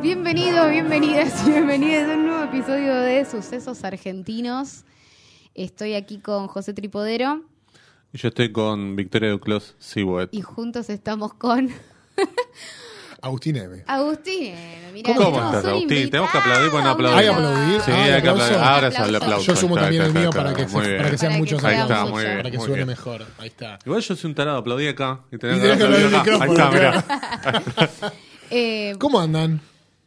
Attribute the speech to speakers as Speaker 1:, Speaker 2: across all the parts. Speaker 1: Bueno, bienvenidas y bienvenidas a un nuevo episodio de Sucesos Argentinos. Estoy aquí con José Tripodero
Speaker 2: Y yo estoy con Victoria Duclos Sibuet.
Speaker 1: y juntos estamos con
Speaker 3: Agustín Eve.
Speaker 1: Agustín. Mirá,
Speaker 2: ¿Cómo
Speaker 1: tenemos
Speaker 2: estás,
Speaker 1: un
Speaker 2: Agustín? Tenemos que
Speaker 1: invitado.
Speaker 2: aplaudir, bueno, aplaudir.
Speaker 3: Hay que aplaudir.
Speaker 2: Sí,
Speaker 3: Ah,
Speaker 2: hay que
Speaker 3: aplauso.
Speaker 2: aplaudir. Ahora se habla
Speaker 1: Aplauso.
Speaker 2: aplauso.
Speaker 3: Yo sumo
Speaker 2: Está,
Speaker 3: también el
Speaker 2: está,
Speaker 3: mío
Speaker 2: está,
Speaker 3: para que,
Speaker 2: está.
Speaker 3: se-
Speaker 2: Muy bien.
Speaker 3: para que sean
Speaker 1: Para que
Speaker 3: muchos
Speaker 1: sea
Speaker 3: aplausos,
Speaker 1: Ahí está, muy bien,
Speaker 3: para que
Speaker 2: muy
Speaker 3: suene
Speaker 2: bien.
Speaker 3: mejor. Ahí está.
Speaker 2: Igual yo soy un tarado, aplaudí acá. Y
Speaker 3: Y
Speaker 2: tenés
Speaker 3: tenés que
Speaker 2: aplaudir
Speaker 3: aplaudir el
Speaker 2: acá. Ahí está,
Speaker 3: micrófono,
Speaker 2: mirá.
Speaker 1: Eh,
Speaker 3: ¿Cómo andan?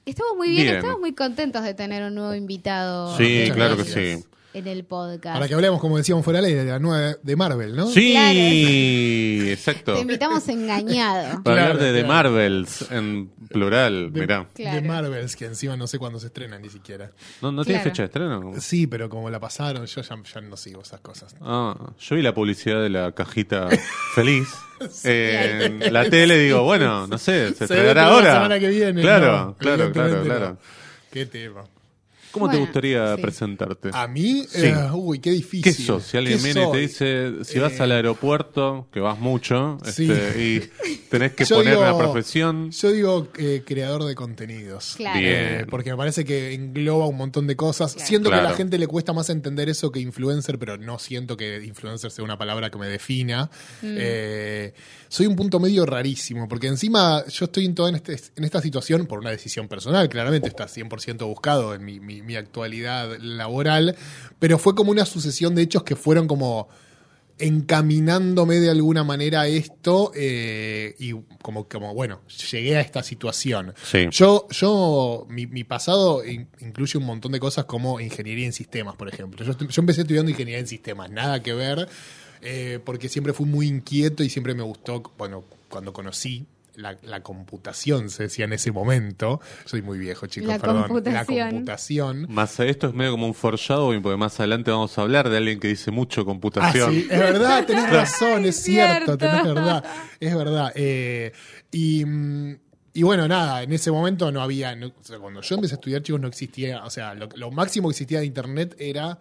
Speaker 1: estamos muy bien,
Speaker 2: Bien.
Speaker 1: estamos muy contentos de tener un nuevo invitado.
Speaker 2: Sí,
Speaker 3: Muchas
Speaker 2: claro que
Speaker 3: gracias.
Speaker 2: sí.
Speaker 1: En el podcast.
Speaker 3: Para que hablemos, como decíamos fuera del aire, de la nueva de Marvel, ¿no?
Speaker 2: Sí, exacto.
Speaker 1: Te invitamos engañado.
Speaker 2: Para
Speaker 3: Claro,
Speaker 2: hablar de The
Speaker 3: claro.
Speaker 2: Marvels en plural,
Speaker 3: De,
Speaker 2: mirá.
Speaker 1: Claro.
Speaker 3: de Marvels, que encima no sé cuándo se estrenan ni siquiera.
Speaker 2: ¿No, no tiene
Speaker 1: Claro.
Speaker 2: fecha de estreno?
Speaker 3: Sí, pero como la pasaron, yo ya, ya no sigo esas cosas.
Speaker 2: Ah, yo vi la publicidad de la cajita feliz en la tele. Digo, bueno, no sé, se,
Speaker 3: Se ve
Speaker 2: estrenará
Speaker 3: que la
Speaker 2: ahora.
Speaker 3: semana que viene,
Speaker 2: Claro,
Speaker 3: no,
Speaker 2: claro, claro,
Speaker 3: evidentemente
Speaker 2: claro.
Speaker 3: no. Qué tema.
Speaker 2: ¿Cómo te
Speaker 1: Bueno,
Speaker 2: gustaría
Speaker 1: sí.
Speaker 2: presentarte?
Speaker 3: A mí,
Speaker 2: Sí.
Speaker 3: eh, uy, qué difícil.
Speaker 2: ¿Qué sos? Si alguien
Speaker 3: ¿Qué
Speaker 2: viene y te
Speaker 3: soy?
Speaker 2: dice, si vas
Speaker 3: Eh,
Speaker 2: al aeropuerto, que vas mucho,
Speaker 3: Sí.
Speaker 2: este, y tenés que
Speaker 3: Yo
Speaker 2: poner
Speaker 3: digo-
Speaker 2: una profesión.
Speaker 3: Yo digo eh, creador de contenidos.
Speaker 1: Claro.
Speaker 2: Bien.
Speaker 3: Eh, porque me parece que engloba un montón de cosas.
Speaker 1: Claro.
Speaker 3: Siento que a
Speaker 2: Claro.
Speaker 3: la gente le cuesta más entender eso que influencer, pero no siento que influencer sea una palabra que me defina. Eh, soy un punto medio rarísimo, porque encima yo estoy en, toda en, este- en esta situación por una decisión personal, claramente está 100% buscado en mi, mi- mi actualidad laboral, pero fue como una sucesión de hechos que fueron como encaminándome de alguna manera a esto eh, y como, como, bueno, llegué a esta situación.
Speaker 2: Sí.
Speaker 3: Yo, yo mi, mi pasado in- incluye un montón de cosas como ingeniería en sistemas, por ejemplo. Yo, estu- yo empecé estudiando ingeniería en sistemas, nada que ver, eh, porque siempre fui muy inquieto y siempre me gustó, bueno, cuando conocí... La, la computación, se decía en ese momento. Soy muy viejo, chicos,
Speaker 1: La
Speaker 3: perdón. La
Speaker 1: computación.
Speaker 3: computación.
Speaker 2: Más esto es medio como un foreshadowing, porque más adelante vamos a hablar de alguien que dice mucho computación.
Speaker 3: Ah, sí, es verdad, tenés razón, es
Speaker 1: cierto.
Speaker 3: cierto, tenés verdad, es verdad. Eh, y, mm, y bueno, nada, en ese momento no había, no- o sea, cuando yo empecé a estudiar, chicos, no existía, o sea, lo, lo máximo que existía de internet era,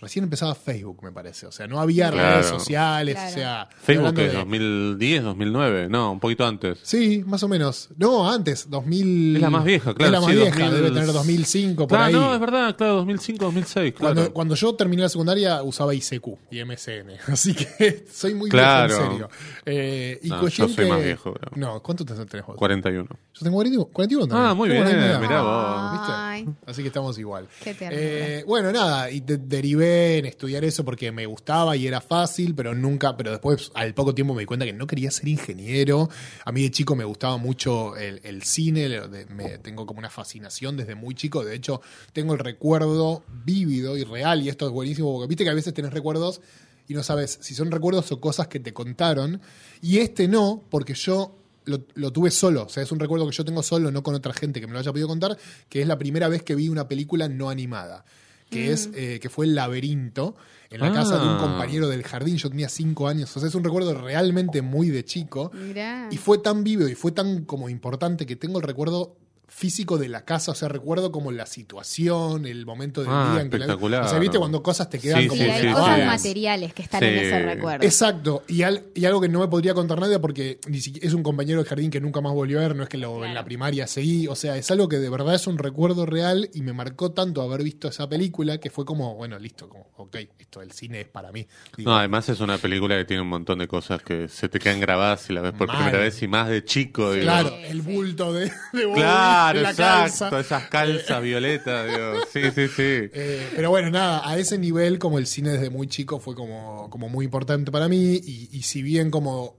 Speaker 3: recién empezaba Facebook, me parece, o sea, no había
Speaker 2: Claro.
Speaker 3: redes sociales,
Speaker 1: Claro.
Speaker 3: o sea...
Speaker 2: Facebook
Speaker 3: hablando
Speaker 2: es
Speaker 3: de-
Speaker 2: 2010, 2009, no, un poquito antes.
Speaker 3: Sí, más o menos. No, antes, 2000...
Speaker 2: Es la más vieja, claro.
Speaker 3: Es la más
Speaker 2: sí,
Speaker 3: vieja,
Speaker 2: 2000.
Speaker 3: debe tener 2005, por
Speaker 2: Ah,
Speaker 3: ahí.
Speaker 2: no, es verdad, claro, 2005, 2006, claro.
Speaker 3: Cuando, cuando yo terminé la secundaria usaba ICQ y MSN, así que soy muy
Speaker 2: Claro.
Speaker 3: viejo en serio. Eh, y
Speaker 2: No, yo
Speaker 3: cuestión
Speaker 2: soy
Speaker 3: que-
Speaker 2: más viejo, bro.
Speaker 3: No, ¿cuánto te- tenés vos?
Speaker 2: 41.
Speaker 3: Yo tengo 41, 41 también.
Speaker 2: Ah, muy
Speaker 3: Tengo
Speaker 2: bien,
Speaker 3: 41.
Speaker 2: mirá
Speaker 1: Ah.
Speaker 2: vos.
Speaker 3: ¿Viste?
Speaker 1: Ay.
Speaker 3: Así que estamos igual.
Speaker 1: Qué ternura.
Speaker 3: Eh, bueno, nada, y de- derivé en estudiar eso porque me gustaba y era fácil, pero nunca, pero después al poco tiempo me di cuenta que no quería ser ingeniero. A mí de chico me gustaba mucho el, el cine, lo de- me- tengo como una fascinación desde muy chico, de hecho tengo el recuerdo vívido y real, y esto es buenísimo, porque viste que a veces tenés recuerdos y no sabes si son recuerdos o cosas que te contaron, y este no, porque yo lo, lo tuve solo. O sea, es un recuerdo que yo tengo solo, no con otra gente que me lo haya podido contar, que es la primera vez que vi una película no animada. Que, es, eh, que fue El Laberinto, en la
Speaker 2: Ah.
Speaker 3: casa de un compañero del jardín. Yo tenía cinco años. O sea, es un recuerdo realmente muy de chico.
Speaker 1: Mirá.
Speaker 3: Y fue tan vivo y fue tan como importante que tengo el recuerdo físico de la casa, o sea, recuerdo como la situación, el momento del
Speaker 2: Ah,
Speaker 3: día en que la vi.
Speaker 2: espectacular.
Speaker 3: O sea, viste cuando cosas te quedan
Speaker 2: Sí,
Speaker 3: como
Speaker 1: Sí, hay
Speaker 2: sí,
Speaker 1: cosas
Speaker 2: sí.
Speaker 1: materiales que están
Speaker 2: Sí.
Speaker 1: en ese recuerdo.
Speaker 3: Exacto, y, al- y algo que no me podría contar nadie porque ni siqui- es un compañero de jardín que nunca más volvió a ver, no es que lo, en la primaria seguí, o sea, es algo que de verdad es un recuerdo real y me marcó tanto haber visto esa película que fue como, bueno, listo, como, ok, esto del cine es para mí. Digo,
Speaker 2: No, además es una película que tiene un montón de cosas que se te quedan grabadas si la ves por
Speaker 3: Mal.
Speaker 2: primera vez y más de chico. digo.
Speaker 3: claro, el bulto de, de Bobby,
Speaker 2: Claro,
Speaker 3: la
Speaker 2: exacto.
Speaker 3: calza.
Speaker 2: Esas calzas violetas, digo. Sí, sí, sí.
Speaker 3: Eh, pero bueno, nada, a ese nivel como el cine desde muy chico fue como, como muy importante para mí y, y si bien como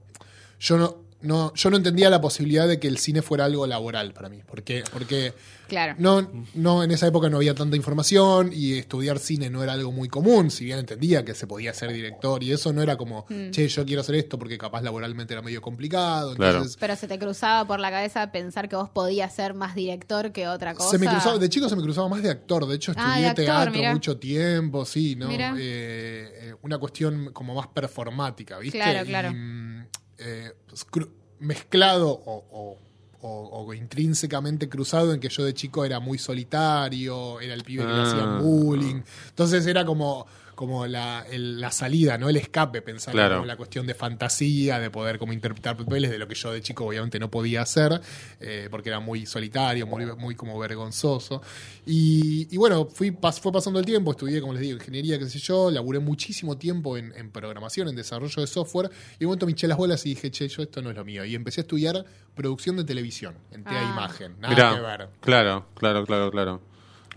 Speaker 3: yo no, no, yo no entendía la posibilidad de que el cine fuera algo laboral para mí, porque, porque
Speaker 1: Claro.
Speaker 3: no, no, en esa época no había tanta información y estudiar cine no era algo muy común, si bien entendía que se podía ser director y eso no era como,
Speaker 1: Mm.
Speaker 3: che, yo quiero hacer esto porque capaz laboralmente era medio complicado,
Speaker 2: Claro.
Speaker 3: entonces
Speaker 1: Pero se te cruzaba por la cabeza pensar que vos podías ser más director que otra cosa.
Speaker 3: Se me cruzaba, de chico se me cruzaba más de actor. De hecho,
Speaker 1: Ah,
Speaker 3: estudié
Speaker 1: de actor,
Speaker 3: teatro
Speaker 1: mirá.
Speaker 3: mucho tiempo, sí, ¿no?
Speaker 1: Mirá.
Speaker 3: Eh, eh, una cuestión como más performática, ¿viste?
Speaker 1: Claro,
Speaker 3: Y,
Speaker 1: claro.
Speaker 3: mm, eh, pues, cru- mezclado o, o- o- o intrínsecamente cruzado en que yo de chico era muy solitario, era el pibe que le
Speaker 2: Ah.
Speaker 3: hacían bullying. Entonces era como. como la, el- la salida, ¿no? El escape, pensar
Speaker 2: Claro.
Speaker 3: como la cuestión de fantasía, de poder como interpretar papeles, de lo que yo de chico obviamente no podía hacer, eh, porque era muy solitario, muy, muy como vergonzoso. Y, y bueno, fui, pas- fue pasando el tiempo, estudié, como les digo, ingeniería, qué sé yo, laburé muchísimo tiempo en, en programación, en desarrollo de software, y en un momento me hinché las bolas y dije, che, yo esto no es lo mío. Y empecé a estudiar producción de televisión, en TEA
Speaker 1: Ah.
Speaker 3: Imagen, nada que ver.
Speaker 2: Mirá, claro, claro, claro, claro.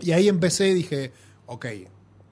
Speaker 3: Y ahí empecé, dije, ok,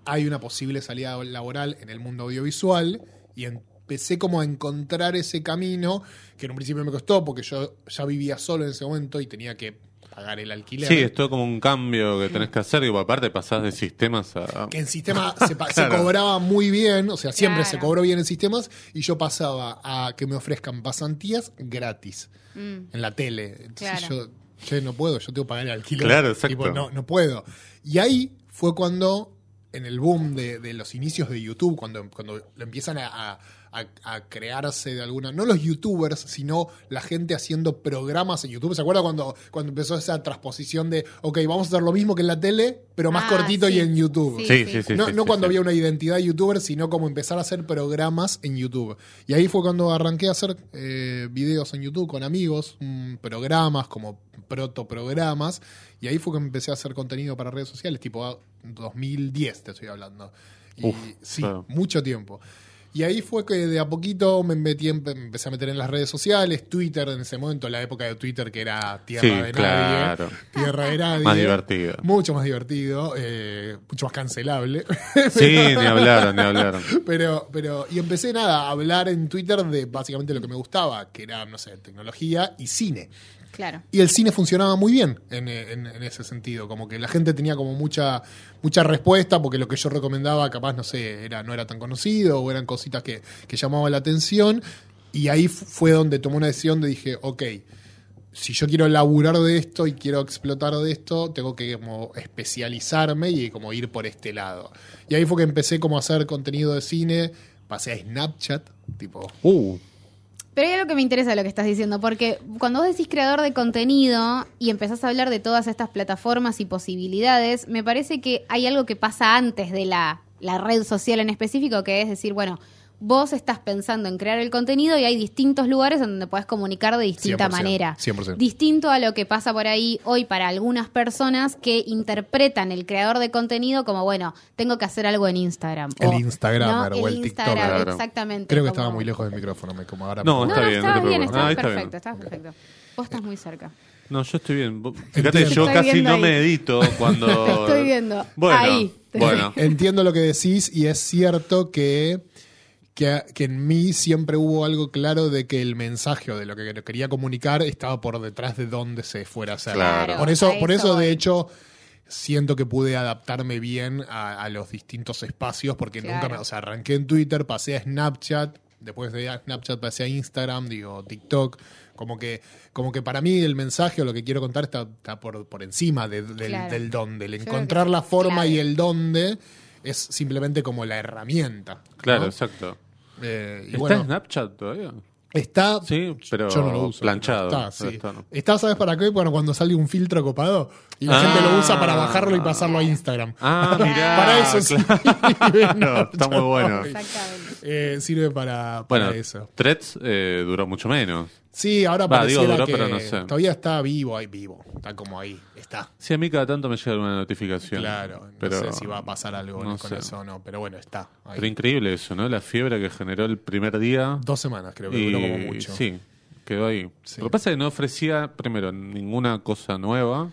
Speaker 3: hay una posible salida laboral en el mundo audiovisual y empecé como a encontrar ese camino que en un principio me costó porque yo ya vivía solo en ese momento y tenía que pagar el alquiler.
Speaker 2: Sí, es todo como un cambio que tenés que hacer. Digo, aparte pasás de sistemas a...
Speaker 3: que en sistemas se, pa- se
Speaker 2: Claro.
Speaker 3: cobraba muy bien, o sea, siempre se
Speaker 1: Claro.
Speaker 3: cobró bien en sistemas, y yo pasaba a que me ofrezcan pasantías gratis
Speaker 1: Mm.
Speaker 3: en la tele. Entonces
Speaker 1: Claro.
Speaker 3: yo, che, no puedo, yo tengo que pagar el alquiler.
Speaker 2: Claro, exacto.
Speaker 3: Tipo, no, no puedo. Y ahí fue cuando, en el boom de, de los inicios de YouTube, cuando, cuando lo empiezan a, a- a- a crearse de alguna, no los youtubers, sino la gente haciendo programas en YouTube. ¿Se acuerda cuando, cuando empezó esa transposición de, ok, vamos a hacer lo mismo que en la tele, pero más
Speaker 1: Ah,
Speaker 3: cortito
Speaker 1: sí.
Speaker 3: y en YouTube?
Speaker 1: Sí,
Speaker 2: Sí, sí, sí.
Speaker 3: no
Speaker 2: sí,
Speaker 3: no
Speaker 2: sí, sí.
Speaker 3: cuando había una identidad youtuber, sino como empezar a hacer programas en YouTube. Y ahí fue cuando arranqué a hacer eh, videos en YouTube con amigos, mm, programas como protoprogramas. Y ahí fue que empecé a hacer contenido para redes sociales, tipo ah, 2010 te estoy hablando. Y
Speaker 2: Uf,
Speaker 3: sí,
Speaker 2: claro.
Speaker 3: mucho tiempo. Y ahí fue que de a poquito me, metí en- me empecé a meter en las redes sociales, Twitter en ese momento, la época de Twitter que era tierra
Speaker 2: Sí,
Speaker 3: de nadie,
Speaker 2: claro.
Speaker 3: tierra de nadie.
Speaker 2: Más divertido.
Speaker 3: Mucho más divertido, eh, mucho más cancelable.
Speaker 2: Sí, ni hablaron, ni hablaron.
Speaker 3: Pero, pero, y empecé nada a hablar en Twitter de básicamente lo que me gustaba, que era, no sé, tecnología y cine.
Speaker 1: Claro.
Speaker 3: Y el cine funcionaba muy bien en, en- en ese sentido, como que la gente tenía como mucha, mucha respuesta, porque lo que yo recomendaba capaz, no sé, era, no era tan conocido, o eran cositas que, que llamaban la atención. Y ahí fu- fue donde tomé una decisión de dije, ok, si yo quiero laburar de esto y quiero explotar de esto, tengo que como especializarme y como ir por este lado. Y ahí fue que empecé como a hacer contenido de cine, pasé a Snapchat, tipo...
Speaker 2: Uh,
Speaker 1: Pero hay algo que me interesa de lo que estás diciendo, porque cuando vos decís creador de contenido y empezás a hablar de todas estas plataformas y posibilidades, me parece que hay algo que pasa antes de la, la red social en específico, que es decir, bueno, vos estás pensando en crear el contenido y hay distintos lugares en donde podés comunicar de distinta
Speaker 3: 100%,
Speaker 1: manera.
Speaker 3: 100%.
Speaker 1: Distinto a lo que pasa por ahí hoy para algunas personas que interpretan el creador de contenido como, bueno, tengo que hacer algo en Instagram.
Speaker 3: El
Speaker 1: o,
Speaker 3: Instagramer
Speaker 1: ¿no?
Speaker 3: o el
Speaker 1: Instagram,
Speaker 2: TikToker.
Speaker 1: Exactamente.
Speaker 3: Creo que
Speaker 1: como-
Speaker 3: estaba muy lejos del micrófono, me como ahora...
Speaker 2: No,
Speaker 3: me-
Speaker 1: no,
Speaker 2: está
Speaker 1: no,
Speaker 2: bien,
Speaker 1: estaba
Speaker 2: no te
Speaker 1: bien,
Speaker 2: preocupes.
Speaker 1: estaba
Speaker 2: Ah, está bien.
Speaker 1: perfecto, estaba perfecto. Vos estás muy cerca.
Speaker 2: no, yo estoy bien. Vos- Fíjate, yo
Speaker 3: Entiendo.
Speaker 1: Estoy
Speaker 2: casi
Speaker 1: viendo
Speaker 2: no
Speaker 1: ahí.
Speaker 2: me edito cuando...
Speaker 1: Te estoy viendo.
Speaker 2: Bueno,
Speaker 1: Ahí.
Speaker 2: bueno.
Speaker 3: Entiendo lo que decís y es cierto que, que, que en mí siempre hubo algo claro de que el mensaje o de lo que quería comunicar estaba por detrás de dónde se fuera a hacer.
Speaker 2: Claro.
Speaker 3: Por eso,
Speaker 1: a
Speaker 3: por
Speaker 1: eso
Speaker 3: eso de
Speaker 1: voy.
Speaker 3: hecho, siento que pude adaptarme bien a, a los distintos espacios porque nunca me...
Speaker 1: Claro.
Speaker 3: O sea, arranqué en Twitter, pasé a Snapchat, después de Snapchat pasé a Instagram, digo, TikTok. Como que, como que para mí el mensaje o lo que quiero contar está, está por, por encima de- del,
Speaker 1: Claro.
Speaker 3: del dónde. El
Speaker 1: creo que
Speaker 3: encontrar
Speaker 1: es
Speaker 3: la forma
Speaker 1: clave.
Speaker 3: y el dónde es simplemente como la herramienta. ¿no?
Speaker 2: Claro, exacto.
Speaker 3: Eh, y
Speaker 2: ¿Está
Speaker 3: bueno,
Speaker 2: en Snapchat todavía?
Speaker 3: Está.
Speaker 2: Sí, pero
Speaker 3: yo no lo uso.
Speaker 2: planchado.
Speaker 3: Está, sí.
Speaker 2: Está, ¿no?
Speaker 3: Está, ¿sabes para qué? Bueno, cuando sale un filtro copado y la
Speaker 2: Ah.
Speaker 3: gente lo usa para bajarlo y pasarlo a Instagram.
Speaker 2: Ah, mirá.
Speaker 3: para eso
Speaker 2: Claro, está muy bueno.
Speaker 1: Exactamente.
Speaker 3: Eh, sirve para, para
Speaker 2: Bueno,
Speaker 3: eso.
Speaker 2: Threads eh, duró mucho menos.
Speaker 3: Sí, ahora
Speaker 2: Va, digo,
Speaker 3: pareciera
Speaker 2: duró,
Speaker 3: que
Speaker 2: pero no sé.
Speaker 3: todavía está vivo, ahí vivo. Está como ahí, está.
Speaker 2: Sí, a mí cada tanto me llega alguna notificación.
Speaker 3: Claro,
Speaker 2: pero,
Speaker 3: no sé si va a pasar algo
Speaker 2: no
Speaker 3: con
Speaker 2: sé.
Speaker 3: eso o no, pero bueno, está. ahí.
Speaker 2: Pero increíble eso, ¿no? La fiebre que generó el primer día.
Speaker 3: Dos semanas creo que
Speaker 2: y,
Speaker 3: duró como mucho.
Speaker 2: Sí, quedó ahí.
Speaker 3: Sí.
Speaker 2: Lo que pasa es que no ofrecía, primero, ninguna cosa nueva,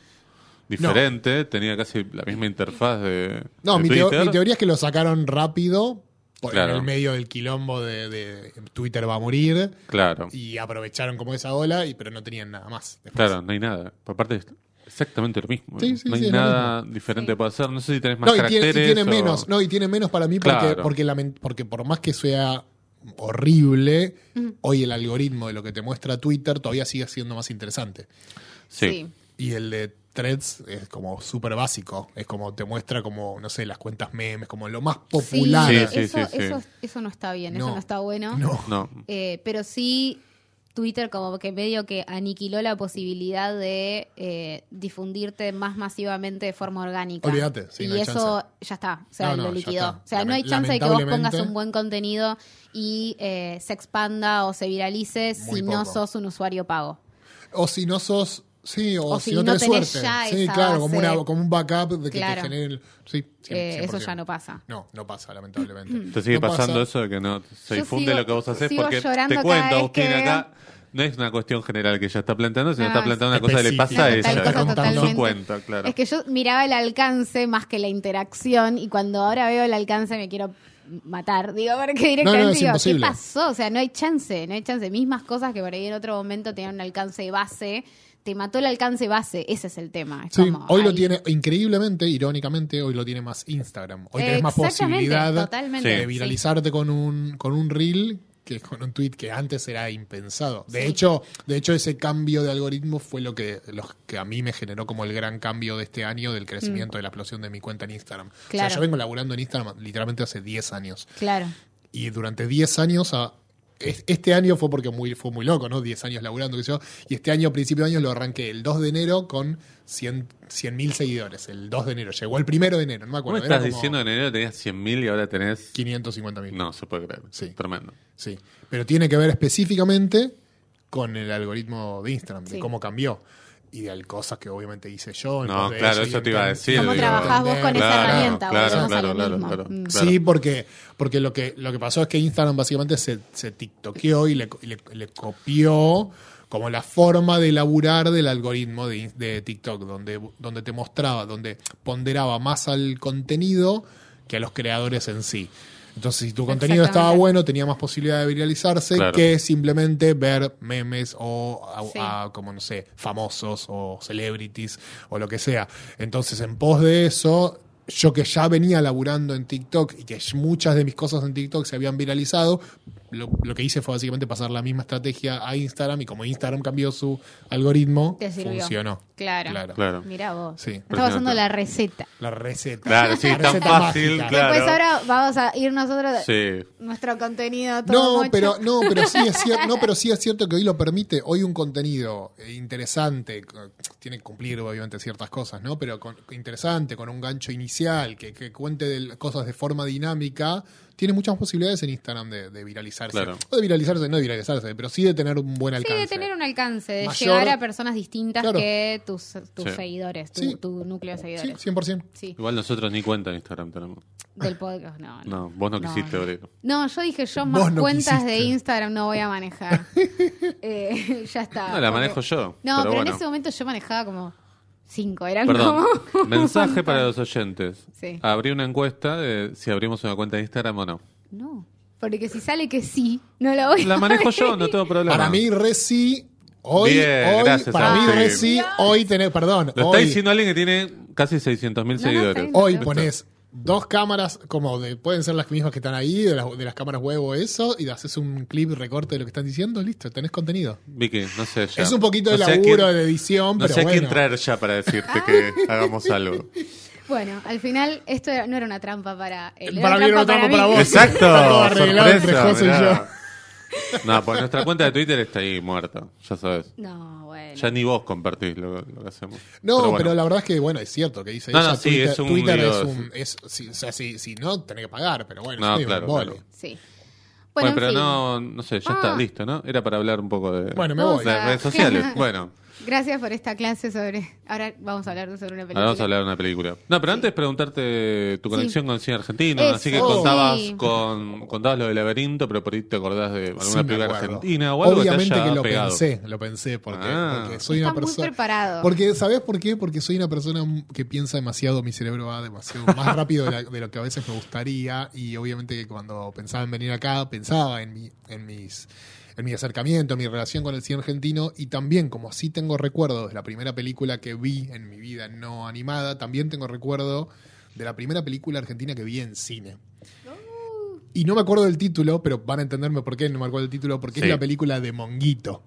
Speaker 2: diferente. Tenía casi la misma interfaz de.
Speaker 3: No,
Speaker 2: de
Speaker 3: mi, teo-
Speaker 2: Twitter.
Speaker 3: mi teoría es que lo sacaron rápido, por-
Speaker 2: Claro.
Speaker 3: en el medio del quilombo de, de Twitter va a morir,
Speaker 2: Claro,
Speaker 3: y aprovecharon como esa ola, y, pero no tenían nada más. después.
Speaker 2: claro, no hay nada. Por parte es exactamente lo mismo.
Speaker 3: Sí, sí,
Speaker 2: no hay
Speaker 3: sí, es lo
Speaker 2: nada diferente para hacer. No sé si tenés más
Speaker 3: No, y tiene,
Speaker 2: caracteres.
Speaker 3: y tiene
Speaker 2: o-
Speaker 3: menos, no, y tiene menos para mí porque,
Speaker 2: Claro.
Speaker 3: porque, lamen- porque por más que sea horrible, hoy el algoritmo de lo que te muestra Twitter todavía sigue siendo más interesante.
Speaker 2: Sí.
Speaker 3: Y el de Threads es como súper básico, es como te muestra como, no sé, las cuentas memes, como lo más popular.
Speaker 2: Sí, sí,
Speaker 1: eso,
Speaker 2: sí, sí.
Speaker 1: Eso, eso no está bien, eso
Speaker 3: No.
Speaker 1: no está bueno.
Speaker 3: No.
Speaker 2: No.
Speaker 1: Eh, pero sí Twitter como que medio que aniquiló la posibilidad de eh, difundirte más masivamente de forma orgánica.
Speaker 3: Olvídate, sí,
Speaker 1: y
Speaker 3: no hay
Speaker 1: eso
Speaker 3: chance.
Speaker 1: ya está, o sea,
Speaker 3: No, no,
Speaker 1: lo
Speaker 3: ya
Speaker 1: liquidó.
Speaker 3: está.
Speaker 1: O sea, no hay
Speaker 3: Lame-
Speaker 1: chance de que vos
Speaker 3: lamentablemente-
Speaker 1: pongas un buen contenido y eh, se expanda o se viralice
Speaker 3: Muy
Speaker 1: si no
Speaker 3: poco.
Speaker 1: sos un usuario pago.
Speaker 3: O si no sos. Sí, o,
Speaker 1: O
Speaker 3: si,
Speaker 1: si
Speaker 3: no
Speaker 1: no
Speaker 3: tenés,
Speaker 1: tenés
Speaker 3: suerte.
Speaker 1: ya
Speaker 3: sí,
Speaker 1: esa
Speaker 3: claro, como,
Speaker 1: base.
Speaker 3: una- como un backup de que te
Speaker 1: Claro.
Speaker 3: generen. Sí, cien-
Speaker 1: Eh, eso
Speaker 3: 100%.
Speaker 1: ya no pasa.
Speaker 3: No, no pasa, lamentablemente.
Speaker 2: Te sigue
Speaker 3: No pasa.
Speaker 2: pasando eso de que no se
Speaker 1: Yo
Speaker 2: difunde
Speaker 1: sigo-
Speaker 2: lo que vos haces
Speaker 1: sigo
Speaker 2: porque
Speaker 1: llorando
Speaker 2: te
Speaker 1: cada
Speaker 2: cuento,
Speaker 1: vez
Speaker 2: Agustín,
Speaker 1: que veo-
Speaker 2: acá no es una cuestión general que ella está planteando, sino
Speaker 1: No,
Speaker 2: está
Speaker 1: es
Speaker 2: planteando una cosa que le pasa a
Speaker 3: específica,
Speaker 2: ella,
Speaker 1: Tal cosa
Speaker 3: está
Speaker 2: digamos, con
Speaker 1: totalmente.
Speaker 2: su cuenta, claro.
Speaker 1: Es que yo miraba el alcance más que la interacción y cuando ahora veo el alcance me quiero matar. Digo, porque directamente
Speaker 3: No, no, es
Speaker 1: digo, ¿qué
Speaker 3: imposible.
Speaker 1: pasó? O sea, no hay chance, no hay chance. Mismas cosas que por ahí en otro momento tenían un alcance base. Te mató el alcance base, ese es el tema. Es
Speaker 3: Sí,
Speaker 1: como,
Speaker 3: hoy lo
Speaker 1: ay,
Speaker 3: tiene, increíblemente, irónicamente, hoy lo tiene más Instagram. Hoy tenés más
Speaker 1: Exactamente,
Speaker 3: posibilidad
Speaker 1: totalmente,
Speaker 2: Sí.
Speaker 3: de
Speaker 1: sí.
Speaker 3: viralizarte con un, con un reel que con un tweet que antes era impensado. De
Speaker 1: Sí.
Speaker 3: hecho, de hecho ese cambio de algoritmo fue lo que, los que a mí me generó como el gran cambio de este año del crecimiento de la explosión de mi cuenta en Instagram. O
Speaker 1: Mm. Claro.
Speaker 3: sea, yo vengo laburando en Instagram literalmente hace 10 años.
Speaker 1: Claro.
Speaker 3: Y durante 10 años, a- es- este año fue porque muy, fue muy loco, ¿no? 10 años laburando, qué sé yo. Y este año, a principio de año, lo arranqué el 2 de enero con 100 100.000 seguidores. El 2 de enero. Llegó el 1 de enero, no me
Speaker 2: ¿Cómo
Speaker 3: acuerdo. era
Speaker 2: estás
Speaker 3: como
Speaker 2: diciendo que en enero tenías 100.000 y ahora tenés...
Speaker 3: 550.000.
Speaker 2: No, se puede creer.
Speaker 3: Sí.
Speaker 2: Tremendo.
Speaker 3: Sí. Pero tiene que ver específicamente con el algoritmo de Instagram, de
Speaker 1: Sí.
Speaker 3: cómo cambió. Y de al- cosas que obviamente hice yo. en
Speaker 2: No,
Speaker 3: pos de
Speaker 2: claro,
Speaker 3: y
Speaker 2: eso te iba a
Speaker 3: enten-
Speaker 2: decir,
Speaker 1: ¿Cómo
Speaker 2: digo,
Speaker 1: trabajás vos con esa
Speaker 2: claro,
Speaker 1: herramienta?
Speaker 2: claro,
Speaker 1: Volvemos a
Speaker 2: claro,
Speaker 1: lo
Speaker 2: claro,
Speaker 1: mismo.
Speaker 2: claro.
Speaker 1: Mm.
Speaker 3: Sí, porque, porque lo, que, lo que pasó es que Instagram básicamente se, se tiktokeó y le, y le- le copió como la forma de laburar del algoritmo de, in- de TikTok, donde, donde te mostraba, donde ponderaba más al contenido que a los creadores en sí. Entonces, si tu contenido estaba
Speaker 1: Exactamente.
Speaker 3: bueno, tenía más posibilidad de viralizarse
Speaker 2: Claro.
Speaker 3: que simplemente ver memes o a-
Speaker 1: Sí.
Speaker 3: a como no sé, famosos o celebrities o lo que sea. Entonces, en pos de eso, yo que ya venía laburando en TikTok y que muchas de mis cosas en TikTok se habían viralizado, lo, lo que hice fue básicamente pasar la misma estrategia a Instagram y como Instagram cambió su algoritmo,
Speaker 1: Te sirvió.
Speaker 3: funcionó.
Speaker 1: Claro.
Speaker 2: Claro.
Speaker 1: Mm, Mirá vos.
Speaker 3: Sí.
Speaker 1: Estaba haciendo la receta.
Speaker 3: La receta.
Speaker 2: Claro, sí,
Speaker 3: La
Speaker 2: es tan
Speaker 3: receta
Speaker 2: fácil,
Speaker 3: mágica.
Speaker 2: Claro.
Speaker 1: Después ahora vamos a ir nosotros
Speaker 2: Sí.
Speaker 1: nuestro contenido todo
Speaker 3: No,
Speaker 1: mocho.
Speaker 3: pero, no, pero sí es cierto, no, pero sí es cierto que hoy lo permite. Hoy un contenido eh, interesante, eh, tiene que cumplir obviamente ciertas cosas, ¿no? Pero con- interesante, con un gancho inicial, que, que cuente de- cosas de forma dinámica, tiene muchas posibilidades en Instagram de, de viralizarse.
Speaker 2: Claro.
Speaker 3: O de viralizarse, no de viralizarse, pero sí de tener un buen
Speaker 1: Sí,
Speaker 3: alcance.
Speaker 1: de tener un alcance, de
Speaker 3: Mayor-
Speaker 1: llegar a personas distintas
Speaker 3: Claro.
Speaker 1: que tus, tus
Speaker 2: Sí.
Speaker 1: seguidores, tu,
Speaker 3: Sí.
Speaker 1: tu núcleo de
Speaker 3: Sí,
Speaker 1: seguidores.
Speaker 3: 100%.
Speaker 1: Sí,
Speaker 2: Igual nosotros ni cuenta en Instagram tenemos.
Speaker 1: del podcast, no. No, Ah,
Speaker 2: No, vos no quisiste,
Speaker 1: no.
Speaker 2: Obrero.
Speaker 1: No, yo dije, yo
Speaker 3: Vos
Speaker 1: más
Speaker 3: no
Speaker 1: cuentas
Speaker 3: quisiste.
Speaker 1: de Instagram no voy a manejar. Eh, ya está.
Speaker 2: No, la
Speaker 1: porque-
Speaker 2: manejo yo.
Speaker 1: No, pero,
Speaker 2: pero bueno.
Speaker 1: en ese momento yo manejaba como cinco, eran
Speaker 2: Perdón.
Speaker 1: como...
Speaker 2: Mensaje para los oyentes.
Speaker 1: Sí.
Speaker 2: Abrí una encuesta de si abrimos una cuenta de Instagram o no.
Speaker 1: No, porque si sale que sí, no la voy a...
Speaker 2: La manejo yo, no tengo problema.
Speaker 3: Para mí, Reci, hoy,
Speaker 2: Bien,
Speaker 3: hoy
Speaker 2: gracias,
Speaker 3: para mí,
Speaker 2: Agustín.
Speaker 3: Reci, hoy tenés, perdón,
Speaker 2: Lo está
Speaker 3: hoy,
Speaker 2: diciendo alguien que tiene casi 600.000
Speaker 1: no,
Speaker 2: seguidores.
Speaker 1: está bien.
Speaker 3: Hoy
Speaker 1: Listo.
Speaker 3: pones dos cámaras, como de- pueden ser las mismas que están ahí, de las, de las cámaras web o eso, y haces un clip recorte de lo que están diciendo, listo, tenés contenido.
Speaker 2: Vicky, no sé ya.
Speaker 3: Es un poquito de
Speaker 2: No sé a
Speaker 3: laburo,
Speaker 2: quién-
Speaker 3: de edición,
Speaker 2: No
Speaker 3: pero
Speaker 2: sé a quién
Speaker 3: bueno.
Speaker 2: traer ya para decirte que hagamos algo.
Speaker 1: Bueno, al final esto era- no era una trampa para eh, él.
Speaker 3: Para mí era una trampa para vos.
Speaker 2: Exacto,
Speaker 3: Todo arreglado entre
Speaker 2: sorpresa,
Speaker 3: José y
Speaker 2: mirá. No, pues nuestra cuenta de Twitter está ahí muerta, ya sabes.
Speaker 1: No, bueno.
Speaker 2: Ya ni vos compartís lo, lo que hacemos.
Speaker 3: No, pero,
Speaker 2: bueno.
Speaker 3: la verdad es que, bueno, es cierto que dice
Speaker 2: No, no,
Speaker 3: ella,
Speaker 2: sí,
Speaker 3: Twitter,
Speaker 2: es un
Speaker 3: Twitter
Speaker 2: lío,
Speaker 3: es un... es- sí, o sea, si, si no, tenés que pagar, pero bueno,
Speaker 2: No,
Speaker 3: es medio
Speaker 2: claro,
Speaker 3: un embole.
Speaker 2: claro.
Speaker 1: Sí.
Speaker 2: Bueno,
Speaker 1: Bueno, en
Speaker 2: pero
Speaker 1: fin.
Speaker 2: no, no sé, ya está
Speaker 1: Ah.
Speaker 2: listo, ¿no? Era para hablar un poco de
Speaker 3: Bueno, me
Speaker 1: Vamos
Speaker 3: voy.
Speaker 1: a-
Speaker 2: las redes sociales. bueno,
Speaker 1: Gracias por esta clase sobre. Ahora vamos a hablar sobre una película.
Speaker 2: ahora vamos a hablar de una película. No, pero antes preguntarte tu conexión con el cine argentino.
Speaker 1: Eso,
Speaker 2: así que
Speaker 1: sí.
Speaker 2: contabas con contabas lo del laberinto, pero por ahí te acordás de alguna
Speaker 3: Sí, me
Speaker 2: película
Speaker 3: acuerdo.
Speaker 2: argentina o algo
Speaker 3: Obviamente
Speaker 2: que te haya
Speaker 3: lo
Speaker 2: pegado.
Speaker 3: pensé, lo pensé porque,
Speaker 2: Ah.
Speaker 3: porque soy una
Speaker 1: Está muy
Speaker 3: persona
Speaker 1: preparado.
Speaker 3: Porque ¿sabes por qué? Porque soy una persona que piensa demasiado, mi cerebro va demasiado más rápido de, la- de lo que a veces me gustaría y obviamente que cuando pensaba en venir acá pensaba en mi en mis en mi acercamiento, en mi relación con el cine argentino y también como así tengo recuerdos de la primera película que vi en mi vida no animada, también tengo recuerdo de la primera película argentina que vi en cine. Y no me acuerdo del título, pero van a entenderme por qué no me acuerdo del título, porque
Speaker 2: Sí.
Speaker 3: es la película de Monguito.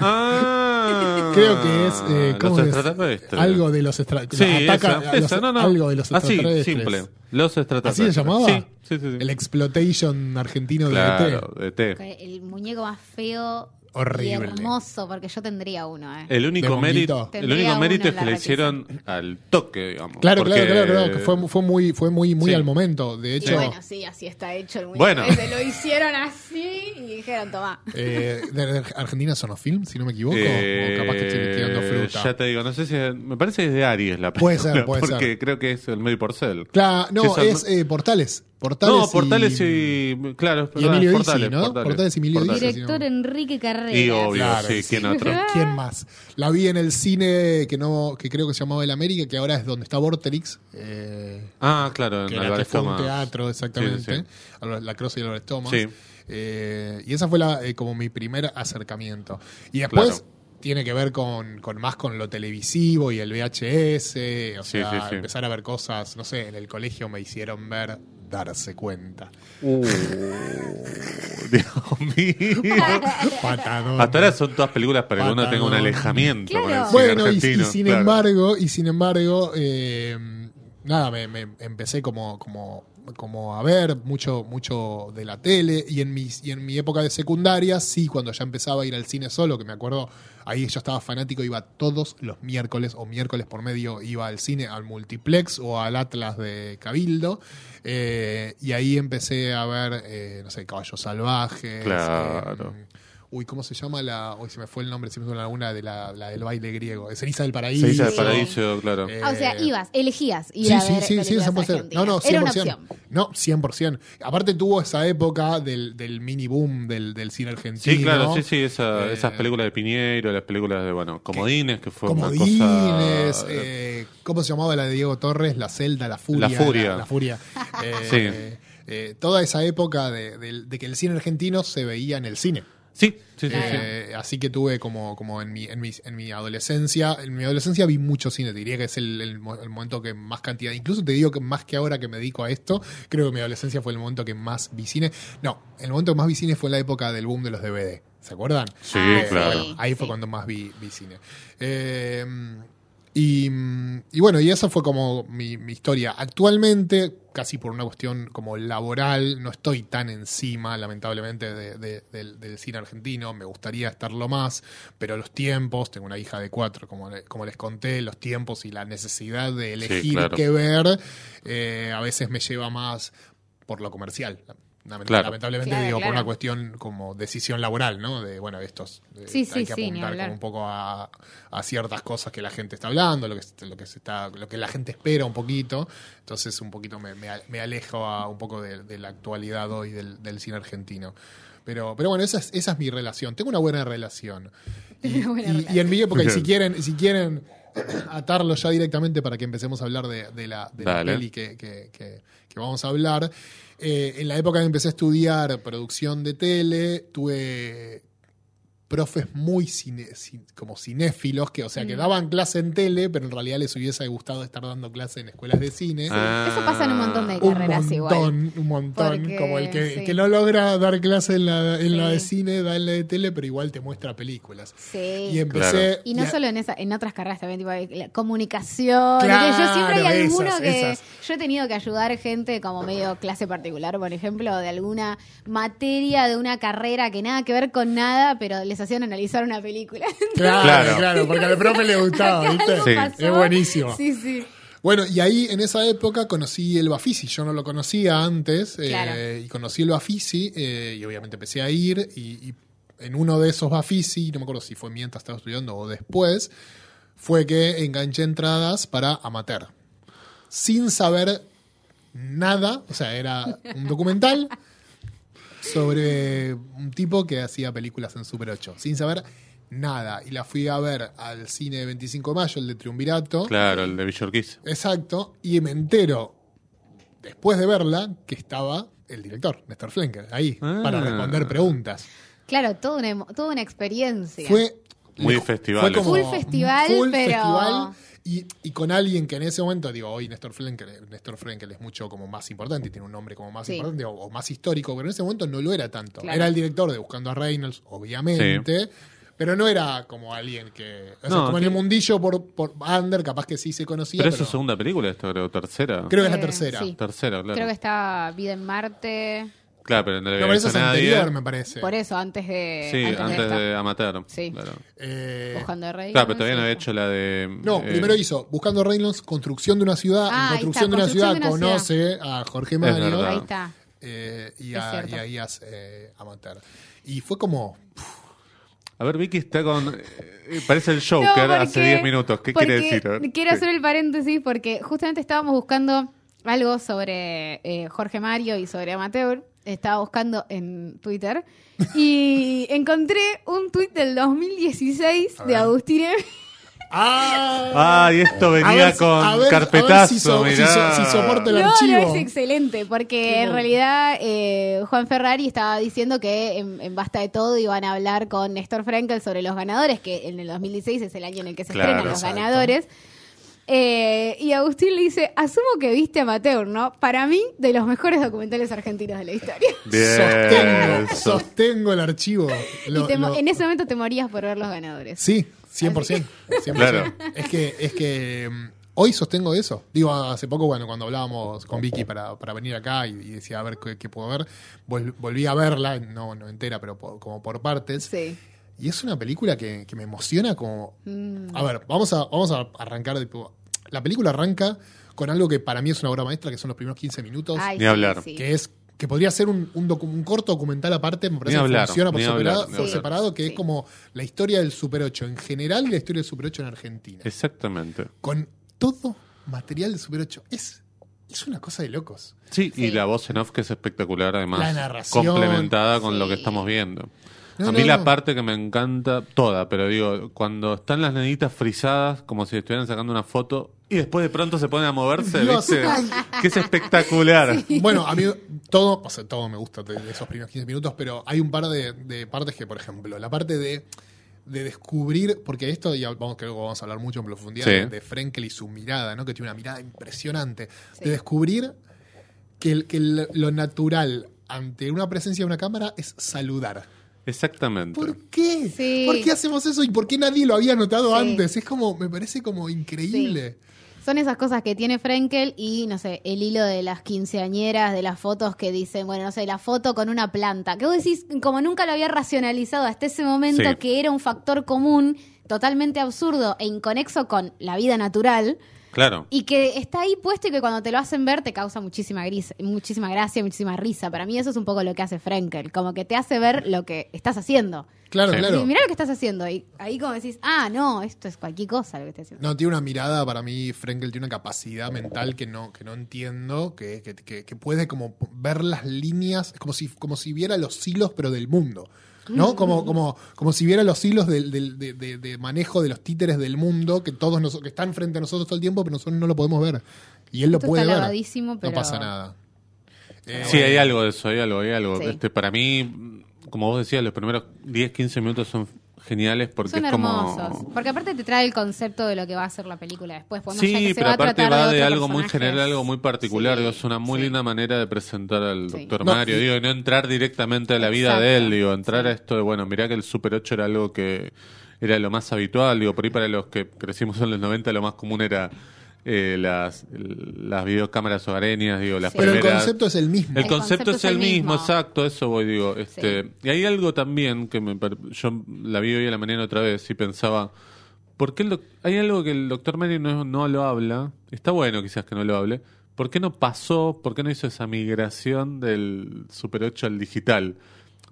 Speaker 2: Ah,
Speaker 3: Creo que es. eh, ¿cómo
Speaker 2: los
Speaker 3: es?
Speaker 2: extraterrestres.
Speaker 3: Algo de los extraterrestres.
Speaker 2: Sí, esa,
Speaker 3: a los-
Speaker 2: esa, no, no.
Speaker 3: Algo de los
Speaker 2: Así,
Speaker 3: extraterrestres.
Speaker 2: simple. Los
Speaker 3: ¿Así se
Speaker 2: extraterrestres.
Speaker 3: llamaba?
Speaker 2: Sí, sí, sí. sí.
Speaker 3: El exploitation argentino de E ET.
Speaker 2: claro, de T.
Speaker 1: El muñeco más feo Y
Speaker 3: horrible.
Speaker 1: hermoso, porque yo tendría uno, ¿eh?
Speaker 2: El
Speaker 3: ¿De
Speaker 2: único
Speaker 3: Monguito?
Speaker 2: mérito, el
Speaker 1: Tendría
Speaker 2: único
Speaker 1: uno
Speaker 2: mérito
Speaker 1: en
Speaker 2: es
Speaker 1: la
Speaker 2: que le
Speaker 1: repisa.
Speaker 2: hicieron al toque, digamos.
Speaker 3: Claro,
Speaker 2: porque-
Speaker 3: claro, claro, claro, que fue, fue muy, fue muy, muy
Speaker 2: Sí.
Speaker 3: al momento. De
Speaker 1: Y
Speaker 3: hecho,
Speaker 1: bueno, sí, así está hecho el mundo.
Speaker 2: Bueno.
Speaker 1: Ese lo hicieron así y dijeron, toma.
Speaker 3: eh, de de Argentina Sonofilm, si no me equivoco.
Speaker 2: Eh,
Speaker 3: o capaz que estoy tirando fruta.
Speaker 2: Ya te digo, no sé si es, me parece que es de Aries la
Speaker 3: Puede
Speaker 2: película.
Speaker 3: ser, puede ser.
Speaker 2: Porque creo que es el medio Porcel.
Speaker 3: Claro, no,
Speaker 2: Sí, son-
Speaker 3: es eh, Portales. Portales.
Speaker 2: No, Portales
Speaker 3: y.
Speaker 2: y, claro, es
Speaker 3: y
Speaker 2: verdad,
Speaker 3: Emilio
Speaker 2: Portales,
Speaker 3: Dizzy, ¿no? Portales y Emilio Dizzy.
Speaker 1: Director Enrique Carreras.
Speaker 2: Y obvio,
Speaker 3: Claro,
Speaker 2: sí,
Speaker 3: sí.
Speaker 2: ¿quién otro?
Speaker 3: ¿Quién más? La vi en el cine que no que creo que se llamaba El América, que ahora es donde está Vorterix. eh,
Speaker 2: Ah, claro, en
Speaker 3: que era- que
Speaker 2: Álvarez
Speaker 3: fue un
Speaker 2: Thomas.
Speaker 3: teatro, exactamente.
Speaker 2: Sí, sí,
Speaker 3: Álvarez- La Cruz y Álvarez Thomas.
Speaker 2: Sí.
Speaker 3: Eh, y esa fue la, eh, como mi primer acercamiento. Y después
Speaker 2: Claro.
Speaker 3: tiene que ver con, con más con lo televisivo y el VHS. O
Speaker 2: Sí,
Speaker 3: sea,
Speaker 2: sí, sí.
Speaker 3: empezar a ver cosas, no sé, en el colegio me hicieron ver darse cuenta.
Speaker 2: Uh, Dios mío.
Speaker 3: Patadón.
Speaker 2: Hasta ahora son todas películas para que uno
Speaker 3: Patadón.
Speaker 2: tenga un alejamiento
Speaker 1: Claro.
Speaker 2: con el cine
Speaker 3: Bueno, y, y
Speaker 2: argentino.
Speaker 3: sin
Speaker 2: claro.
Speaker 3: embargo, y sin embargo, eh, nada, me, me empecé como, como, como a ver mucho, mucho de la tele y en, mis, y en mi época de secundaria, sí, cuando ya empezaba a ir al cine solo, que me acuerdo, ahí yo estaba fanático, iba todos los miércoles o miércoles por medio, iba al cine, al multiplex o al Atlas de Cabildo. eh, y ahí empecé a ver, eh, no sé, Caballos Salvajes.
Speaker 2: Claro.
Speaker 3: em, Uy, ¿cómo se llama la.? Hoy se me fue el nombre, siempre una una de la, la del baile griego. De Ceniza del Paraíso.
Speaker 2: Se dice el
Speaker 1: Sí.
Speaker 2: paraíso, claro.
Speaker 3: Eh,
Speaker 1: Ah, o sea, ibas, elegías ir
Speaker 3: Sí,
Speaker 1: a
Speaker 3: sí,
Speaker 1: ver
Speaker 3: sí, sí,
Speaker 1: películas
Speaker 3: esa puede ser. No,
Speaker 1: argentinas.
Speaker 3: no, 100%.
Speaker 1: Era una opción.
Speaker 3: No, 100%. Aparte tuvo esa época del, del mini boom del, del cine argentino.
Speaker 2: Sí, claro, sí, sí, esa-
Speaker 3: Eh,
Speaker 2: esas películas de Piñeiro, las películas de, bueno, Comodines, que fue una
Speaker 3: Comodines,
Speaker 2: cosa...
Speaker 3: eh, ¿cómo se llamaba la de Diego Torres? La celda, la furia.
Speaker 2: La Furia.
Speaker 3: La, furia. Eh, eh, toda esa época de, del- de que el cine argentino se veía en el cine.
Speaker 2: Sí, sí, sí, sí.
Speaker 3: Eh, así que tuve como, como en, mi, en, mis- en mi adolescencia, en mi adolescencia vi mucho cine, te diría que es el, el mo- el momento que más cantidad, incluso te digo que más que ahora que me dedico a esto, creo que mi adolescencia fue el momento que más vi cine. No, el momento que más vi cine fue en la época del boom de los DVD, ¿se acuerdan?
Speaker 2: Sí,
Speaker 1: Ah, sí.
Speaker 2: claro.
Speaker 3: Ahí fue
Speaker 1: sí.
Speaker 3: cuando más vi, vi cine. Eh, y, y bueno, y esa fue como mi, mi historia. Actualmente, casi por una cuestión como laboral, no estoy tan encima, lamentablemente, de- de- del, del cine argentino. Me gustaría estarlo más, pero los tiempos, tengo una hija de cuatro, como, le- como les conté, los tiempos y la necesidad de elegir
Speaker 2: claro.
Speaker 3: qué ver, eh, a veces me lleva más por lo comercial. Lament-
Speaker 2: Claro.
Speaker 3: Lamentablemente
Speaker 1: Claro,
Speaker 3: digo por
Speaker 1: claro.
Speaker 3: una cuestión como decisión laboral, ¿no? De bueno, estos eh,
Speaker 1: Sí, sí,
Speaker 3: hay que
Speaker 1: sí, ni
Speaker 3: apuntar
Speaker 1: hablar.
Speaker 3: como un poco a, a ciertas cosas que la gente está hablando, lo que, se- lo que se está, lo que la gente espera un poquito. Entonces un poquito me, me, a- me alejo a- un poco de, de la actualidad hoy del, del cine argentino. Pero, pero bueno, esa es, esa es mi relación. Tengo una buena relación. Y,
Speaker 1: Una buena
Speaker 3: y- y en mi época, y si
Speaker 2: Bien.
Speaker 3: quieren, si quieren atarlo ya directamente para que empecemos a hablar de, de la, de la
Speaker 2: Dale.
Speaker 3: peli que, que- que- que vamos a hablar. Eh, en la época que empecé a estudiar producción de tele, tuve profes muy cine- cin- como cinéfilos, que, o sea, que
Speaker 1: Mm.
Speaker 3: daban clase en tele, pero en realidad les hubiese gustado estar dando clase en escuelas de cine.
Speaker 2: Ah.
Speaker 1: Eso pasa en un montón de
Speaker 3: Un
Speaker 1: carreras
Speaker 3: montón,
Speaker 1: igual.
Speaker 3: un montón,
Speaker 1: Porque,
Speaker 3: como el que,
Speaker 1: sí.
Speaker 3: que no logra dar clase en la, en la de
Speaker 1: Sí.
Speaker 3: cine, da en la de tele, pero igual te muestra películas.
Speaker 1: Sí.
Speaker 3: Y empecé...
Speaker 1: Y no
Speaker 3: y a-
Speaker 1: solo en esa, en otras carreras también, tipo de la comunicación.
Speaker 3: Claro,
Speaker 1: que yo siempre hay alguno
Speaker 3: esas,
Speaker 1: que.
Speaker 3: esas.
Speaker 1: Yo he tenido que ayudar gente como medio clase particular, por ejemplo, de alguna materia, de una carrera que nada que ver con nada, pero les hacían analizar una película.
Speaker 3: Claro, claro,
Speaker 2: Claro.
Speaker 3: porque al profe le gustaba, ¿viste?
Speaker 1: Algo
Speaker 2: Sí.
Speaker 1: pasó.
Speaker 3: Es buenísimo.
Speaker 1: Sí, sí.
Speaker 3: Bueno, y ahí en esa época conocí el Bafisi, yo no lo conocía antes, eh,
Speaker 1: Claro.
Speaker 3: y conocí el Bafisi, eh, y obviamente empecé a ir, y, y en uno de esos Bafisi, no me acuerdo si fue mientras estaba estudiando o después, fue que enganché entradas para amateur, sin saber nada, o sea, era un documental sobre un tipo que hacía películas en Super 8, sin saber nada, y la fui a ver al cine de 25 de mayo, el de Triunvirato.
Speaker 2: Claro, el de Villorquiz.
Speaker 3: Exacto, y me entero, después de verla, que estaba el director, Néstor Flenker, ahí,
Speaker 2: Ah.
Speaker 3: para responder preguntas.
Speaker 1: Claro, toda una, emo- toda una experiencia.
Speaker 3: Fue.
Speaker 2: Muy
Speaker 3: fue
Speaker 2: festival.
Speaker 3: como
Speaker 1: Full festival,
Speaker 3: full
Speaker 1: pero-
Speaker 3: festival, y, y con alguien que en ese momento, digo, hoy Néstor Flenker, Néstor Frenkel es mucho como más importante, y tiene un nombre como más
Speaker 1: Sí.
Speaker 3: importante o, o más histórico, pero en ese momento no lo era tanto.
Speaker 1: Claro.
Speaker 3: Era el director de Buscando a Reynolds, obviamente. Pero no era como alguien que. o sea,
Speaker 2: No,
Speaker 3: como en
Speaker 2: sí.
Speaker 3: el mundillo por, por Under, capaz que sí se conocía.
Speaker 2: Pero
Speaker 3: Pero,
Speaker 2: es su segunda película, esto creo, tercera.
Speaker 3: creo que es la
Speaker 1: Eh,
Speaker 3: tercera.
Speaker 1: sí.
Speaker 2: Tercera, claro.
Speaker 1: Creo que está Vida en Marte.
Speaker 2: Claro, pero no le
Speaker 3: No, pero eso
Speaker 2: avisó
Speaker 3: es
Speaker 2: a nadie.
Speaker 3: anterior, me parece.
Speaker 1: Por e- eso, antes de.
Speaker 2: Sí, antes,
Speaker 1: esta.
Speaker 2: de Amater.
Speaker 1: Sí.
Speaker 2: Claro,
Speaker 3: Eh,
Speaker 1: Buscando a Rey.
Speaker 2: Claro,
Speaker 1: ¿no?
Speaker 2: pero todavía no
Speaker 1: Sí.
Speaker 2: había hecho la de.
Speaker 3: no,
Speaker 2: eh,
Speaker 3: primero hizo Buscando Reynolds, Construcción de una ciudad.
Speaker 1: Ah,
Speaker 3: en
Speaker 1: ahí
Speaker 3: Construcción
Speaker 1: está,
Speaker 3: de una ciudad
Speaker 1: Construcción de una
Speaker 3: conoce a Jorge
Speaker 2: verdad.
Speaker 3: Mario
Speaker 1: Ahí está.
Speaker 3: eh, y,
Speaker 1: Es
Speaker 3: a,
Speaker 1: cierto.
Speaker 3: y ahí hace, eh, a matar. Y fue como,
Speaker 2: A ver, Vicky está con. eh, parece el Joker
Speaker 1: No,
Speaker 2: hace
Speaker 1: porque-
Speaker 2: 10 minutos. ¿Qué quiere
Speaker 1: porque
Speaker 2: decir? A ver,
Speaker 1: Quiero
Speaker 2: ¿qué?
Speaker 1: hacer el paréntesis porque justamente estábamos buscando algo sobre eh, Jorge Mario y sobre Amateur. Estaba buscando en Twitter y encontré un tuit del 2016 de
Speaker 3: ver.
Speaker 1: Agustín M.
Speaker 3: ¡ah!
Speaker 2: Ay, esto venía
Speaker 3: ver si-
Speaker 2: con
Speaker 3: a ver- a ver
Speaker 2: carpetazo,
Speaker 3: si so- si
Speaker 2: mirá.
Speaker 3: so- si soporta el-
Speaker 1: No,
Speaker 3: archivo.
Speaker 1: no, es excelente, porque en realidad eh, Juan Ferrari estaba diciendo que en, en Basta de Todo iban a hablar con Néstor Frankel sobre los ganadores, que en el 2016 es el año en el que se
Speaker 2: Claro,
Speaker 1: estrenan los
Speaker 3: exacto.
Speaker 1: ganadores. Eh, y Agustín le dice, asumo que viste Amateur, ¿no? Para mí, de los mejores documentales argentinos de la historia.
Speaker 2: Bien.
Speaker 3: Sostengo,
Speaker 2: so-
Speaker 3: sostengo el archivo. Lo-
Speaker 1: Y te mo-
Speaker 3: lo-
Speaker 1: en ese momento te morías por ver los ganadores.
Speaker 3: Sí, 100%. 100%.
Speaker 2: Claro.
Speaker 3: Es que, es que mm, hoy sostengo eso. Digo, hace poco, bueno, cuando hablábamos con Vicky para, para venir acá y, y decía a ver qué, qué puedo ver, vol- volví a verla, no, no entera, pero por- como por partes.
Speaker 1: Sí.
Speaker 3: Y es una película que, que me emociona como... A ver, vamos a, vamos a arrancar... tipo, la película arranca con algo que para mí es una obra maestra, que son los primeros 15 minutos
Speaker 1: Ay,
Speaker 2: Ni
Speaker 1: sí,
Speaker 2: hablar.
Speaker 1: sí.
Speaker 3: que es que podría ser un, un docu- un corto documental aparte, me parece
Speaker 2: Ni hablar,
Speaker 3: que funciona por,
Speaker 2: ni hablar,
Speaker 3: separado-
Speaker 2: ni
Speaker 3: por
Speaker 1: hablar.
Speaker 3: separado, que
Speaker 1: Sí.
Speaker 3: es como la historia del Super 8 en general y la historia del Super 8 en Argentina.
Speaker 2: Exactamente.
Speaker 3: Con todo material del Super 8. Es, es una cosa de locos.
Speaker 2: Sí, y
Speaker 1: Sí.
Speaker 2: la voz en off que es espectacular, además.
Speaker 3: La narración.
Speaker 2: Complementada con lo que
Speaker 1: Sí.
Speaker 2: estamos viendo.
Speaker 3: No,
Speaker 2: a mí
Speaker 3: no,
Speaker 2: la
Speaker 3: no.
Speaker 2: parte que me encanta, toda, pero digo, cuando están las nenitas frisadas, como si estuvieran sacando una foto, y después de pronto se ponen a moverse,
Speaker 3: Dios,
Speaker 2: ¿viste?
Speaker 3: ay.
Speaker 2: que es espectacular.
Speaker 3: Bueno, a mí todo, o sea, todo me gusta de esos primeros 15 minutos, pero hay un par de, de partes que, por ejemplo, la parte de, de descubrir, porque esto, y vamos, creo que vamos a hablar mucho en profundidad
Speaker 2: Sí.
Speaker 3: de, de Frenkel y su mirada, ¿no? que tiene una mirada impresionante, de descubrir que, el- que el- lo natural ante una presencia de una cámara es saludar.
Speaker 2: Exactamente.
Speaker 3: ¿Por qué?
Speaker 1: Sí.
Speaker 3: ¿Por qué hacemos eso y por qué nadie lo había notado
Speaker 1: Sí.
Speaker 3: antes? Es como, me parece como increíble.
Speaker 1: Son esas cosas que tiene Frenkel y, no sé, el hilo de las quinceañeras, de las fotos que dicen, bueno, no sé, la foto con una planta. Que vos decís, como nunca lo había racionalizado hasta ese momento,
Speaker 2: Sí.
Speaker 1: que era un factor común, totalmente absurdo e inconexo con la vida natural,
Speaker 2: Claro.
Speaker 1: y que está ahí puesto y que cuando te lo hacen ver te causa muchísima, gris, muchísima gracia, muchísima risa. Para mí eso es un poco lo que hace Frenkel, como que te hace ver lo que estás haciendo.
Speaker 3: Claro,
Speaker 2: Sí.
Speaker 3: claro.
Speaker 1: Y mirá lo que estás haciendo. Y ahí como decís, ah, no, esto es cualquier cosa lo que estás haciendo.
Speaker 3: No, tiene una mirada, para mí, Frenkel tiene una capacidad mental que no, que no entiendo, que, que- que- que puede como p- ver las líneas, como si, como si viera los hilos, pero del mundo. ¿No? Como, como, como si viera los hilos del- del- de, de- de manejo de los títeres del mundo que todos nos- que están frente a nosotros todo el tiempo, pero nosotros no lo podemos ver. Y él lo
Speaker 1: Esto
Speaker 3: puede
Speaker 1: está
Speaker 3: ver.
Speaker 1: lavadísimo,
Speaker 3: No
Speaker 1: pero-
Speaker 3: pasa nada. Eh,
Speaker 2: Sí, hay algo de eso, hay algo, hay algo.
Speaker 1: Sí.
Speaker 2: Este, para mí, como vos decías, los primeros 10, 15 minutos son geniales porque
Speaker 1: Son
Speaker 2: es como...
Speaker 1: hermosos. Porque aparte te trae el concepto de lo que va a ser la película después. porque más allá pues, que se
Speaker 2: Sí, pero
Speaker 1: a
Speaker 2: aparte
Speaker 1: tratar
Speaker 2: va de
Speaker 1: otro
Speaker 2: algo muy
Speaker 1: personaje,
Speaker 2: general, algo muy particular.
Speaker 1: Sí,
Speaker 2: digo, es una muy
Speaker 1: sí.
Speaker 2: linda manera de presentar al
Speaker 1: Sí.
Speaker 2: doctor
Speaker 3: No,
Speaker 2: Mario.
Speaker 3: y-
Speaker 2: digo, y no entrar directamente a la vida
Speaker 1: Exacto.
Speaker 2: de él. Digo, entrar a esto de, bueno, mirá que el Super 8 era algo que era lo más habitual. Digo, por ahí para los que crecimos en los 90, lo más común era eh, las, las videocámaras hogareñas, digo, las
Speaker 1: Sí.
Speaker 3: pero el
Speaker 2: primeras.
Speaker 3: concepto es el mismo.
Speaker 2: El concepto es el mismo, exacto, eso voy, digo. Este,
Speaker 1: Sí.
Speaker 2: Y hay algo también que me, par- yo la vi hoy a la mañana otra vez y pensaba, ¿por qué el doc- hay algo que el doctor Mary no, no lo habla? Está bueno quizás que no lo hable. ¿Por qué no pasó, por qué no hizo esa migración del Super 8 al digital?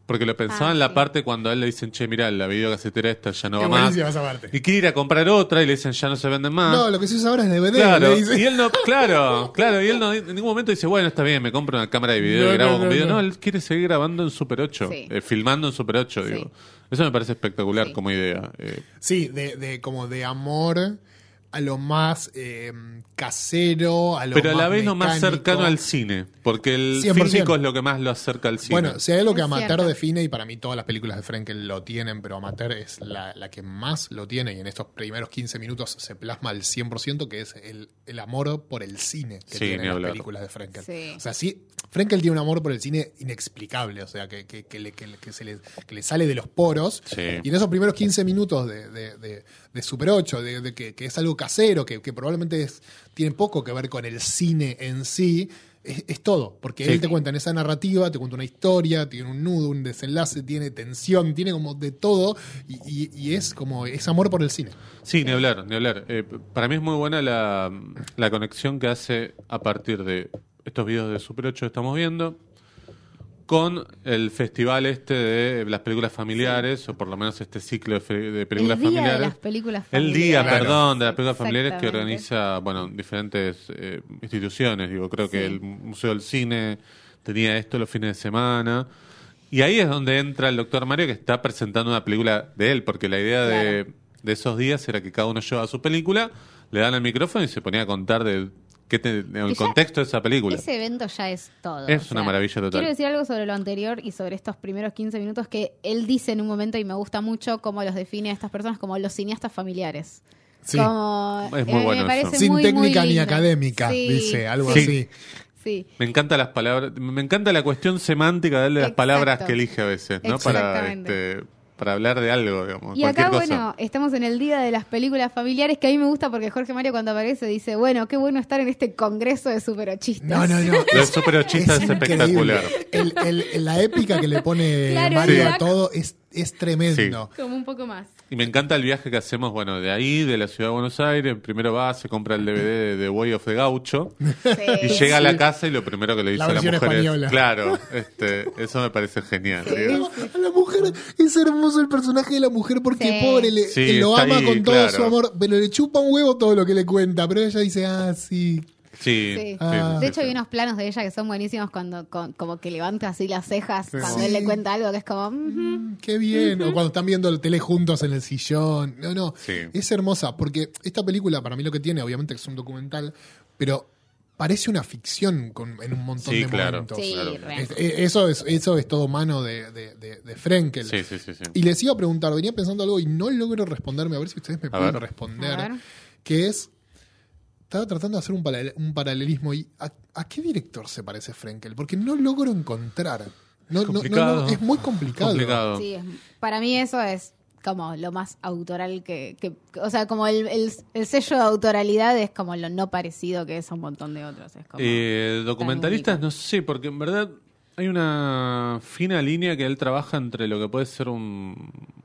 Speaker 2: Porque lo pensaba
Speaker 1: Ah,
Speaker 2: en la
Speaker 1: sí.
Speaker 2: parte cuando a él le dicen, che, mirá, la videocasetera esta ya no
Speaker 3: Qué
Speaker 2: va más.
Speaker 3: buenísima esa parte.
Speaker 2: Y quiere ir a comprar otra y le dicen, ya no se venden más.
Speaker 3: No, lo que se usa ahora es DVD.
Speaker 2: Claro,
Speaker 3: le dice.
Speaker 2: y él no, claro, claro, y él no, en ningún momento dice, bueno, está bien, me compro una cámara de video
Speaker 3: No,
Speaker 2: y grabo
Speaker 3: no,
Speaker 2: con
Speaker 3: no,
Speaker 2: video.
Speaker 3: no.
Speaker 2: No, él quiere seguir grabando en Super 8,
Speaker 1: Sí.
Speaker 2: eh, filmando en Super 8,
Speaker 1: Sí.
Speaker 2: digo. Eso me parece espectacular
Speaker 1: Sí.
Speaker 2: como idea. eh,
Speaker 3: Sí, de, de- como de amor a lo más eh, casero, a lo
Speaker 2: pero a
Speaker 3: más
Speaker 2: la vez lo más
Speaker 3: mecánico.
Speaker 2: cercano al cine, porque el
Speaker 3: 100%.
Speaker 2: físico es lo que más lo acerca al cine.
Speaker 3: Bueno, si hay algo que
Speaker 1: Es
Speaker 3: Amateur
Speaker 1: cierto.
Speaker 3: define, y para mí todas las películas de Frankel lo tienen, pero Amateur es la, la que más lo tiene, y en estos primeros 15 minutos se plasma al 100%, que es el, el amor por el cine que
Speaker 2: Sí, ni
Speaker 3: tienen las
Speaker 2: hablar.
Speaker 3: películas de Frankel.
Speaker 1: Sí.
Speaker 3: O sea, sí, Frankel tiene un amor por el cine inexplicable, o sea, que, que- que le, que le- que se le, que le sale de los poros.
Speaker 2: Sí.
Speaker 3: Y en esos primeros 15 minutos de, de- de- de Super 8, de, de que, que es algo casero, que, que probablemente es- tiene poco que ver con el cine en sí, es, es todo, porque
Speaker 2: Sí.
Speaker 3: él te cuenta en esa narrativa, te cuenta una historia, tiene un nudo, un desenlace, tiene tensión, tiene como de todo, y, y- y es como, es amor por el cine.
Speaker 2: Sí, ni hablar, ni hablar. Eh, p- para mí es muy buena la, la conexión que hace a partir de estos videos de Super 8 que estamos viendo con el festival este de las películas familiares, o por lo menos este ciclo de, fe- de películas
Speaker 1: el día
Speaker 2: familiares.
Speaker 1: de las películas
Speaker 2: El
Speaker 1: familiares.
Speaker 2: día,
Speaker 3: Claro.
Speaker 2: perdón, de las películas familiares que
Speaker 1: Exactamente.
Speaker 2: organiza, bueno, diferentes eh, instituciones. Digo, creo que
Speaker 1: Sí.
Speaker 2: el Museo del Cine tenía esto los fines de semana. Y ahí es donde entra el doctor Mario que está presentando una película de él, porque la idea de, de esos días era que cada uno llevaba su película, le dan el micrófono y se ponía a contar de qué te- el
Speaker 1: ya-
Speaker 2: contexto de esa película.
Speaker 1: Ese evento ya es todo.
Speaker 2: Es una maravilla total.
Speaker 1: Quiero decir algo sobre lo anterior y sobre estos primeros 15 minutos que él dice en un momento y me gusta mucho cómo los define a estas personas como los cineastas familiares.
Speaker 3: Sí.
Speaker 1: Como-
Speaker 2: Es muy
Speaker 1: eh, me
Speaker 2: bueno eso.
Speaker 1: parece
Speaker 3: Sin
Speaker 1: muy, muy
Speaker 3: técnica ni
Speaker 1: lindo.
Speaker 3: académica,
Speaker 1: Sí,
Speaker 3: dice, algo
Speaker 2: sí.
Speaker 3: así.
Speaker 1: Sí.
Speaker 2: Me encanta las palabras, me encanta la cuestión semántica de él de las
Speaker 1: Exacto.
Speaker 2: palabras que elige a veces, ¿no? Para,
Speaker 1: Exactamente.
Speaker 2: este, para hablar de algo, digamos.
Speaker 1: Y
Speaker 2: cualquier
Speaker 1: acá,
Speaker 2: cosa.
Speaker 1: bueno, estamos en el día de las películas familiares que a mí me gusta porque Jorge Mario cuando aparece dice, bueno, qué bueno estar en este congreso de superochistas.
Speaker 3: No, no, no.
Speaker 2: Los superochistas es
Speaker 3: increíble.
Speaker 2: espectacular.
Speaker 3: El- el- la épica que le pone
Speaker 1: Claro,
Speaker 3: Mario
Speaker 1: sí.
Speaker 3: a todo es, es tremendo.
Speaker 1: Como un poco más.
Speaker 2: Y me encanta el viaje que hacemos, bueno, de ahí, de la ciudad de Buenos Aires. Primero va, se compra el DVD de The Way of the Gaucho. Y
Speaker 1: Sí.
Speaker 2: llega a la casa y lo primero que le dice
Speaker 3: La
Speaker 2: a la
Speaker 3: versión
Speaker 2: mujer
Speaker 3: española.
Speaker 2: es. Claro, este, eso me parece genial. digo.
Speaker 3: A la mujer es hermoso el personaje de la mujer porque
Speaker 1: Sí.
Speaker 3: pobre le,
Speaker 2: Sí,
Speaker 3: lo
Speaker 2: está
Speaker 3: ama
Speaker 2: ahí,
Speaker 3: con todo
Speaker 2: claro.
Speaker 3: su amor, pero le chupa un huevo todo lo que le cuenta, pero ella dice, ah, sí.
Speaker 2: Sí.
Speaker 1: Sí.
Speaker 2: sí,
Speaker 3: Ah.
Speaker 2: sí,
Speaker 1: De hecho,
Speaker 2: sí.
Speaker 1: hay unos planos de ella que son buenísimos cuando con- como que levanta así las cejas cuando
Speaker 3: Sí.
Speaker 1: él le cuenta algo que es como... "Mhm".
Speaker 3: Mm, Qué bien. O cuando están viendo el tele juntos en el sillón. No, no.
Speaker 2: Sí.
Speaker 3: Es hermosa, porque esta película, para mí lo que tiene, obviamente que es un documental, pero parece una ficción con- en un montón
Speaker 2: Sí,
Speaker 3: de
Speaker 2: claro.
Speaker 3: momentos.
Speaker 1: Sí,
Speaker 2: claro.
Speaker 1: re.
Speaker 3: Es- e- eso, es, eso es todo mano de, de, de- de Frenkel.
Speaker 2: Sí, sí, sí, sí.
Speaker 3: Y les iba a preguntar, venía pensando algo y no logro responderme, a ver si ustedes me pueden
Speaker 2: ver.
Speaker 3: responder.
Speaker 1: A ver.
Speaker 3: Que es. Estaba tratando de hacer un, paralel- un paralelismo y ¿a, a qué director se parece Frenkel? Porque no logro encontrar. No, no- no- no,
Speaker 2: Complicado.
Speaker 3: es muy complicado.
Speaker 2: Complicado.
Speaker 1: Sí, es- para mí eso es como lo más autoral que... que- o sea, como el, el- el sello de autoralidad es como lo no parecido que es a un montón de otros. Es como...
Speaker 2: Eh, documentalistas, no sé, porque en verdad hay una fina línea que él trabaja entre lo que puede ser un,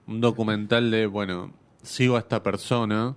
Speaker 2: un documental de, bueno, sigo a esta persona,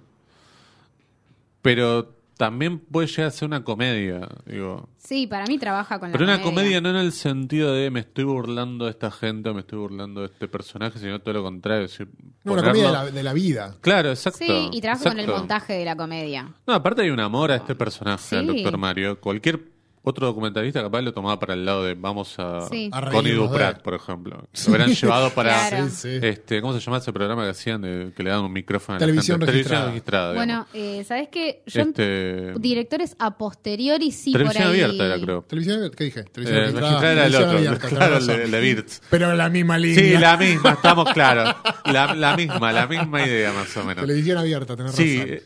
Speaker 2: pero también puede llegar a ser una comedia, digo.
Speaker 1: Sí, para mí trabaja con la
Speaker 2: Pero una comedia no en el sentido de me estoy burlando de esta gente o me estoy burlando de este personaje, sino todo lo contrario. es decir,
Speaker 3: No, una
Speaker 2: ponerlo-
Speaker 3: comedia de la, de la vida.
Speaker 2: Claro, exacto.
Speaker 1: Sí, y trabaja con el
Speaker 2: exacto.
Speaker 1: montaje de la comedia.
Speaker 2: No, aparte hay un amor a este personaje, al
Speaker 1: Ah. Sí.
Speaker 2: Doctor Mario. Cualquier otro documentalista capaz lo tomaba para el lado de vamos a
Speaker 1: Sí.
Speaker 3: A
Speaker 2: Connie
Speaker 3: reírnos de
Speaker 2: Duprat,
Speaker 3: él.
Speaker 2: por ejemplo. Lo hubieran llevado para
Speaker 1: Claro.
Speaker 3: Sí, sí.
Speaker 2: este, ¿cómo se llama ese programa que hacían de- que le daban un micrófono a la
Speaker 3: Televisión
Speaker 2: gente?
Speaker 3: registrada.
Speaker 2: digamos.
Speaker 1: Bueno, eh, ¿sabes qué? Yo en-
Speaker 2: Este,
Speaker 1: directores a posteriori sí por
Speaker 2: televisión
Speaker 1: ahí...
Speaker 2: abierta era, creo.
Speaker 3: Televisión, ¿qué dije?
Speaker 2: Eh,
Speaker 3: Televisión registrada,
Speaker 2: registrada era el
Speaker 3: televisión
Speaker 2: otro,
Speaker 3: abierta, tenés
Speaker 2: claro, el de,
Speaker 3: razón.
Speaker 2: el de Birds.
Speaker 3: Pero la misma línea.
Speaker 2: Sí, la misma, estamos claros. La, la misma, la misma idea más o menos.
Speaker 3: Televisión abierta, tenés
Speaker 2: Sí,
Speaker 3: razón.
Speaker 2: eh,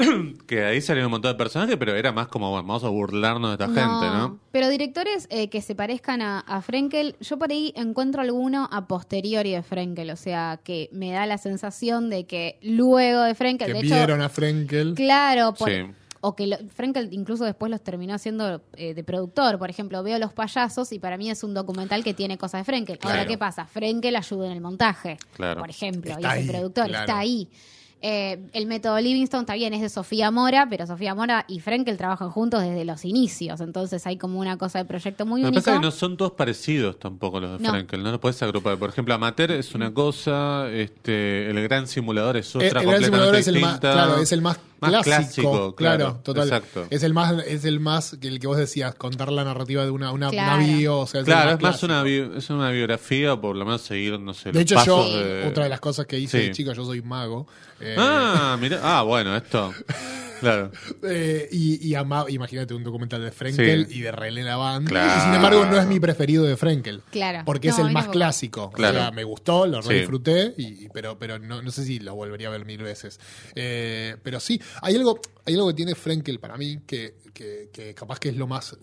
Speaker 2: que ahí salieron un montón de personajes, pero era más como, bueno, vamos a burlarnos de esta gente, ¿no?
Speaker 1: Pero directores eh, que se parezcan a, a Frenkel, yo por ahí encuentro alguno a posteriori de Frenkel, o sea, que me da la sensación de que luego de Frenkel,
Speaker 3: Que
Speaker 1: de hecho,
Speaker 3: vieron a Frenkel.
Speaker 1: claro, por-
Speaker 2: Sí.
Speaker 1: o que lo- Frenkel incluso después los terminó haciendo eh, de productor, por ejemplo, veo Los Payasos y para mí es un documental que tiene cosas de Frenkel. Ahora,
Speaker 2: Claro.
Speaker 1: ¿qué pasa? Frenkel ayuda en el montaje,
Speaker 2: Claro.
Speaker 1: por ejemplo,
Speaker 3: Está
Speaker 1: y es
Speaker 3: ahí,
Speaker 1: el productor,
Speaker 3: claro.
Speaker 1: está ahí. Eh, el método Livingstone está bien, es de Sofía Mora, pero Sofía Mora y Frenkel trabajan juntos desde los inicios, entonces hay como una cosa de proyecto muy
Speaker 2: Lo que pasa es
Speaker 1: única.
Speaker 2: que no son todos parecidos tampoco los de
Speaker 1: No.
Speaker 2: Frankel, no los podés agrupar. Por ejemplo, Amateur es una cosa, este, el gran simulador es
Speaker 3: Eh,
Speaker 2: otra
Speaker 3: El, gran
Speaker 2: completamente
Speaker 3: simulador es el más,
Speaker 2: distinta.
Speaker 3: claro, es el más, clásico, claro, total.
Speaker 2: Exacto.
Speaker 3: Es el más, es el más que el que vos decías, contar la narrativa de una, una, una
Speaker 1: Claro.
Speaker 3: bio, o sea, es el
Speaker 2: claro, es más
Speaker 3: clásico.
Speaker 2: una, bio- es una biografía, o por lo menos seguir, no sé,
Speaker 3: De
Speaker 2: los
Speaker 3: hecho, yo,
Speaker 2: pasos de...
Speaker 3: otra de las cosas que hice
Speaker 2: Sí.
Speaker 3: de chico, yo soy mago. eh,
Speaker 2: Ah, mirá, ah, bueno, esto. Claro.
Speaker 3: Eh, y y ama- imagínate un documental de Frenkel
Speaker 2: Sí.
Speaker 3: y de René Lavand.
Speaker 2: Claro.
Speaker 3: Y sin embargo, no es mi preferido de Frenkel.
Speaker 1: Claro.
Speaker 3: Porque es
Speaker 1: No,
Speaker 3: el
Speaker 1: no,
Speaker 3: más
Speaker 1: no.
Speaker 3: clásico.
Speaker 2: Claro.
Speaker 3: O sea, me gustó, lo
Speaker 2: Sí.
Speaker 3: re disfruté, y, y- pero, pero no, no sé si lo volvería a ver mil veces. Eh, pero sí, hay algo, hay algo que tiene Frenkel para mí que, que- que capaz que es lo más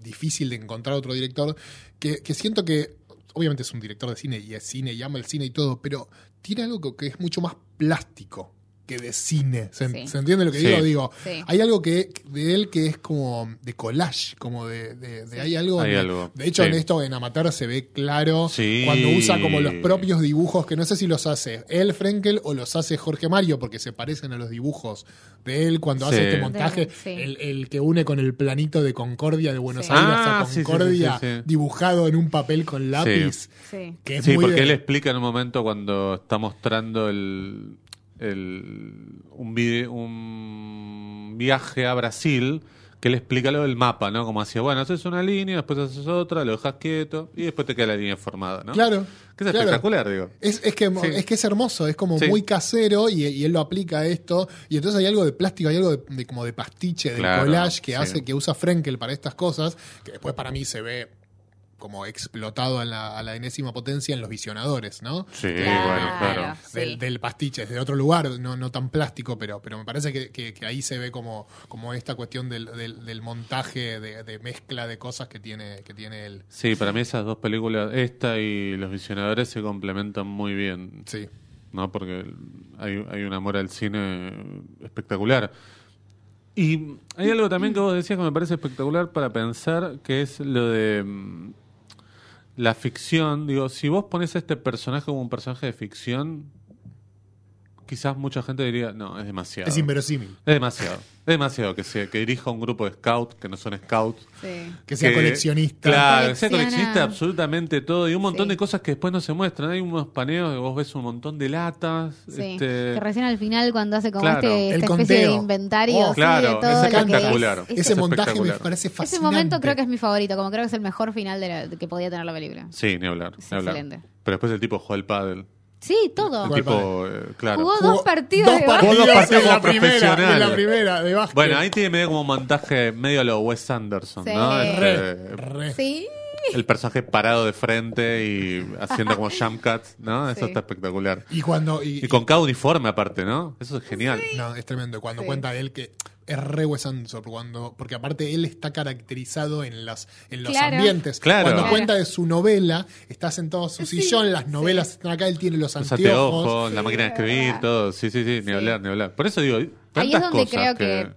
Speaker 3: difícil de encontrar otro director, que, que siento que obviamente es un director de cine y es cine y ama el cine y todo, pero tiene algo que, que es mucho más plástico. que de cine. ¿Se,
Speaker 1: Sí.
Speaker 3: se entiende lo que
Speaker 2: Sí.
Speaker 3: digo? Digo,
Speaker 1: Sí.
Speaker 3: hay algo que de él que es como de collage, como de, de- de- hay algo.
Speaker 2: Hay
Speaker 3: de,
Speaker 2: algo,
Speaker 3: de hecho,
Speaker 2: sí.
Speaker 3: en esto en Amateur se ve claro
Speaker 2: Sí.
Speaker 3: cuando usa como los propios dibujos, que no sé si los hace él, Frenkel, o los hace Jorge Mario, porque se parecen a los dibujos de él cuando
Speaker 2: Sí.
Speaker 3: hace este montaje,
Speaker 1: De- sí.
Speaker 3: el, el que une con el planito de Concordia de Buenos
Speaker 1: Sí.
Speaker 3: Aires
Speaker 2: Ah,
Speaker 3: a
Speaker 2: sí, sí, sí,
Speaker 3: Concordia,
Speaker 2: sí, sí.
Speaker 3: dibujado en un papel con lápiz.
Speaker 1: Sí.
Speaker 3: Que es
Speaker 2: sí,
Speaker 3: muy
Speaker 2: porque
Speaker 3: de-
Speaker 2: él explica en un momento cuando está mostrando el, el- un, vide- un viaje a Brasil, que él explica lo del mapa, ¿no? Como hacía, bueno, haces una línea, después haces otra, lo dejas quieto y después te queda la línea formada, ¿no?
Speaker 3: Claro,
Speaker 2: Que es
Speaker 3: claro.
Speaker 2: espectacular, digo.
Speaker 3: Es, es que, mo-
Speaker 2: Sí.
Speaker 3: es que es hermoso, es como
Speaker 2: Sí.
Speaker 3: muy casero y, y él lo aplica a esto. Y entonces hay algo de plástico, hay algo de, de como de pastiche, de
Speaker 2: Claro,
Speaker 3: collage que
Speaker 2: sí.
Speaker 3: hace que usa Frenkel para estas cosas, que después para mí se ve como explotado a la, a la enésima potencia en los visionadores, ¿no?
Speaker 2: Sí,
Speaker 1: Claro.
Speaker 2: bueno, claro.
Speaker 1: Sí.
Speaker 3: Del, del pastiche, de otro lugar, no, no tan plástico, pero, pero me parece que, que- que ahí se ve como, como esta cuestión del, del- del montaje, de, de mezcla de cosas que tiene, que tiene él.
Speaker 2: Sí, para mí esas dos películas, esta y Los Visionadores, se complementan muy bien.
Speaker 3: Sí.
Speaker 2: ¿no? Porque hay, hay un amor al cine espectacular. Y hay algo también que vos decías que me parece espectacular para pensar, que es lo de mm, la ficción. Digo, si vos pones a este personaje como un personaje de ficción, quizás mucha gente diría, no, es demasiado.
Speaker 3: Es inverosímil.
Speaker 2: Es demasiado. Es demasiado que, se, que dirija un grupo de scout que no son scouts.
Speaker 1: Sí.
Speaker 3: Que sea coleccionista.
Speaker 2: Claro, que sea
Speaker 1: Colecciona.
Speaker 2: coleccionista absolutamente todo. Y un montón
Speaker 1: Sí.
Speaker 2: de cosas que después no se muestran. Hay unos paneos que vos ves un montón de latas.
Speaker 1: Sí,
Speaker 2: este,
Speaker 1: que recién al final cuando hace como
Speaker 2: Claro.
Speaker 1: este,
Speaker 3: El
Speaker 1: esta especie de
Speaker 3: conteo.
Speaker 1: inventario
Speaker 3: Oh,
Speaker 1: sí,
Speaker 2: claro,
Speaker 1: de todo
Speaker 2: es
Speaker 1: lo que
Speaker 2: espectacular.
Speaker 1: es.
Speaker 3: Ese
Speaker 2: Es
Speaker 3: montaje me
Speaker 2: espectacular.
Speaker 3: parece fascinante.
Speaker 1: Ese momento creo que es mi favorito, como creo que es el mejor final de la- que podía tener la película.
Speaker 2: Sí, ni hablar.
Speaker 1: Es
Speaker 2: ni hablar.
Speaker 1: excelente.
Speaker 2: Pero después el tipo jugó al pádel.
Speaker 1: Sí, todo.
Speaker 2: El
Speaker 3: Jugó al
Speaker 2: tipo, eh, claro.
Speaker 1: Jugó
Speaker 3: Jugó
Speaker 1: dos partidos
Speaker 3: dos
Speaker 1: de
Speaker 3: partidos
Speaker 2: Jugó dos partidos
Speaker 3: en la
Speaker 2: como
Speaker 3: primera,
Speaker 2: profesional.
Speaker 3: en la primera de básquet.
Speaker 2: Bueno, ahí tiene medio como un montaje medio a lo Wes Anderson,
Speaker 1: Sí.
Speaker 2: ¿no?
Speaker 3: Re,
Speaker 2: Este,
Speaker 3: re.
Speaker 1: Sí.
Speaker 2: el personaje parado de frente y haciendo como jump cuts, ¿no? Eso
Speaker 1: Sí.
Speaker 2: está espectacular.
Speaker 3: Y cuando y,
Speaker 2: Y con cada uniforme aparte, ¿no? Eso es genial.
Speaker 3: no, es tremendo cuando
Speaker 1: Sí.
Speaker 3: cuenta de él que es re Wes Anderson, cuando porque aparte él está caracterizado en las en los
Speaker 1: Claro.
Speaker 3: ambientes.
Speaker 2: Claro.
Speaker 3: Cuando
Speaker 2: Claro.
Speaker 3: cuenta de su novela, está sentado a su
Speaker 1: Sí,
Speaker 3: sillón, las novelas están acá, él tiene los
Speaker 2: Los
Speaker 3: anteojos.
Speaker 2: anteojos, la máquina de
Speaker 1: es
Speaker 2: escribir,
Speaker 1: verdad.
Speaker 2: todo. Sí, sí, sí, ni
Speaker 1: Sí.
Speaker 2: hablar, ni hablar. Por eso digo, tantas
Speaker 1: Ahí es donde
Speaker 2: cosas
Speaker 1: creo que...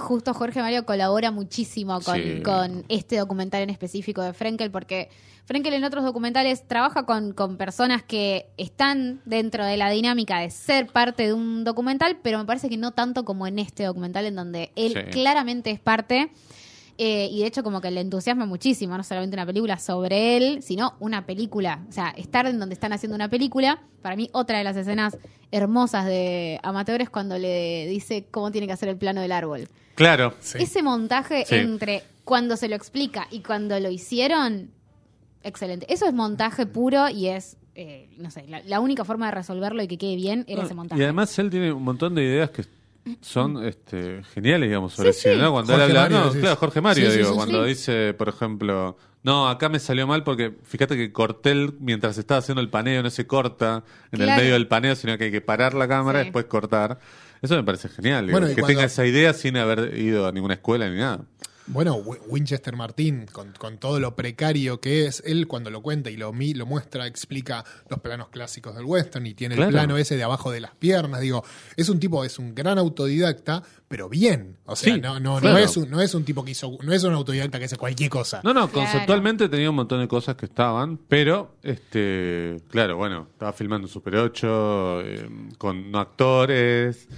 Speaker 1: justo Jorge Mario colabora muchísimo con,
Speaker 2: Sí.
Speaker 1: con este documental en específico de Frenkel, porque Frenkel en otros documentales trabaja con, con personas que están dentro de la dinámica de ser parte de un documental, pero me parece que no tanto como en este documental, en donde él
Speaker 2: Sí.
Speaker 1: claramente es parte. eh, y de hecho como que le entusiasma muchísimo, no solamente una película sobre él, sino una película. O sea, estar en donde están haciendo una película. Para mí, otra de las escenas hermosas de Amateur es cuando le dice cómo tiene que hacer el plano del árbol.
Speaker 2: Claro.
Speaker 3: Sí.
Speaker 1: Ese montaje
Speaker 2: Sí.
Speaker 1: entre cuando se lo explica y cuando lo hicieron, excelente. Eso es montaje puro y es, eh, no sé, la, la única forma de resolverlo y que quede bien era ese montaje.
Speaker 2: Y además él tiene un montón de ideas que son este, geniales, digamos, sobre
Speaker 1: Sí,
Speaker 2: cine,
Speaker 1: sí.
Speaker 2: ¿no? Cuando él
Speaker 3: Jorge
Speaker 2: habla,
Speaker 3: Mario,
Speaker 2: no,
Speaker 3: decís.
Speaker 2: claro, Jorge Mario,
Speaker 3: Sí, sí,
Speaker 2: digo,
Speaker 3: sí,
Speaker 2: cuando
Speaker 1: sí.
Speaker 2: dice, por ejemplo, no, acá me salió mal porque fíjate que corté el- mientras estaba haciendo el paneo, no se corta en el
Speaker 1: Claro.
Speaker 2: medio del paneo, sino que hay que parar la cámara
Speaker 1: Sí.
Speaker 2: y después cortar. Eso me parece genial, digo,
Speaker 3: Bueno, y
Speaker 2: que
Speaker 3: cuando-
Speaker 2: tenga esa idea sin haber ido a ninguna escuela ni nada.
Speaker 3: Bueno, Wi- Winchester Martín, con, con todo lo precario que es, él cuando lo cuenta y lo, mi- lo muestra, explica los planos clásicos del western y tiene
Speaker 2: Claro.
Speaker 3: el plano ese de abajo de las piernas. Digo, es un tipo, es un gran autodidacta, pero bien. O sea,
Speaker 2: Sí,
Speaker 3: no, no,
Speaker 2: claro.
Speaker 3: no, es un, no es un tipo que hizo, no es un autodidacta que hace cualquier cosa.
Speaker 2: No, no,
Speaker 1: Claro.
Speaker 2: conceptualmente tenía un montón de cosas que estaban, pero, este, claro, bueno, estaba filmando un Super 8, eh, con no actores,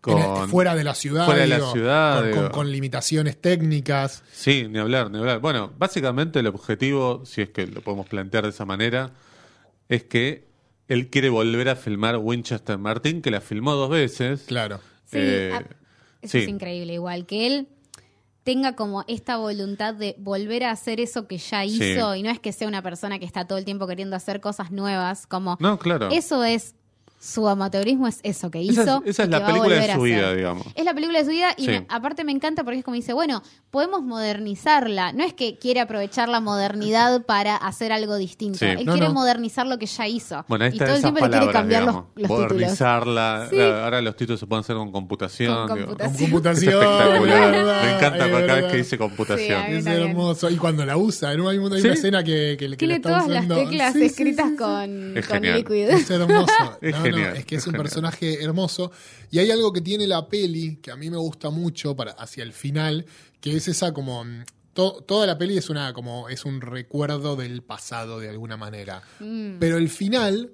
Speaker 2: con...
Speaker 3: En el- fuera de la ciudad,
Speaker 2: fuera de la
Speaker 3: digo,
Speaker 2: ciudad,
Speaker 3: con- con-
Speaker 2: digo.
Speaker 3: con limitaciones técnicas.
Speaker 2: Sí, ni hablar, ni hablar. Bueno, básicamente el objetivo, si es que lo podemos plantear de esa manera, es que él quiere volver a filmar Winchester Martin, que la filmó dos veces.
Speaker 3: Claro.
Speaker 1: Sí,
Speaker 2: Eh,
Speaker 1: a- eso es
Speaker 2: sí.
Speaker 1: increíble, igual que él tenga como esta voluntad de volver a hacer eso que ya
Speaker 2: Sí.
Speaker 1: hizo y no es que sea una persona que está todo el tiempo queriendo hacer cosas nuevas, como
Speaker 2: No, claro.
Speaker 1: eso es su amateurismo es eso que hizo.
Speaker 2: Esa es- esa
Speaker 1: y que
Speaker 2: es la
Speaker 1: va a
Speaker 2: película
Speaker 1: volver
Speaker 2: de
Speaker 1: a
Speaker 2: su vida,
Speaker 1: hacer.
Speaker 2: digamos.
Speaker 1: Es la película de su vida y
Speaker 2: Sí.
Speaker 1: me- aparte me encanta porque es como dice, bueno, podemos modernizarla. No es que quiere aprovechar la modernidad para hacer algo distinto.
Speaker 2: Sí.
Speaker 1: Él
Speaker 3: No,
Speaker 1: quiere
Speaker 3: no.
Speaker 1: modernizar lo que ya hizo.
Speaker 2: Bueno, ahí
Speaker 1: y
Speaker 2: están
Speaker 1: todo el
Speaker 2: esas
Speaker 1: tiempo le quiere
Speaker 2: palabras,
Speaker 1: cambiar los,
Speaker 2: digamos.
Speaker 1: los títulos.
Speaker 2: Modernizarla.
Speaker 1: Sí.
Speaker 2: Ahora los títulos se pueden hacer con computación.
Speaker 1: Con
Speaker 2: digo.
Speaker 1: computación.
Speaker 3: Con
Speaker 1: Sí.
Speaker 2: Es
Speaker 3: computación.
Speaker 2: espectacular.
Speaker 3: ¿verdad?
Speaker 2: Me encanta
Speaker 3: Es
Speaker 2: cada vez
Speaker 3: verdad.
Speaker 2: que dice
Speaker 1: Sí, a mí
Speaker 2: computación.
Speaker 3: Es
Speaker 1: también.
Speaker 3: hermoso. Y cuando la usa, ¿no? hay una, hay
Speaker 2: Sí.
Speaker 3: una escena que, que, que le
Speaker 1: Tiene
Speaker 3: está
Speaker 1: todas
Speaker 3: usando.
Speaker 1: las teclas
Speaker 3: Sí, sí,
Speaker 1: escritas
Speaker 3: sí, sí.
Speaker 1: con,
Speaker 2: Es
Speaker 1: con
Speaker 2: genial.
Speaker 1: líquido.
Speaker 3: Es hermoso.
Speaker 2: Es
Speaker 3: No, no,
Speaker 2: genial.
Speaker 3: es que es un personaje hermoso. Y hay algo que tiene la peli, que a mí me gusta mucho para, hacia el final, que es esa como... mm, to- toda la peli es una como es un recuerdo del pasado de alguna manera.
Speaker 1: Mm.
Speaker 3: Pero el final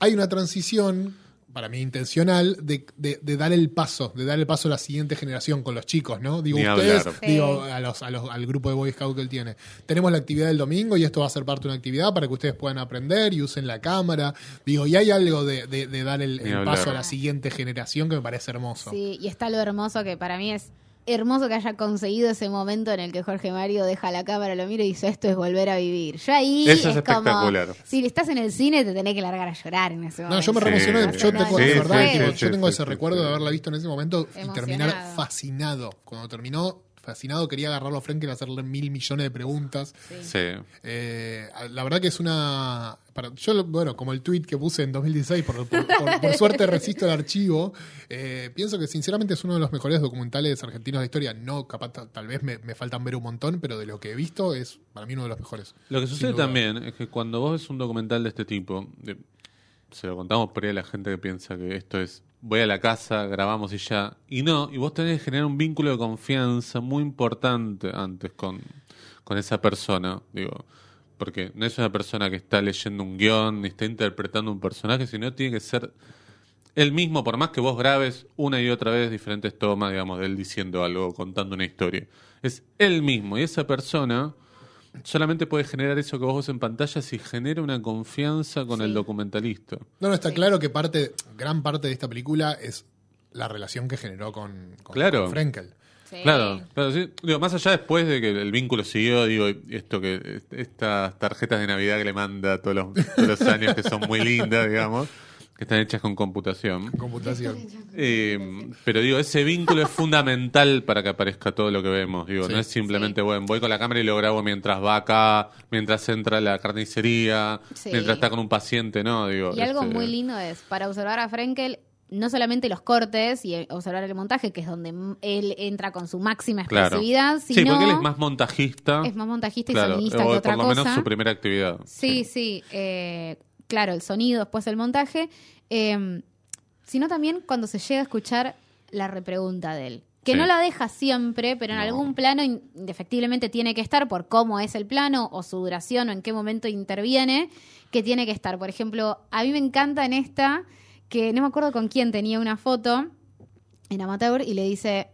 Speaker 3: hay una transición, para mí intencional, de, de- de dar el paso, de dar el paso a la siguiente generación con los chicos, ¿no? Digo,
Speaker 2: Ni
Speaker 3: ustedes,
Speaker 2: hablar.
Speaker 1: Sí.
Speaker 3: digo, a los- a los- al grupo de Boy Scout que él tiene. Tenemos la actividad del domingo y esto va a ser parte de una actividad para que ustedes puedan aprender y usen la cámara. Digo, y hay algo de, de- de dar el,
Speaker 2: Ni
Speaker 3: el
Speaker 2: hablar.
Speaker 3: paso a la siguiente generación que me parece hermoso.
Speaker 1: Sí, y está lo hermoso que para mí es hermoso que haya conseguido ese momento en el que Jorge Mario deja la cámara, lo mira y dice, esto es volver a vivir. Ya ahí
Speaker 2: Eso es
Speaker 1: como-
Speaker 2: espectacular.
Speaker 1: si estás en el cine te tenés que largar a llorar en ese momento.
Speaker 3: No, yo me
Speaker 2: Sí.
Speaker 3: remocioné, yo te-
Speaker 2: Sí,
Speaker 3: de
Speaker 2: sí,
Speaker 3: verdad,
Speaker 2: sí,
Speaker 3: tipo,
Speaker 2: sí,
Speaker 3: yo tengo
Speaker 2: sí,
Speaker 3: ese
Speaker 2: sí,
Speaker 3: recuerdo
Speaker 2: sí.
Speaker 3: de haberla visto en ese momento y
Speaker 1: Emocionado.
Speaker 3: terminar fascinado. Cuando terminó, fascinado, quería agarrarlo a Frankel y hacerle mil millones de preguntas.
Speaker 2: Sí.
Speaker 3: Eh, la verdad que es una. para- yo, lo- bueno, como el tweet que puse en 2016, por, por- por- por suerte resisto el archivo. eh, pienso que sinceramente es uno de los mejores documentales argentinos de la historia. No, capaz, ta- tal vez me, me faltan ver un montón, pero de lo que he visto es para mí uno de los mejores.
Speaker 2: Lo que sucede
Speaker 3: duda.
Speaker 2: también es que cuando vos ves un documental de este tipo, de- se lo contamos por ahí a la gente que piensa que esto es voy a la casa, grabamos y ya. Y no, y vos tenés que generar un vínculo de confianza muy importante antes con, con esa persona, digo. Porque no es una persona que está leyendo un guión ni está interpretando un personaje, sino tiene que ser él mismo, por más que vos grabes una y otra vez diferentes tomas, digamos, de él diciendo algo, contando una historia. Es él mismo y esa persona solamente puede generar eso que vos ves en pantalla si genera una confianza con el documentalista.
Speaker 3: No, no, está claro que parte, gran parte de esta película es la relación que generó con, con-
Speaker 2: Claro.
Speaker 3: con Frankel.
Speaker 1: Sí.
Speaker 2: Claro, claro, sí. Digo, más allá después de que el vínculo siguió, digo, y esto que est- estas tarjetas de Navidad que le manda todos los, todos los años que son muy lindas, digamos, que están hechas con computación.
Speaker 3: Computación.
Speaker 2: Eh, pero digo, ese vínculo es fundamental para que aparezca todo lo que vemos. Digo,
Speaker 3: Sí.
Speaker 2: no es simplemente, bueno, voy con la cámara y lo grabo mientras va acá, mientras entra a la carnicería,
Speaker 1: Sí.
Speaker 2: mientras está con un paciente, no, digo.
Speaker 1: Y algo
Speaker 2: este,
Speaker 1: muy lindo es, para observar a Frenkel, no solamente los cortes y eh, observar el montaje, que es donde m- él entra con su máxima
Speaker 2: Claro.
Speaker 1: expresividad,
Speaker 2: sí,
Speaker 1: sino
Speaker 2: porque él es más montajista.
Speaker 1: es más montajista y
Speaker 2: claro,
Speaker 1: sonidista
Speaker 2: o
Speaker 1: que
Speaker 2: por
Speaker 1: otra
Speaker 2: lo
Speaker 1: cosa.
Speaker 2: menos su primera actividad.
Speaker 1: Sí, sí. eh, claro, el sonido, después el montaje. eh, sino también cuando se llega a escuchar la repregunta de él. Que
Speaker 2: Sí.
Speaker 1: no la deja siempre, pero en
Speaker 2: No.
Speaker 1: algún plano in- indefectiblemente tiene que estar por cómo es el plano o su duración o en qué momento interviene, que tiene que estar. Por ejemplo, a mí me encanta en esta, que no me acuerdo con quién tenía una foto en Amateur y le dice,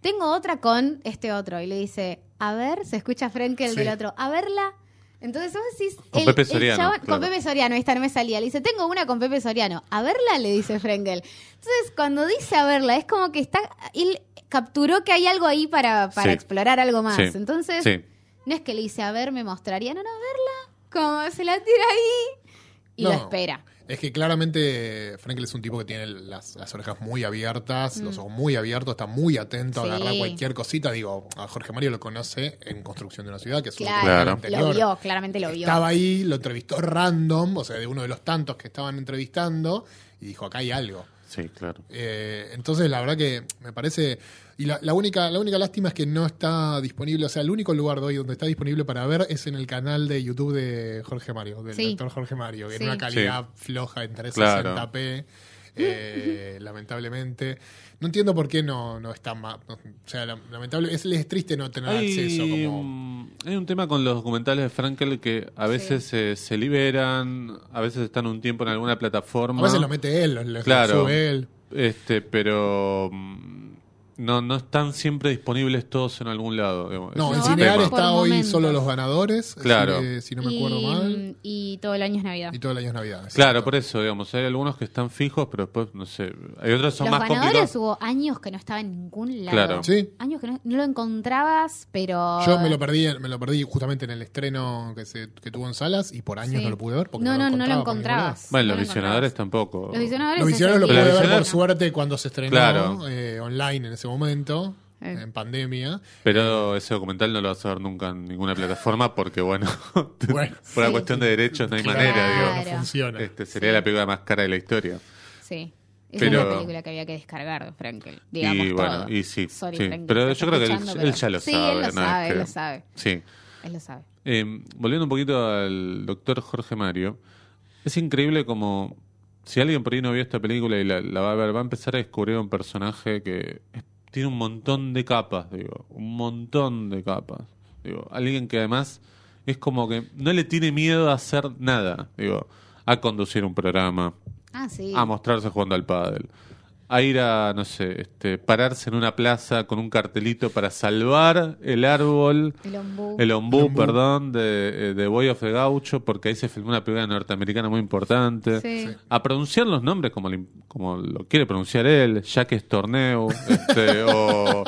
Speaker 1: tengo otra con este otro. Y le dice, a ver, se escucha Frenkel
Speaker 3: Sí.
Speaker 1: del otro, a verla. Entonces vos decís,
Speaker 2: Con Pepe Soriano, claro.
Speaker 1: con Pepe Soriano, esta no me salía. Le dice, tengo una con Pepe Soriano. A verla, le dice Frenkel. Entonces, cuando dice a verla, es como que está. Él capturó que hay algo ahí para, para
Speaker 2: Sí.
Speaker 1: explorar algo más.
Speaker 2: Sí.
Speaker 1: Entonces,
Speaker 2: Sí.
Speaker 1: no es que le dice a ver, me mostraría. No, no, a verla. Como se la tira ahí. Y
Speaker 3: No.
Speaker 1: lo espera.
Speaker 3: Es que claramente Frankel es un tipo que tiene las, las orejas muy abiertas, los ojos muy abiertos, está muy atento
Speaker 1: Mm. Sí.
Speaker 3: a agarrar cualquier cosita. Digo, a Jorge Mario lo conoce en Construcción de una Ciudad, que es un
Speaker 1: Claro.
Speaker 3: documental
Speaker 2: Claro.
Speaker 1: Lo
Speaker 3: anterior.
Speaker 1: vio, claramente lo vio.
Speaker 3: Estaba ahí, lo entrevistó random, o sea, de uno de los tantos que estaban entrevistando, y dijo, acá hay algo.
Speaker 2: Sí, claro.
Speaker 3: Eh, entonces, la verdad que me parece. Y la, la única, la única lástima es que no está disponible, o sea, el único lugar de hoy donde está disponible para ver es en el canal de YouTube de Jorge Mario, del
Speaker 1: Sí.
Speaker 3: doctor Jorge Mario, que
Speaker 1: Sí.
Speaker 3: en una calidad floja en 360p. eh, lamentablemente. No entiendo por qué no, no está más. no- o sea, la- lamentable, es, es triste no tener acceso. Como,
Speaker 2: mm, hay un tema con los documentales de Frankel que a veces eh, se liberan, a veces están un tiempo en alguna plataforma.
Speaker 3: a veces lo mete él, lo, lo
Speaker 2: Claro.
Speaker 3: sube él.
Speaker 2: Este, pero mm, no, no están siempre disponibles todos en algún lado. digamos.
Speaker 1: No,
Speaker 3: No,
Speaker 2: Es
Speaker 3: en
Speaker 2: un
Speaker 1: van
Speaker 3: Cinear
Speaker 1: por
Speaker 2: tema.
Speaker 3: está hoy
Speaker 1: momentos.
Speaker 3: solo los ganadores, si-
Speaker 2: Claro.
Speaker 3: eh, si, no me acuerdo
Speaker 1: y,
Speaker 3: mal.
Speaker 1: y todo el año es Navidad.
Speaker 3: Y todo el año es Navidad.
Speaker 2: Claro,
Speaker 3: exacto.
Speaker 2: por eso, digamos, hay algunos que están fijos, pero después, no sé, hay otros que son
Speaker 1: Los
Speaker 2: más
Speaker 1: ganadores
Speaker 2: complicados.
Speaker 1: hubo años que no estaba en ningún lado.
Speaker 2: Claro.
Speaker 3: Sí.
Speaker 1: Años que no, no lo encontrabas, pero.
Speaker 3: Yo me lo perdí, me lo perdí justamente en el estreno que se que tuvo en salas y por años
Speaker 1: Sí.
Speaker 3: no lo pude ver porque
Speaker 1: no, no, no lo
Speaker 3: no, por ningún lado.
Speaker 1: encontrabas.
Speaker 2: Bueno,
Speaker 1: No lo
Speaker 2: los visionadores
Speaker 1: encontrabas.
Speaker 2: tampoco.
Speaker 1: Los visionadores.
Speaker 3: Los visionarios lo
Speaker 1: es el
Speaker 2: Pero
Speaker 3: pude
Speaker 1: que
Speaker 3: ver
Speaker 2: Visionarios-
Speaker 3: por
Speaker 1: no.
Speaker 3: suerte cuando se estrenó
Speaker 2: Claro.
Speaker 3: eh, online en ese momento,
Speaker 1: Eh.
Speaker 3: en pandemia.
Speaker 2: Pero ese documental no lo vas a ver nunca en ninguna plataforma porque, bueno,
Speaker 3: Bueno,
Speaker 2: por la
Speaker 1: Sí.
Speaker 2: cuestión de derechos no hay
Speaker 1: Claro.
Speaker 2: manera,
Speaker 1: Claro.
Speaker 2: digo.
Speaker 3: no funciona.
Speaker 2: Este, sería la película más cara de la historia.
Speaker 1: Sí. Esa
Speaker 2: Pero-
Speaker 1: es la película que había que descargar de Frankel. Digamos
Speaker 2: y bueno,
Speaker 1: todo.
Speaker 2: y sí.
Speaker 1: Sorry,
Speaker 2: sí.
Speaker 1: Frankel,
Speaker 2: Pero
Speaker 1: te
Speaker 2: yo
Speaker 1: estoy
Speaker 2: creo que él,
Speaker 1: escuchando,
Speaker 2: él
Speaker 1: pero-
Speaker 2: ya lo
Speaker 1: sí,
Speaker 2: sabe.
Speaker 1: Él lo
Speaker 2: ¿no? Es
Speaker 1: sabe, él
Speaker 2: que-
Speaker 1: lo sabe.
Speaker 2: Sí.
Speaker 1: Él lo sabe.
Speaker 2: Eh, volviendo un poquito al doctor Jorge Mario, es increíble como si alguien por ahí no vio esta película y la, la va a ver, va a empezar a descubrir un personaje que es- tiene un montón de capas, digo, un montón de capas. Digo, alguien que además es como que no le tiene miedo a hacer nada, digo, a conducir un programa,
Speaker 1: Ah, sí.
Speaker 2: a mostrarse jugando al pádel, a ir a, no sé, este, pararse en una plaza con un cartelito para salvar el árbol
Speaker 1: El ombú.
Speaker 2: el ombú, perdón, de, eh, de Boy of the Gaucho, porque ahí se filmó una película norteamericana muy importante.
Speaker 1: Sí. Sí.
Speaker 2: A pronunciar los nombres como, le- como lo quiere pronunciar él, Jacques Torneo este, o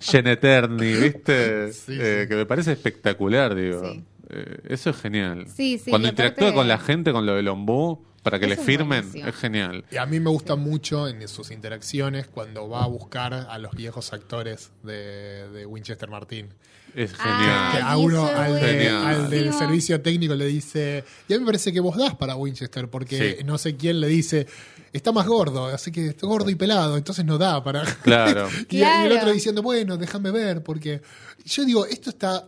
Speaker 2: Gene Eterni, ¿viste?
Speaker 3: Sí,
Speaker 2: Eh,
Speaker 3: sí.
Speaker 2: Que me parece espectacular, digo.
Speaker 1: Sí.
Speaker 2: Eh, eso es genial.
Speaker 1: Sí, sí,
Speaker 2: Cuando
Speaker 1: y aparte-
Speaker 2: interactúa con la gente, con lo del ombú, para que
Speaker 1: Eso
Speaker 2: le
Speaker 1: es
Speaker 2: firmen,
Speaker 1: buenísimo.
Speaker 2: es genial.
Speaker 3: Y a mí me gusta mucho en sus interacciones cuando va a buscar a los viejos actores de, de Winchester Martín.
Speaker 2: Es
Speaker 1: Ah,
Speaker 3: Que
Speaker 2: genial.
Speaker 3: a
Speaker 1: y eso
Speaker 3: uno
Speaker 1: es
Speaker 3: al, de-
Speaker 2: buenísimo.
Speaker 3: al del servicio técnico le dice, y a mí me parece que vos das para Winchester, porque
Speaker 2: Sí.
Speaker 3: no sé quién le dice, está más gordo, así que está gordo y pelado, entonces no da para...
Speaker 2: Claro.
Speaker 3: Y, y el
Speaker 1: Claro.
Speaker 3: otro diciendo, bueno, déjame ver, porque yo digo, esto está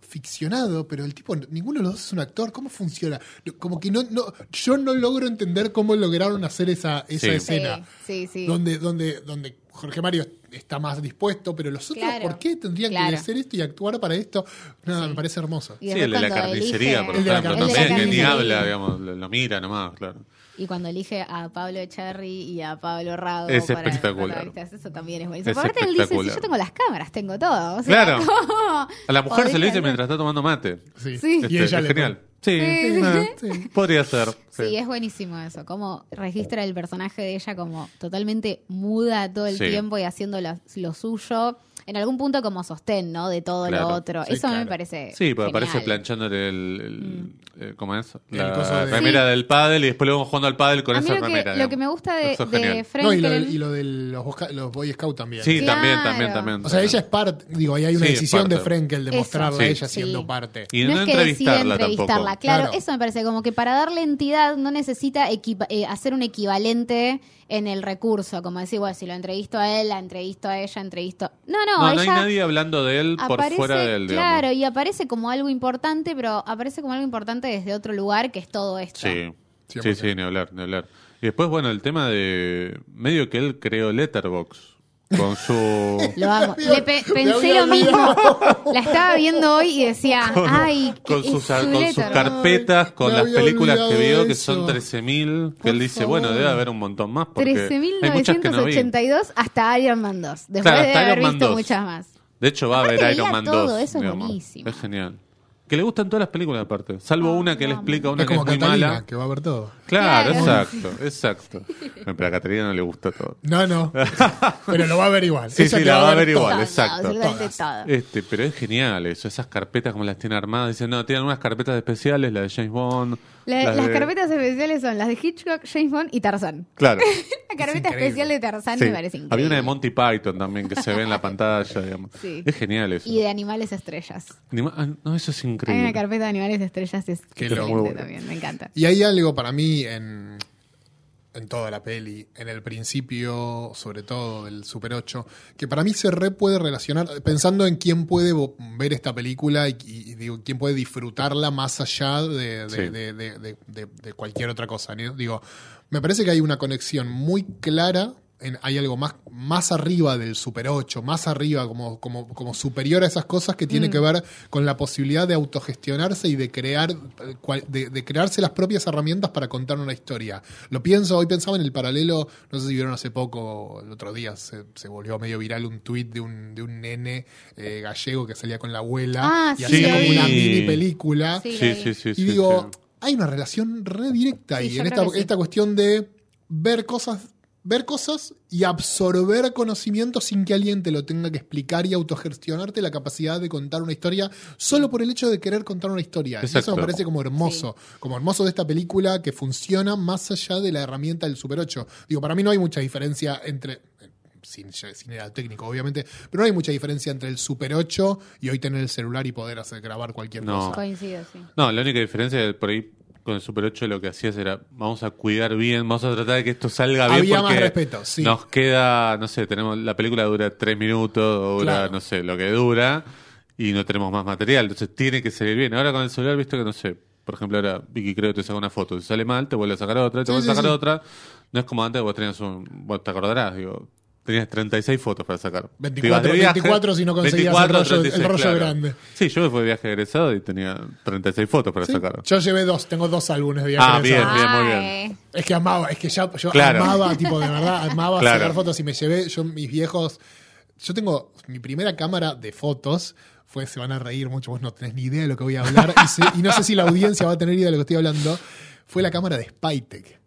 Speaker 3: ficcionado, pero el tipo, ninguno de los dos es un actor, ¿cómo funciona? Como que no, no yo no logro entender cómo lograron hacer esa, esa
Speaker 2: Sí.
Speaker 3: escena.
Speaker 1: Sí, sí.
Speaker 3: Donde, donde, donde Jorge Mario está más dispuesto, pero los otros,
Speaker 1: Claro.
Speaker 3: ¿por qué tendrían que
Speaker 1: Claro.
Speaker 3: hacer esto y actuar para esto? Nada, me parece hermoso.
Speaker 1: Y
Speaker 2: Sí,
Speaker 1: después
Speaker 2: el de la
Speaker 1: cuando
Speaker 2: carnicería,
Speaker 1: elige-
Speaker 2: por
Speaker 3: El de la
Speaker 2: ejemplo,
Speaker 3: carnicería.
Speaker 2: también, que ni
Speaker 3: carnicería.
Speaker 2: habla, digamos, lo- lo mira nomás, claro.
Speaker 1: Y cuando elige a Pablo Cherry y a Pablo Rago.
Speaker 2: Es
Speaker 1: para-
Speaker 2: espectacular.
Speaker 1: para- ¿viste? eso también es buenísimo.
Speaker 2: Es
Speaker 1: Aparte él dice, si
Speaker 2: espectacular.
Speaker 1: yo tengo las cámaras, tengo todo. O sea,
Speaker 2: Claro.
Speaker 1: ¿cómo?
Speaker 2: A la mujer se lo dice
Speaker 1: Podrían-
Speaker 2: mientras está tomando mate.
Speaker 3: Sí.
Speaker 1: Sí.
Speaker 2: Este,
Speaker 3: Y ella
Speaker 2: es
Speaker 3: le
Speaker 2: genial. Sí,
Speaker 1: Sí,
Speaker 2: ah,
Speaker 3: sí.
Speaker 2: sí. podría ser.
Speaker 1: Sí, es buenísimo eso. Cómo registra el personaje de ella como totalmente muda todo el
Speaker 2: Sí.
Speaker 1: tiempo y haciendo lo, lo suyo. En algún punto como sostén, ¿no? De todo
Speaker 2: Claro.
Speaker 1: lo otro.
Speaker 3: Sí,
Speaker 1: eso a mí me
Speaker 3: claro.
Speaker 1: parece
Speaker 2: Sí, porque
Speaker 1: eh, genial. Mm.
Speaker 2: aparece planchándole el, el- eh, ¿cómo es?
Speaker 3: El
Speaker 2: La
Speaker 3: coso de-
Speaker 2: remera
Speaker 1: Sí.
Speaker 2: del pádel y después luego jugando al pádel con
Speaker 1: A mí
Speaker 2: esa
Speaker 1: lo
Speaker 2: remera.
Speaker 1: que, lo
Speaker 2: digamos.
Speaker 1: que me gusta de,
Speaker 2: Eso es
Speaker 1: de
Speaker 2: genial.
Speaker 1: Franklin...
Speaker 3: No, y lo, del- y lo de los, bosca- los Boy Scout también.
Speaker 2: Sí,
Speaker 1: Claro.
Speaker 2: también, también, también.
Speaker 3: O sea, ella es parte, digo, ahí hay una
Speaker 2: Sí, es
Speaker 3: decisión de
Speaker 2: parte.
Speaker 3: Frenkel de
Speaker 1: Eso.
Speaker 3: mostrarla a
Speaker 2: Sí.
Speaker 3: ella siendo
Speaker 1: Sí.
Speaker 3: parte.
Speaker 2: Y
Speaker 1: no,
Speaker 2: no,
Speaker 1: es que decida
Speaker 2: entrevistarla,
Speaker 1: entrevistarla,
Speaker 2: tampoco.
Speaker 1: claro,
Speaker 3: Claro.
Speaker 1: Eso me parece como que para darle entidad no necesita equipa- eh, hacer un equivalente en el recurso. Como decir, bueno, si lo entrevisto a él, la entrevisto a ella, entrevisto. No, no,
Speaker 2: No, no
Speaker 1: ella
Speaker 2: hay nadie hablando de él por
Speaker 1: aparece,
Speaker 2: fuera de él, digamos.
Speaker 1: Claro, y aparece como algo importante, pero aparece como algo importante desde otro lugar que es todo esto.
Speaker 2: Sí, sí,
Speaker 3: 100%.
Speaker 2: sí, ni hablar, ni hablar. Y después, bueno, el tema de medio que él creó Letterbox con su...
Speaker 1: Lo amo. Le pe-
Speaker 3: Me
Speaker 1: pensé
Speaker 3: había
Speaker 1: lo mismo. La estaba viendo hoy y decía, Ah, ay,
Speaker 2: con,
Speaker 1: es
Speaker 2: sus,
Speaker 1: su
Speaker 2: con sus
Speaker 1: letra.
Speaker 2: carpetas,
Speaker 3: Ay,
Speaker 2: con
Speaker 3: me
Speaker 2: las
Speaker 3: había
Speaker 2: películas que
Speaker 3: olvidado
Speaker 2: vio, que
Speaker 3: eso.
Speaker 2: son 13.000, que
Speaker 1: Por
Speaker 2: él dice,
Speaker 1: favor.
Speaker 2: bueno, debe haber un montón más. porque hay muchas que no vi.
Speaker 1: 13.982 hasta Iron Man 2. Después
Speaker 2: Claro,
Speaker 1: de
Speaker 2: hasta
Speaker 1: haber
Speaker 2: Iron Man
Speaker 1: visto
Speaker 2: 2.
Speaker 1: muchas más.
Speaker 2: De hecho, va a
Speaker 1: Aparte
Speaker 2: haber
Speaker 1: veía
Speaker 2: Iron Man
Speaker 1: todo,
Speaker 2: 2.
Speaker 1: eso es
Speaker 2: digamos.
Speaker 1: buenísimo.
Speaker 2: Es genial. Que le gustan todas las películas, aparte. Salvo
Speaker 1: Ah,
Speaker 2: una que él
Speaker 1: no,
Speaker 2: explica, una
Speaker 3: Es como
Speaker 2: que es muy
Speaker 3: Catalina,
Speaker 2: mala.
Speaker 3: que va a ver todo.
Speaker 2: Claro,
Speaker 1: Claro.
Speaker 2: exacto, exacto. Bueno, Pero a Caterina no le gusta todo.
Speaker 3: No, no. pero lo va a ver igual.
Speaker 2: Sí,
Speaker 3: Ella
Speaker 2: sí,
Speaker 3: que
Speaker 2: la va a ver
Speaker 3: todo.
Speaker 2: igual.
Speaker 1: Todo,
Speaker 2: exacto.
Speaker 1: absolutamente todo.
Speaker 2: Este, pero es genial eso, esas carpetas como las tiene armadas. Dicen, no, tienen unas carpetas especiales, la de James Bond.
Speaker 1: La-
Speaker 2: las
Speaker 1: las
Speaker 2: de-
Speaker 1: carpetas especiales son las de Hitchcock, James Bond y Tarzán.
Speaker 2: Claro.
Speaker 1: La carpeta
Speaker 3: increíble.
Speaker 1: especial de Tarzán
Speaker 2: Sí.
Speaker 1: me parece increíble.
Speaker 2: Había una de Monty Python también que se ve en la pantalla, digamos.
Speaker 1: Sí.
Speaker 2: Es genial eso.
Speaker 1: Y de animales estrellas.
Speaker 2: Ni ma- ah, No, eso es
Speaker 1: Hay una
Speaker 2: increíble.
Speaker 1: carpeta de animales estrellas es
Speaker 3: Qué
Speaker 1: excelente
Speaker 3: loco.
Speaker 1: también, me encanta.
Speaker 3: Y hay algo para mí en, en toda la peli, en el principio, sobre todo del Super 8, que para mí se re puede relacionar, pensando en quién puede vo- ver esta película y, y- y digo, quién puede disfrutarla más allá de, de-
Speaker 2: Sí.
Speaker 3: de- de- de- de- de cualquier otra cosa. ¿no? Digo, me parece que hay una conexión muy clara. en- hay algo más, más arriba del Super 8, más arriba, como, como, como superior a esas cosas que
Speaker 1: Mm.
Speaker 3: tiene que ver con la posibilidad de autogestionarse y de crear eh, cual- de, de crearse las propias herramientas para contar una historia. Lo pienso, hoy pensaba en el paralelo, no sé si vieron hace poco, el otro día se, se volvió medio viral un tuit de un, de un nene eh, gallego que salía con la abuela
Speaker 1: Ah,
Speaker 3: y
Speaker 1: sí,
Speaker 3: hacía
Speaker 1: lo
Speaker 3: como
Speaker 1: vi.
Speaker 3: una mini película
Speaker 1: Sí,
Speaker 2: Sí, sí, sí.
Speaker 3: y
Speaker 2: sí,
Speaker 3: digo,
Speaker 2: sí.
Speaker 3: hay una relación re directa
Speaker 1: Sí,
Speaker 3: ahí,
Speaker 1: yo
Speaker 3: en
Speaker 1: creo
Speaker 3: esta,
Speaker 1: que sí.
Speaker 3: esta cuestión de ver cosas, ver cosas y absorber conocimiento sin que alguien te lo tenga que explicar y autogestionarte la capacidad de contar una historia solo por el hecho de querer contar una historia. Y eso
Speaker 2: Exacto.
Speaker 3: me parece como hermoso, como hermoso de esta película que funciona más allá de la herramienta del Super 8. Digo, para mí no hay mucha diferencia entre sin, sin ir al técnico, obviamente, pero no hay mucha diferencia entre el Super 8 y hoy tener el celular y poder hacer grabar cualquier
Speaker 2: No.
Speaker 3: cosa.
Speaker 1: Coincido, sí.
Speaker 2: No, la única diferencia es que por ahí con el Super 8 lo que hacías era vamos a cuidar bien, vamos a tratar de que esto salga bien.
Speaker 3: Había más
Speaker 2: porque
Speaker 3: respeto, sí.
Speaker 2: Nos queda, no sé, tenemos la película dura tres minutos, dura,
Speaker 3: Claro.
Speaker 2: no sé, lo que dura, y no tenemos más material. Entonces tiene que salir bien. Ahora con el celular, visto que no sé, Por ejemplo, ahora Vicky creo que te saca una foto, si sale mal, te vuelve a sacar otra, te
Speaker 3: Sí,
Speaker 2: vuelve a
Speaker 3: sí,
Speaker 2: sacar
Speaker 3: sí.
Speaker 2: otra. No es como antes, vos tenías un. Vos te acordarás, digo. Tenías 36 fotos para sacar. Te
Speaker 3: 24,
Speaker 2: ibas de
Speaker 3: 24 si no conseguías el rollo- el rollo grande.
Speaker 2: Sí, yo me fui de viaje egresado y tenía 36 fotos para
Speaker 3: Sí,
Speaker 2: sacar.
Speaker 3: Yo llevé dos, tengo dos álbumes de viaje.
Speaker 2: Ah,
Speaker 3: de esa.
Speaker 2: bien, bien, muy bien.
Speaker 1: Ay.
Speaker 3: Es que amaba, es que ya, yo
Speaker 2: Claro.
Speaker 3: amaba, tipo, de verdad, amaba
Speaker 2: Claro.
Speaker 3: sacar fotos y me llevé, yo, mis viejos, yo tengo mi primera cámara de fotos. Fue, se van a reír mucho, vos no tenés ni idea de lo que voy a hablar. Y, se- y no sé si la audiencia va a tener idea de lo que estoy hablando. Fue la cámara de Spytek,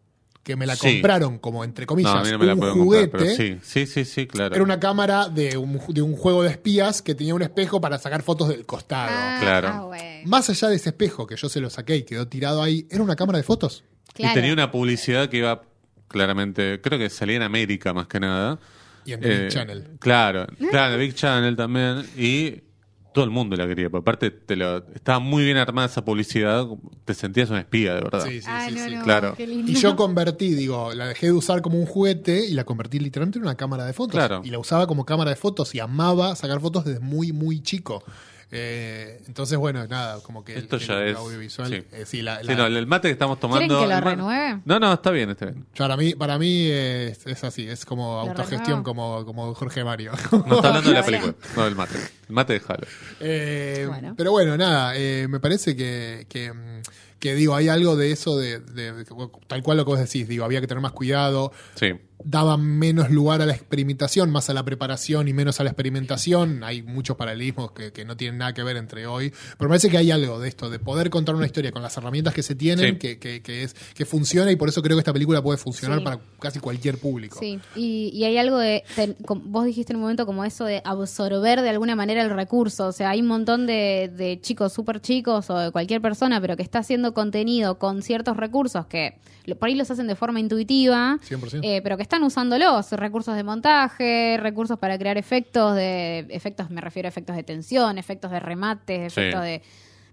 Speaker 3: que me la
Speaker 2: Sí.
Speaker 3: compraron como entre comillas.
Speaker 2: no, a mí no me la
Speaker 3: un
Speaker 2: puedo
Speaker 3: juguete.
Speaker 2: comprar, pero sí. Sí, sí, sí, claro.
Speaker 3: Era una cámara de un, de un juego de espías que tenía un espejo para sacar fotos del costado.
Speaker 1: Ah,
Speaker 2: Claro.
Speaker 1: ah, bueno.
Speaker 3: Más allá de ese espejo que yo se lo saqué y quedó tirado ahí, era una cámara de fotos.
Speaker 1: Claro.
Speaker 2: Y tenía una publicidad que iba claramente, creo que salía en América más que nada.
Speaker 3: Y en el
Speaker 2: Eh,
Speaker 3: Channel.
Speaker 2: Claro,
Speaker 1: Mm.
Speaker 2: claro, Big Channel también. Y todo el mundo la quería. porque Aparte, te lo, estaba muy bien armada esa publicidad. Te sentías un espía, de verdad.
Speaker 3: Sí, sí,
Speaker 1: Ah,
Speaker 3: sí,
Speaker 1: no,
Speaker 3: sí.
Speaker 1: no,
Speaker 2: claro.
Speaker 1: qué lindo.
Speaker 3: Y yo convertí, digo, la dejé de usar como un juguete y la convertí literalmente en una cámara de fotos.
Speaker 2: Claro.
Speaker 3: Y la usaba como cámara de fotos y amaba sacar fotos desde muy, muy chico. Eh, entonces, bueno, nada, como que el-
Speaker 2: Esto
Speaker 3: el,
Speaker 2: ya es-
Speaker 3: audiovisual.
Speaker 2: sí.
Speaker 3: eh, sí, la-
Speaker 2: Sí,
Speaker 3: la-
Speaker 2: no, el mate que estamos tomando.
Speaker 1: ¿Quieren que lo
Speaker 2: el ma-
Speaker 1: renueve?
Speaker 2: No, no, está bien, está bien.
Speaker 3: para mí, para mí eh, es, es así, es como
Speaker 1: ¿Lo
Speaker 3: autogestión,
Speaker 1: renuevo?
Speaker 3: como, como Jorge Mario.
Speaker 2: No está hablando de la
Speaker 1: Ahora.
Speaker 2: película, no del mate. El mate de Halo.
Speaker 3: Eh,
Speaker 1: Bueno.
Speaker 3: Pero bueno, nada, eh, me parece que, que, mm, que, digo, hay algo de eso, de, de- tal cual lo que vos decís, digo, había que tener más cuidado,
Speaker 2: Sí.
Speaker 3: daban menos lugar a la experimentación, más a la preparación y menos a la experimentación. Hay muchos paralelismos que, que no tienen nada que ver entre hoy. Pero me parece que hay algo de esto, de poder contar una historia con las herramientas que se tienen,
Speaker 2: Sí.
Speaker 3: que, que, que es, que funciona y por eso creo que esta película puede funcionar
Speaker 1: Sí.
Speaker 3: para casi cualquier público.
Speaker 1: Sí, y, y hay algo de, ten- com- vos dijiste en un momento como eso de absorber de alguna manera el recurso, o sea, hay un montón de, de chicos súper chicos o de cualquier persona, pero que está haciendo contenido con ciertos recursos que lo- por ahí los hacen de forma intuitiva,
Speaker 3: 100%.
Speaker 1: eh, pero que están usándolos, recursos de montaje, recursos para crear efectos, de efectos, me refiero a efectos de tensión, efectos de remates,
Speaker 2: Sí.
Speaker 1: efectos de...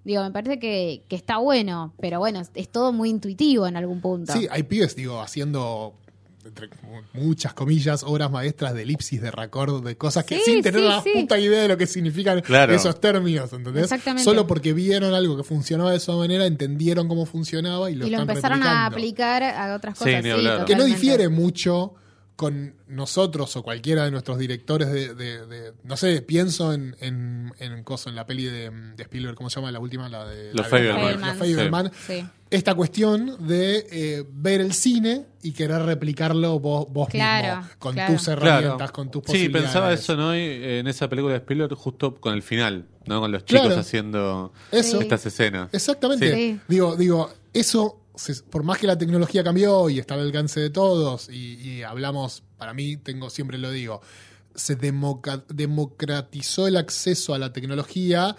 Speaker 1: Digo, me parece que, que está bueno, pero bueno, es, es todo muy intuitivo en algún punto.
Speaker 3: Sí, hay pibes, digo, haciendo entre muchas comillas, obras maestras de elipsis, de raccord, de cosas que
Speaker 1: Sí,
Speaker 3: sin tener
Speaker 1: sí,
Speaker 3: la
Speaker 1: sí.
Speaker 3: puta idea de lo que significan
Speaker 2: Claro.
Speaker 3: esos términos, ¿entendés?
Speaker 1: Exactamente.
Speaker 3: Solo porque vieron algo que funcionaba de esa manera, entendieron cómo funcionaba y lo,
Speaker 1: y lo
Speaker 3: están
Speaker 1: empezaron a
Speaker 3: replicando.
Speaker 1: aplicar a otras
Speaker 2: Sí,
Speaker 1: cosas.
Speaker 2: ni
Speaker 1: sí,
Speaker 2: hablar.
Speaker 3: Que no
Speaker 1: totalmente.
Speaker 3: difiere mucho con nosotros o cualquiera de nuestros directores de, de- de- no sé, pienso en, en, en coso, en la peli de, de Spielberg, ¿cómo se llama la última? La de
Speaker 2: Los
Speaker 3: la de-
Speaker 2: Fabelmans.
Speaker 3: Los Fabelmans
Speaker 1: Sí.
Speaker 3: esta cuestión de eh, ver el cine y querer replicarlo vos, vos
Speaker 1: Claro,
Speaker 3: mismo, con
Speaker 1: claro.
Speaker 3: tus herramientas,
Speaker 2: Claro.
Speaker 3: con tus
Speaker 2: sí,
Speaker 3: posibilidades.
Speaker 2: pensaba eso, ¿no? Y, eh, en esa película de Spielberg, justo con el final, ¿no? Con los chicos
Speaker 3: Claro.
Speaker 2: haciendo
Speaker 3: Eso.
Speaker 2: estas escenas.
Speaker 3: Exactamente.
Speaker 1: Sí. Sí.
Speaker 3: Digo, digo, eso, se- por más que la tecnología cambió y está al alcance de todos, y, y hablamos, para mí, tengo, siempre lo digo, se democa- democratizó el acceso a la tecnología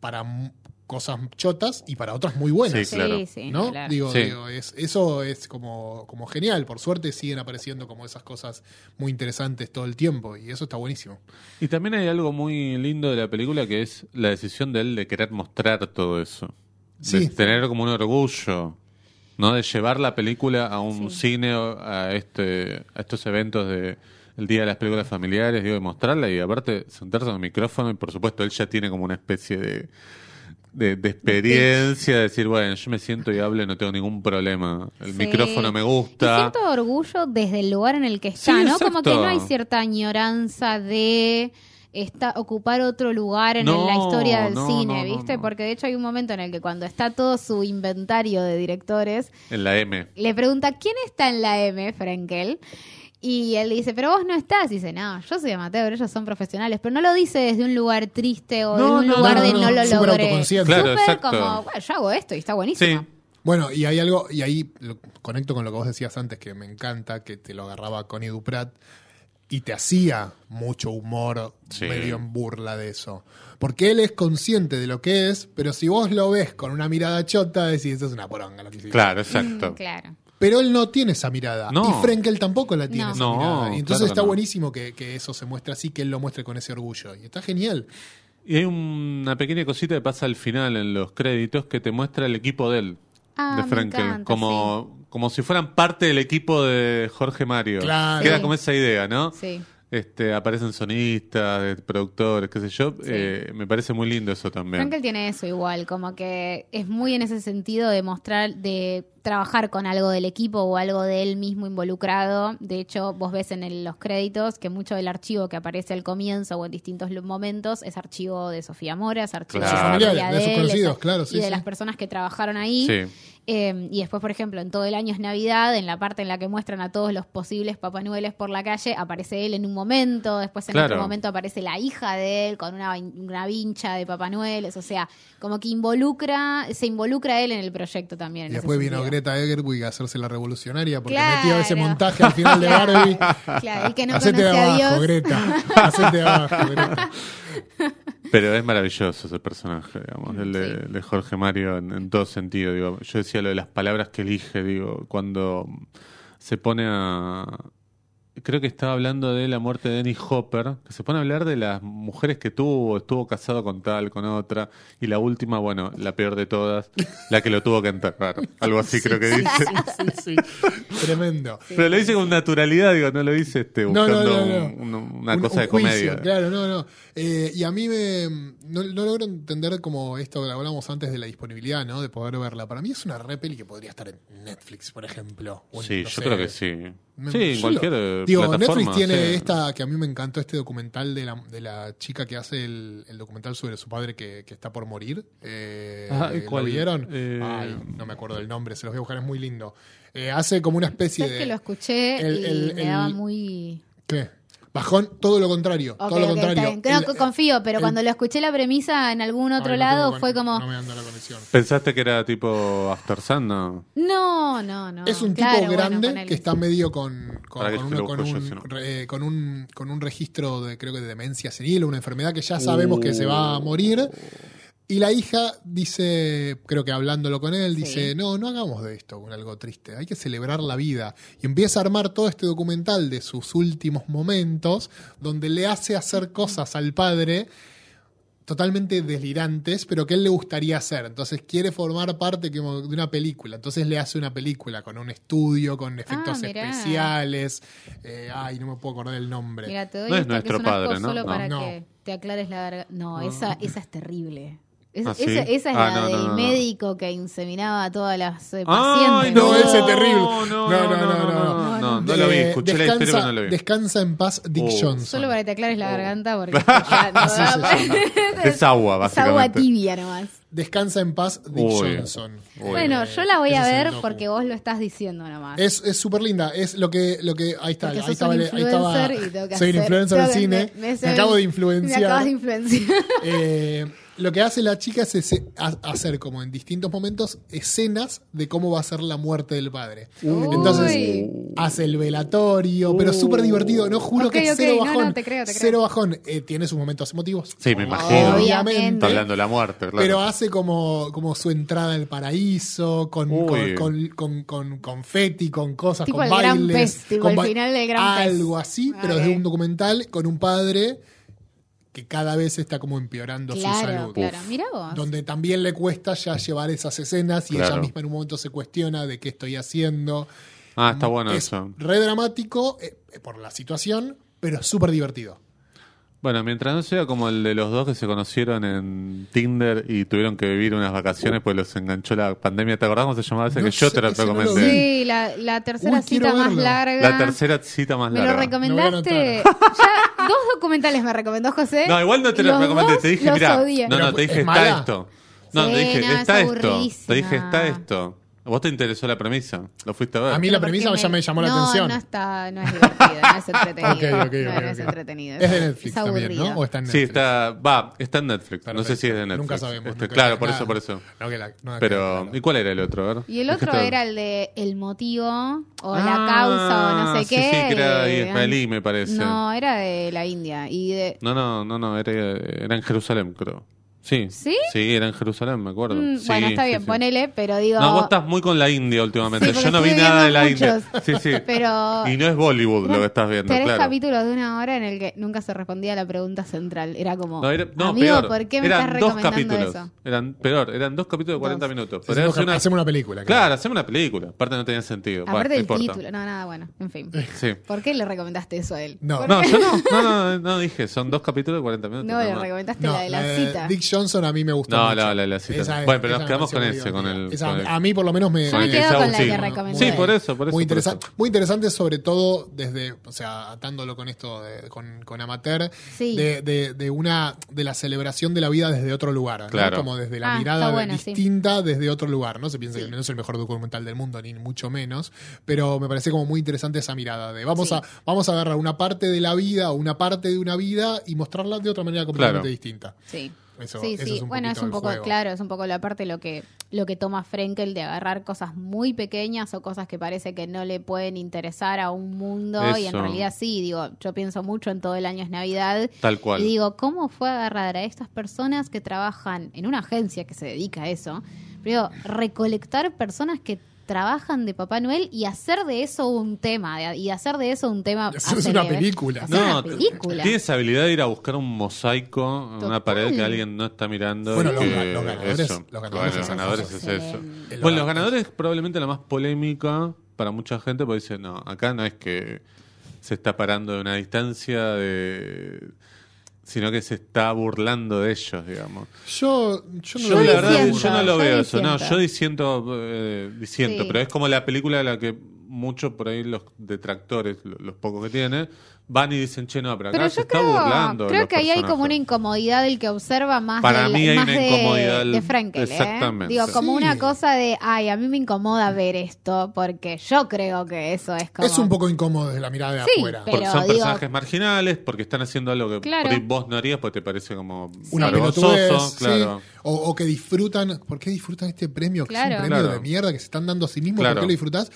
Speaker 3: para m- cosas chotas y para otras muy buenas.
Speaker 2: Sí, claro.
Speaker 1: Sí, sí,
Speaker 3: ¿no?
Speaker 1: ni hablar.
Speaker 3: Digo,
Speaker 2: Sí.
Speaker 3: digo, es, eso es como, como genial. Por suerte siguen apareciendo como esas cosas muy interesantes todo el tiempo y eso está buenísimo.
Speaker 2: Y también hay algo muy lindo de la película que es la decisión de él de querer mostrar todo eso.
Speaker 3: Sí.
Speaker 2: De tener como un orgullo, ¿no? De llevar la película a un cine, o a, este, a estos eventos de el Día de las Películas Familiares, digo, de mostrarla y aparte sentarse en el micrófono y por supuesto él ya tiene como una especie de, de, de experiencia, de decir, bueno, yo me siento y hablo y no tengo ningún problema. El
Speaker 1: Sí.
Speaker 2: micrófono me gusta.
Speaker 1: Y cierto orgullo desde el lugar en el que está,
Speaker 2: Sí,
Speaker 1: ¿no? Como
Speaker 2: exacto.
Speaker 1: que no hay cierta añoranza de esta, ocupar otro lugar en
Speaker 2: No,
Speaker 1: la historia del
Speaker 2: no,
Speaker 1: cine,
Speaker 2: no, no,
Speaker 1: ¿viste?
Speaker 2: no.
Speaker 1: Porque de hecho hay un momento en el que cuando está todo su inventario de directores,
Speaker 2: En la M.
Speaker 1: le pregunta, ¿quién está en la M, Frankel? Y él dice, pero vos no estás. Y dice, no, yo soy amateur, ellos son profesionales. Pero no lo dice desde un lugar triste o
Speaker 2: No,
Speaker 1: de un
Speaker 2: no,
Speaker 1: lugar
Speaker 2: no,
Speaker 1: de
Speaker 2: no,
Speaker 1: no,
Speaker 2: no,
Speaker 1: lo
Speaker 3: súper
Speaker 1: logré.
Speaker 3: autoconsciente.
Speaker 2: Claro,
Speaker 1: Súper
Speaker 2: exacto.
Speaker 1: como, bueno, yo hago esto y está
Speaker 2: Sí.
Speaker 1: buenísimo.
Speaker 3: Bueno, y hay algo, y ahí lo- conecto con lo que vos decías antes, que me encanta, que te lo agarraba Connie Duprat y te hacía mucho humor
Speaker 2: Sí.
Speaker 3: medio en burla de eso. Porque él es consciente de lo que es, pero si vos lo ves con una mirada chota, decís, eso es una poronga lo que hiciste".
Speaker 2: Claro, exacto.
Speaker 1: Mm, claro.
Speaker 3: Pero él no tiene esa mirada.
Speaker 2: No.
Speaker 3: Y Frenkel tampoco la tiene
Speaker 1: No.
Speaker 3: esa
Speaker 2: No,
Speaker 3: mirada. Y entonces
Speaker 2: claro que
Speaker 3: está
Speaker 2: no.
Speaker 3: buenísimo que, que eso se muestre así, que él lo muestre con ese orgullo. Y está genial.
Speaker 2: Y hay una pequeña cosita que pasa al final en los créditos que te muestra el equipo de él,
Speaker 1: Ah,
Speaker 2: de
Speaker 1: me
Speaker 2: Frankel,
Speaker 1: encanta,
Speaker 2: como, como si fueran parte del equipo de Jorge Mario.
Speaker 3: Claro.
Speaker 2: Que era
Speaker 1: Sí.
Speaker 2: como esa idea, ¿no?
Speaker 1: Sí.
Speaker 2: Este, aparecen sonistas, de productores, qué sé yo.
Speaker 1: Sí.
Speaker 2: Eh, me parece muy lindo eso también.
Speaker 1: Frankel tiene eso igual, como que es muy en ese sentido de mostrar, de trabajar con algo del equipo o algo de él mismo involucrado. De hecho, vos ves en el- los créditos que mucho del archivo que aparece al comienzo o en distintos lu- momentos es archivo de Sofía Mora, es archivo
Speaker 2: Claro.
Speaker 1: de, la familia
Speaker 3: Familiares, de sus
Speaker 1: él, es-
Speaker 3: conocidos, claro, sí,
Speaker 1: y de
Speaker 3: sí.
Speaker 1: las personas que trabajaron ahí.
Speaker 2: Sí.
Speaker 1: Eh, y después, por ejemplo, en todo el año es Navidad, en la parte en la que muestran a todos los posibles Papá Noeles por la calle, aparece él en un momento, después en
Speaker 2: Claro.
Speaker 1: otro momento aparece la hija de él con una, vin- una vincha de Papá Noeles, o sea, como que involucra, se involucra él en el proyecto también. en
Speaker 3: Y
Speaker 1: ese
Speaker 3: después vino
Speaker 1: sentido.
Speaker 3: Greta Egerwig a hacerse la revolucionaria porque
Speaker 1: Claro.
Speaker 3: metió ese montaje al final de Barbie.
Speaker 1: Claro, y que no
Speaker 3: Hacete de
Speaker 1: conoce a
Speaker 3: abajo,
Speaker 1: Dios.
Speaker 3: Greta. Hacete de abajo, Greta.
Speaker 2: Pero es maravilloso ese personaje, digamos, el de,
Speaker 1: Sí.
Speaker 2: el de Jorge Mario en, en todo sentido. Digo, yo decía lo de las palabras que elige, digo, cuando se pone a... Creo que estaba hablando de la muerte de Dennis Hopper, que se pone a hablar de las mujeres que tuvo, estuvo casado con tal, con otra, y la última, bueno, la peor de todas, la que lo tuvo que enterrar, algo así creo que dice.
Speaker 3: Sí, sí, sí. Tremendo.
Speaker 2: Pero lo dice con naturalidad, digo, no lo dice este,
Speaker 3: No, no,
Speaker 2: buscando
Speaker 3: no, no.
Speaker 2: un- un- una
Speaker 3: Un-
Speaker 2: cosa
Speaker 3: un
Speaker 2: de
Speaker 3: juicio,
Speaker 2: comedia.
Speaker 3: Claro, no, no. Eh, y a mí me, no, no logro entender como esto que hablamos antes de la disponibilidad, ¿no? De poder verla. Para mí es una repeli que podría estar en Netflix, por ejemplo. O en,
Speaker 2: Sí,
Speaker 3: no
Speaker 2: yo
Speaker 3: sé,
Speaker 2: creo que sí.
Speaker 3: Me-
Speaker 2: Sí, en
Speaker 3: yo
Speaker 2: cualquier
Speaker 3: lo-
Speaker 2: eh,
Speaker 3: digo,
Speaker 2: plataforma.
Speaker 3: Netflix tiene
Speaker 2: sí.
Speaker 3: esta que a mí me encantó este documental de la, de la chica que hace el, el documental sobre su padre que, que está por morir. Eh,
Speaker 2: Ah, ¿y
Speaker 3: ¿Lo
Speaker 2: cuál?
Speaker 3: vieron?
Speaker 2: Eh,
Speaker 3: Ay, no me acuerdo el nombre, se los voy a buscar, es muy lindo. Eh, hace como una especie
Speaker 1: Sabes
Speaker 3: de.
Speaker 1: que lo escuché
Speaker 3: El-
Speaker 1: y
Speaker 3: el-
Speaker 1: me daba
Speaker 3: el-
Speaker 1: muy...
Speaker 3: ¿Qué? Bajón, todo lo contrario.
Speaker 1: Ok,
Speaker 3: todo lo
Speaker 1: ok, está
Speaker 3: contrario.
Speaker 1: bien. No,
Speaker 3: El-
Speaker 1: co- confío, pero
Speaker 3: el-
Speaker 1: cuando lo escuché la premisa en algún
Speaker 3: Ay,
Speaker 1: otro
Speaker 3: no
Speaker 1: lado
Speaker 3: tengo-
Speaker 1: fue como...
Speaker 3: No me anda la conexión.
Speaker 2: ¿Pensaste que era tipo After Sun? No.
Speaker 1: No, no, no.
Speaker 3: Es un tipo
Speaker 1: Claro, bueno,
Speaker 3: grande
Speaker 1: ponele.
Speaker 3: que está medio con, con,
Speaker 2: Para que
Speaker 3: con
Speaker 2: yo te
Speaker 3: una-
Speaker 2: lo
Speaker 3: con
Speaker 2: busco yo,
Speaker 3: un,
Speaker 2: si no.
Speaker 3: re- eh, con un con un registro de creo que de demencia senil, una enfermedad que ya sabemos que se va a
Speaker 2: Uh.
Speaker 3: morir. Y la hija dice, creo que hablándolo con él, dice, no, no hagamos de esto con algo triste, hay que celebrar la vida. Y empieza a armar todo este documental de sus últimos momentos, donde le hace hacer cosas al padre totalmente delirantes, pero que él le gustaría hacer. Entonces quiere formar parte como de una película. Entonces le hace una película con un estudio, con efectos
Speaker 1: Ah, mirá.
Speaker 3: especiales. Eh, ay, no me puedo acordar el nombre.
Speaker 1: Mira, te doy
Speaker 2: No es
Speaker 1: esta que
Speaker 2: nuestro
Speaker 1: es una
Speaker 2: padre,
Speaker 1: cosa
Speaker 2: ¿no?
Speaker 1: solo
Speaker 2: No.
Speaker 1: para
Speaker 3: No.
Speaker 1: que te aclares la garganta. No, Esa, esa es terrible. Es-
Speaker 2: ¿Ah, sí?
Speaker 1: esa, esa es la
Speaker 2: Ah, no, no,
Speaker 1: del
Speaker 2: no, no.
Speaker 1: médico que inseminaba a todas las eh,
Speaker 2: ¡Ay,
Speaker 1: pacientes.
Speaker 3: no, ese
Speaker 1: es
Speaker 3: terrible.
Speaker 2: No, no, no, no, no, no, no, no lo vi. Escuché la historia, pero no lo vi.
Speaker 3: Descansa en paz Dick
Speaker 2: Oh.
Speaker 3: Johnson.
Speaker 1: Solo para que te aclares la garganta porque ya no
Speaker 3: Sí, sí,
Speaker 1: da
Speaker 3: sí.
Speaker 1: para-
Speaker 2: Es agua,
Speaker 1: Es agua
Speaker 2: básicamente.
Speaker 1: tibia nomás.
Speaker 3: Descansa en paz Dick
Speaker 2: Uy.
Speaker 3: Johnson.
Speaker 2: Uy.
Speaker 1: Bueno,
Speaker 3: Eh,
Speaker 1: yo la voy
Speaker 3: ese
Speaker 1: a
Speaker 3: es el
Speaker 1: ver
Speaker 3: docu.
Speaker 1: porque vos lo estás diciendo nomás.
Speaker 3: Es es súper linda. Es lo que, lo que. Ahí está.
Speaker 1: Porque
Speaker 3: Ahí
Speaker 1: sos
Speaker 3: estaba,
Speaker 1: un
Speaker 3: ahí estaba-
Speaker 1: influencer y tengo que
Speaker 3: Soy un
Speaker 1: hacer-
Speaker 3: influencer del
Speaker 1: tengo que-
Speaker 3: cine.
Speaker 1: me- me-
Speaker 3: me acabo de influenciar.
Speaker 1: Me acabas de influenciar.
Speaker 3: Eh, lo que hace la chica es ese- ha- hacer como en distintos momentos escenas de cómo va a ser la muerte del padre.
Speaker 1: Uy.
Speaker 3: Entonces hace el velatorio, pero súper divertido. No juro
Speaker 1: Ok,
Speaker 3: que es
Speaker 1: ok,
Speaker 3: cero
Speaker 1: no, no,
Speaker 3: bajón.
Speaker 1: te creo, te creo.
Speaker 3: Cero bajón. Eh, tiene sus momentos emotivos.
Speaker 2: Sí, me imagino.
Speaker 1: Obviamente.
Speaker 2: Está hablando de la muerte, claro.
Speaker 3: Pero hace como, como su entrada al paraíso, con,
Speaker 2: Uy.
Speaker 3: con, con, con- con confeti, con cosas,
Speaker 1: Tipo
Speaker 3: con
Speaker 1: el
Speaker 3: bailes.
Speaker 1: Gran Pez, tipo
Speaker 3: con
Speaker 1: el
Speaker 3: ba-
Speaker 1: final del Gran Pez.
Speaker 3: Algo así, pero
Speaker 1: Ok.
Speaker 3: de un documental con un padre que cada vez está como empeorando su
Speaker 1: Claro,
Speaker 3: salud.
Speaker 1: claro. Mira vos.
Speaker 3: Donde también le cuesta ya llevar esas escenas y ella
Speaker 2: Claro.
Speaker 3: misma en un momento se cuestiona de qué estoy haciendo.
Speaker 2: ah, está bueno
Speaker 3: es
Speaker 2: eso.
Speaker 3: re dramático eh, eh, por la situación, pero súper divertido.
Speaker 2: Bueno, mientras no sea como el de los dos que se conocieron en Tinder y tuvieron que vivir unas vacaciones pues los enganchó la pandemia. ¿Te acordás cómo se llamaba ese
Speaker 3: No
Speaker 2: que yo
Speaker 3: sé,
Speaker 2: te lo
Speaker 3: ese no lo
Speaker 2: recomendé?
Speaker 1: Sí, la, la tercera
Speaker 3: Uy, quiero
Speaker 1: cita más
Speaker 3: verlo.
Speaker 1: larga.
Speaker 2: La tercera cita más
Speaker 1: Me
Speaker 2: larga.
Speaker 1: lo recomendaste. ya dos documentales me recomendó José.
Speaker 2: No, igual no te
Speaker 1: y
Speaker 2: lo
Speaker 1: Eh, los
Speaker 2: recomendé.
Speaker 1: dos
Speaker 2: Te dije,
Speaker 1: los
Speaker 2: mira.
Speaker 1: odié.
Speaker 2: No, no, te
Speaker 3: ¿Es
Speaker 2: dije,
Speaker 3: mala?
Speaker 2: está esto. No,
Speaker 1: Sí,
Speaker 2: te dije,
Speaker 1: no, es
Speaker 2: está esto.
Speaker 1: aburridísima.
Speaker 2: Te dije, está esto. ¿A vos te interesó la premisa? ¿Lo fuiste a ver?
Speaker 3: A mí la premisa
Speaker 1: Porque
Speaker 3: ya me llamó la
Speaker 1: no,
Speaker 3: atención.
Speaker 1: No, está, no es divertida, no es entretenido.
Speaker 3: Ok, ok,
Speaker 1: no,
Speaker 3: ok,
Speaker 1: no es
Speaker 3: ok.
Speaker 1: entretenido.
Speaker 3: Es de Netflix también,
Speaker 1: aburrido.
Speaker 3: ¿no? ¿O está en
Speaker 2: Sí,
Speaker 3: Netflix?
Speaker 2: está, va, está en Netflix. No sé
Speaker 3: Perfecto.
Speaker 2: si es de Netflix.
Speaker 3: Nunca sabemos.
Speaker 2: Este,
Speaker 3: nunca
Speaker 2: claro,
Speaker 3: sabemos
Speaker 2: por eso,
Speaker 3: nada.
Speaker 2: por eso.
Speaker 3: No, que la- no la-
Speaker 2: Pero,
Speaker 3: claro.
Speaker 2: ¿y cuál era el otro? A ver.
Speaker 1: Y el otro
Speaker 2: Dijiste-
Speaker 1: era el de el motivo o
Speaker 2: Ah,
Speaker 1: la causa o no sé
Speaker 2: sí,
Speaker 1: qué.
Speaker 2: Sí, que era
Speaker 1: eh,
Speaker 2: israelí, me parece.
Speaker 1: No, era de la India. Y de,
Speaker 2: No, no, no, no, era, era en Jerusalén, creo. Sí.
Speaker 1: ¿Sí?
Speaker 2: era en Jerusalén, me acuerdo.
Speaker 1: Mm,
Speaker 2: Sí,
Speaker 1: bueno, está
Speaker 2: sí,
Speaker 1: bien,
Speaker 2: sí.
Speaker 1: ponele, pero digo.
Speaker 2: No, vos estás muy con la India
Speaker 1: Sí,
Speaker 2: últimamente.
Speaker 1: porque
Speaker 2: Yo no vi
Speaker 1: estuve
Speaker 2: nada de
Speaker 1: viendo
Speaker 2: la India.
Speaker 1: muchos.
Speaker 2: Sí, sí.
Speaker 1: Pero.
Speaker 2: Y no es Bollywood lo que estás viendo,
Speaker 1: Tres
Speaker 2: claro.
Speaker 1: capítulos de una hora en el que nunca se respondía a la pregunta central. Era como.
Speaker 2: No, era, no,
Speaker 1: Amigo,
Speaker 2: peor.
Speaker 1: ¿por qué me
Speaker 2: eran
Speaker 1: estás
Speaker 2: dos
Speaker 1: recomendando
Speaker 2: capítulos.
Speaker 1: eso?
Speaker 2: Eran, peor, eran dos capítulos de 40
Speaker 1: Dos.
Speaker 2: minutos. Pero
Speaker 3: Hacemos
Speaker 2: hacer
Speaker 3: una,
Speaker 2: una,
Speaker 3: hacemos una película.
Speaker 2: Claro, hacemos una película. Aparte no tenía sentido. Bueno,
Speaker 1: Aparte
Speaker 2: no
Speaker 1: del
Speaker 2: importa. Eh.
Speaker 1: título. No, nada, bueno. En fin.
Speaker 2: Sí.
Speaker 1: ¿Por qué le recomendaste eso a él?
Speaker 3: No.
Speaker 1: ¿Por
Speaker 2: No,
Speaker 1: qué?
Speaker 2: yo no, no, no, no dije. Son dos capítulos de 40 minutos.
Speaker 1: No
Speaker 2: nada
Speaker 1: le
Speaker 2: más.
Speaker 1: recomendaste
Speaker 3: No,
Speaker 1: la de la,
Speaker 3: la de
Speaker 1: cita.
Speaker 3: Dick Johnson a mí me gusta
Speaker 2: No,
Speaker 3: mucho.
Speaker 2: la- la de la cita.
Speaker 3: es-
Speaker 2: Bueno, pero nos
Speaker 3: me
Speaker 2: quedamos con
Speaker 3: pareció
Speaker 2: ese,
Speaker 3: muy
Speaker 2: con el-
Speaker 3: divertida. Esa
Speaker 2: con el-
Speaker 3: A mí por lo menos me...
Speaker 1: Yo me
Speaker 3: me-
Speaker 1: quedo con la
Speaker 2: Sí.
Speaker 1: que recomendé.
Speaker 2: Sí, por eso, por eso.
Speaker 3: muy,
Speaker 2: por eso.
Speaker 3: interesante, muy interesante, sobre todo desde, o sea, atándolo con esto, de- con, con Amateur,
Speaker 1: Sí.
Speaker 3: de, de- de una de la celebración de la vida desde otro lugar, ¿no?
Speaker 2: Claro.
Speaker 3: como desde la
Speaker 1: Ah,
Speaker 3: mirada
Speaker 1: está bueno, sí.
Speaker 3: distinta desde otro lugar. No se piensa que no es el mejor documental del mundo, ni mucho menos, pero me parece como muy interesante esa mirada de vamos,
Speaker 1: Sí.
Speaker 3: a, vamos a agarrar una parte de la vida o una parte de una vida y mostrarla de otra manera completamente
Speaker 2: Claro.
Speaker 3: distinta.
Speaker 1: Sí.
Speaker 3: Eso-
Speaker 1: sí,
Speaker 3: eso
Speaker 1: sí.
Speaker 3: es un
Speaker 1: bueno, es
Speaker 3: poquito
Speaker 1: un
Speaker 3: el
Speaker 1: poco,
Speaker 3: juego.
Speaker 1: claro, es un poco la parte lo que, lo que toma Frenkel de agarrar cosas muy pequeñas o cosas que parece que no le pueden interesar a un mundo y en
Speaker 2: Eso.
Speaker 1: realidad sí, digo, yo pienso mucho en todo el año es Navidad
Speaker 2: Tal cual.
Speaker 1: y digo, ¿cómo fue agarrar a estas personas que trabajan en una agencia que se dedica a eso? Pero digo, recolectar personas que trabajan de Papá Noel y hacer de eso un tema de- y hacer de eso un tema
Speaker 3: Eso
Speaker 1: a
Speaker 3: es una
Speaker 1: celebrar.
Speaker 3: película.
Speaker 1: Hacer
Speaker 2: No,
Speaker 1: una película.
Speaker 2: tiene esa habilidad de ir a buscar un mosaico en
Speaker 1: Total.
Speaker 2: una pared que alguien no está mirando.
Speaker 3: Bueno,
Speaker 2: y
Speaker 3: los
Speaker 2: que
Speaker 3: ga- los ganadores-
Speaker 2: eso.
Speaker 3: los ganadores
Speaker 2: Bueno, los
Speaker 3: hacen
Speaker 2: ganadores
Speaker 1: eso.
Speaker 2: es eso.
Speaker 1: Excelente.
Speaker 3: El
Speaker 2: Bueno, los
Speaker 3: ganador.
Speaker 2: ganadores es probablemente la más polémica para mucha gente porque dice, no, acá no es que se está parando de una distancia de sino que se está burlando de ellos, digamos.
Speaker 3: Yo, yo no
Speaker 2: Yo,
Speaker 3: lo
Speaker 2: la
Speaker 3: veo
Speaker 2: verdad,
Speaker 3: seguro.
Speaker 2: yo no lo
Speaker 1: yo
Speaker 2: veo eso. No,
Speaker 1: disiento.
Speaker 2: yo disiento, eh, disiento,
Speaker 1: Sí.
Speaker 2: pero es como la película de la que muchos por ahí los detractores, lo- los, pocos que tiene, van y dicen, che, no, pero acá
Speaker 1: Pero
Speaker 2: se
Speaker 1: yo
Speaker 2: está
Speaker 1: creo,
Speaker 2: burlando. de
Speaker 1: creo
Speaker 2: los
Speaker 1: que ahí hay como una
Speaker 2: personajes".
Speaker 1: incomodidad del que observa más,
Speaker 2: Para
Speaker 1: del-
Speaker 2: mí hay
Speaker 1: más
Speaker 2: una
Speaker 1: de,
Speaker 2: incomodidad del-
Speaker 1: de Frankel. ¿eh?
Speaker 2: Exactamente.
Speaker 1: Digo, como
Speaker 3: Sí.
Speaker 1: una cosa de, ay, a mí me incomoda ver esto, porque yo creo que eso es como...
Speaker 3: Es un poco incómodo desde la mirada de
Speaker 1: Sí,
Speaker 3: afuera.
Speaker 1: pero
Speaker 2: Porque son
Speaker 1: digo-
Speaker 2: personajes marginales, porque están haciendo algo que
Speaker 1: Claro.
Speaker 2: por ahí vos no harías porque te parece como
Speaker 3: una pelotudez,
Speaker 2: vergonzoso,
Speaker 3: ¿sí?
Speaker 2: claro.
Speaker 3: o, o que disfrutan, ¿por qué disfrutan este premio? Que es
Speaker 1: Claro.
Speaker 3: un premio
Speaker 2: Claro.
Speaker 3: de mierda que se están dando a sí mismos,
Speaker 2: Claro.
Speaker 3: ¿por qué lo disfrutás?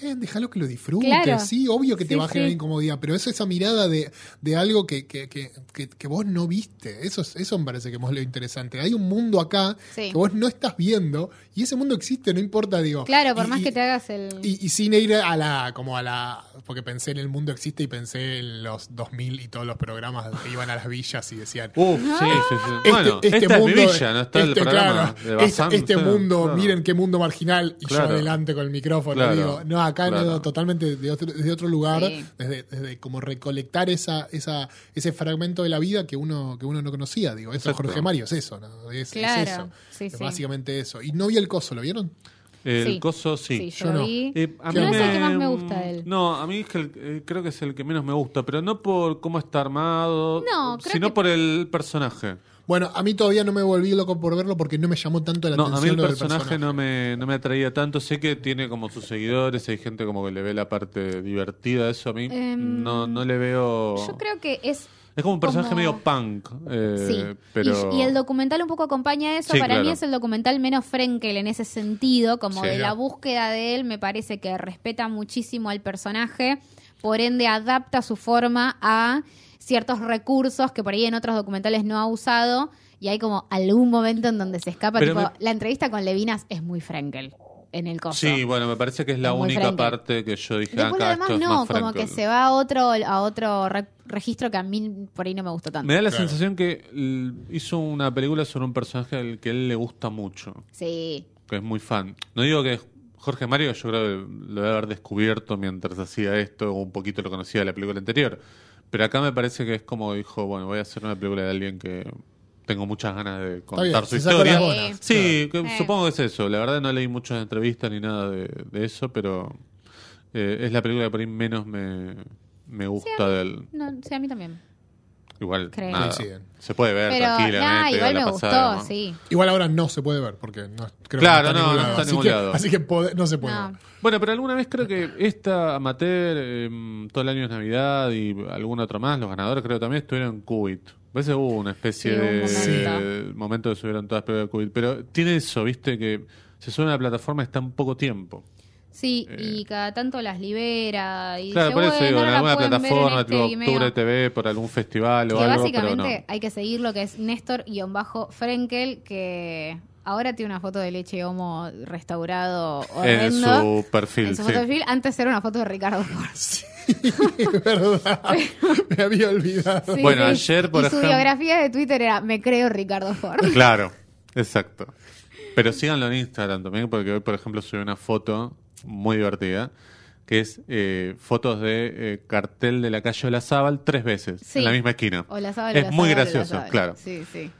Speaker 3: Bueno, déjalo que lo disfrutes,
Speaker 1: Claro.
Speaker 3: sí, obvio que te
Speaker 1: Sí,
Speaker 3: va a generar
Speaker 1: sí.
Speaker 3: incomodidad, pero es esa mirada de, de algo que, que, que, que- que vos no viste, eso, es- eso me parece que es lo interesante. Hay un mundo acá
Speaker 1: Sí.
Speaker 3: que vos no estás viendo y ese mundo existe, no importa, digo.
Speaker 1: Claro, por
Speaker 3: Y-
Speaker 1: más
Speaker 3: y-
Speaker 1: que te hagas el...
Speaker 3: y, y sin ir a la, como a la, porque pensé en el mundo existe y pensé en los 2000 y todos los programas que iban a las villas y decían,
Speaker 2: Uf, sí, sí, sí. bueno, esta es mi villa, no está el
Speaker 3: este,
Speaker 2: programa
Speaker 3: claro,
Speaker 2: de
Speaker 3: este,
Speaker 2: Bazán,
Speaker 3: este
Speaker 2: sí,
Speaker 3: mundo,
Speaker 2: claro.
Speaker 3: miren qué mundo marginal, y
Speaker 2: Claro.
Speaker 3: yo adelante con el micrófono,
Speaker 2: Claro.
Speaker 3: digo, no, acá no,
Speaker 2: Claro.
Speaker 3: totalmente de otro, de otro lugar,
Speaker 1: Sí.
Speaker 3: desde, desde como recolectar esa, esa, ese fragmento de la vida que uno, que uno no conocía, digo, eso
Speaker 2: Exacto.
Speaker 3: Jorge Mario es eso, ¿no? Es, es
Speaker 1: Claro,
Speaker 3: eso,
Speaker 1: sí, sí.
Speaker 3: básicamente eso. Y no vi el coso, ¿lo vieron?
Speaker 2: El
Speaker 1: Sí.
Speaker 2: coso, sí.
Speaker 1: yo
Speaker 3: yo
Speaker 1: lo
Speaker 3: no.
Speaker 1: vi.
Speaker 2: Eh, a
Speaker 1: no es
Speaker 2: mí
Speaker 1: el que más
Speaker 2: me-
Speaker 1: me gusta de él.
Speaker 2: No, a mí es que el- eh, creo que es el que menos me gusta, pero no por cómo está armado,
Speaker 1: No, creo
Speaker 2: sino
Speaker 1: que-
Speaker 2: por el personaje.
Speaker 3: Bueno, a mí todavía no me volví loco por verlo porque no me llamó tanto la
Speaker 2: No, a mí
Speaker 3: atención
Speaker 2: el
Speaker 3: lo del
Speaker 2: personaje, No, me, no me atraía tanto. Sé que tiene como sus seguidores, hay gente como que le ve la parte divertida de eso. A mí
Speaker 1: Em,
Speaker 2: no, no le veo...
Speaker 1: Yo creo que es
Speaker 2: Es como un personaje
Speaker 1: como-
Speaker 2: medio punk. eh,
Speaker 1: Sí,
Speaker 2: pero...
Speaker 1: y, y el documental un poco acompaña eso.
Speaker 2: Sí,
Speaker 1: Para mí
Speaker 2: claro.
Speaker 1: es el documental menos Frenkel en ese sentido, como
Speaker 2: Sí.
Speaker 1: de la búsqueda de él, me parece que respeta muchísimo al personaje, por ende adapta su forma a ciertos recursos que por ahí en otros documentales no ha usado. Y hay como algún momento en donde se escapa.
Speaker 2: Pero
Speaker 1: tipo,
Speaker 2: me-
Speaker 1: La entrevista con Levinas es muy Frenkel en el coso.
Speaker 2: Sí, bueno, me parece que es la
Speaker 1: Es muy
Speaker 2: única
Speaker 1: Frankel.
Speaker 2: parte que yo dije,
Speaker 1: Después lo
Speaker 2: acá esto
Speaker 1: demás
Speaker 2: es
Speaker 1: no,
Speaker 2: más
Speaker 1: como
Speaker 2: Frankel.
Speaker 1: que se va a otro, a otro re- registro que a mí por ahí no me gustó tanto.
Speaker 2: Me da la
Speaker 3: Claro.
Speaker 2: sensación que l- hizo una película sobre un personaje al que él le gusta mucho,
Speaker 1: Sí,
Speaker 2: que es muy fan. No digo que Jorge Mario, yo creo que lo debe haber descubierto mientras hacía esto, o un poquito lo conocía de la película anterior. Pero acá me parece que es como dijo, bueno, voy a hacer una película de alguien que tengo muchas ganas de contar
Speaker 3: bien,
Speaker 2: su
Speaker 3: se sacó las
Speaker 2: historia.
Speaker 1: bolas.
Speaker 2: Sí, que
Speaker 1: Eh.
Speaker 2: supongo que es eso. La verdad no leí muchas entrevistas ni nada de, de eso, pero eh, es la película que por ahí menos me, me gusta de él.
Speaker 1: no, sí, a mí también.
Speaker 2: Igual,
Speaker 1: Creo.
Speaker 2: nada.
Speaker 3: Coinciden.
Speaker 2: Se puede ver
Speaker 1: Pero nah,
Speaker 2: tranquilamente.
Speaker 1: igual
Speaker 2: la
Speaker 1: me
Speaker 2: pasada,
Speaker 1: gustó,
Speaker 2: ¿no?
Speaker 1: sí.
Speaker 3: Igual ahora no se puede ver porque no creo
Speaker 2: Claro,
Speaker 3: que
Speaker 2: no,
Speaker 3: ningún
Speaker 2: no
Speaker 3: lado.
Speaker 2: está en
Speaker 3: así
Speaker 2: ningún
Speaker 3: que,
Speaker 2: lado.
Speaker 3: Así que pode- no se puede
Speaker 1: No.
Speaker 3: ver.
Speaker 2: Bueno, pero alguna vez creo que esta amateur, eh, todo el año es Navidad y alguna otra más, los ganadores creo también estuvieron en Cubit. Parece que hubo una especie
Speaker 1: Sí, hubo un
Speaker 2: de
Speaker 1: momento.
Speaker 2: de momento que subieron todas las películas de Cubit. Pero tiene eso, viste, que se sube a una plataforma y está en poco tiempo.
Speaker 1: Sí, y cada tanto las libera. Y
Speaker 2: Eh. Claro,
Speaker 1: dice,
Speaker 2: por eso
Speaker 1: "Bueno,
Speaker 2: digo, en
Speaker 1: ahora la
Speaker 2: alguna
Speaker 1: pueden ver en
Speaker 2: plataforma,
Speaker 1: este
Speaker 2: tipo
Speaker 1: Vimeo".
Speaker 2: Octubre TV, por algún festival o
Speaker 1: que
Speaker 2: algo, pero
Speaker 1: básicamente
Speaker 2: no.
Speaker 1: hay que seguir lo que es Néstor-Frenkel, que ahora tiene una foto de leche homo restaurado
Speaker 2: En
Speaker 1: horrendo.
Speaker 2: su perfil,
Speaker 1: En su
Speaker 2: sí.
Speaker 1: foto de perfil, antes era una foto de Ricardo Ford.
Speaker 3: Es verdad. Me había olvidado.
Speaker 1: Sí,
Speaker 2: Bueno,
Speaker 1: sí.
Speaker 2: ayer, por
Speaker 1: Y
Speaker 2: ejemplo-
Speaker 1: Su biografía de Twitter era Me creo Ricardo Ford.
Speaker 2: Claro, exacto. Pero síganlo en Instagram también, porque hoy, por ejemplo, subí una foto muy divertida, que es eh, fotos de eh, cartel de la calle Olazábal tres veces,
Speaker 1: Sí.
Speaker 2: en la misma esquina.
Speaker 1: O la sábala,
Speaker 2: es
Speaker 1: la
Speaker 2: muy
Speaker 1: sábala, la
Speaker 2: gracioso,
Speaker 1: sábala.
Speaker 2: claro.
Speaker 1: Sí, sí.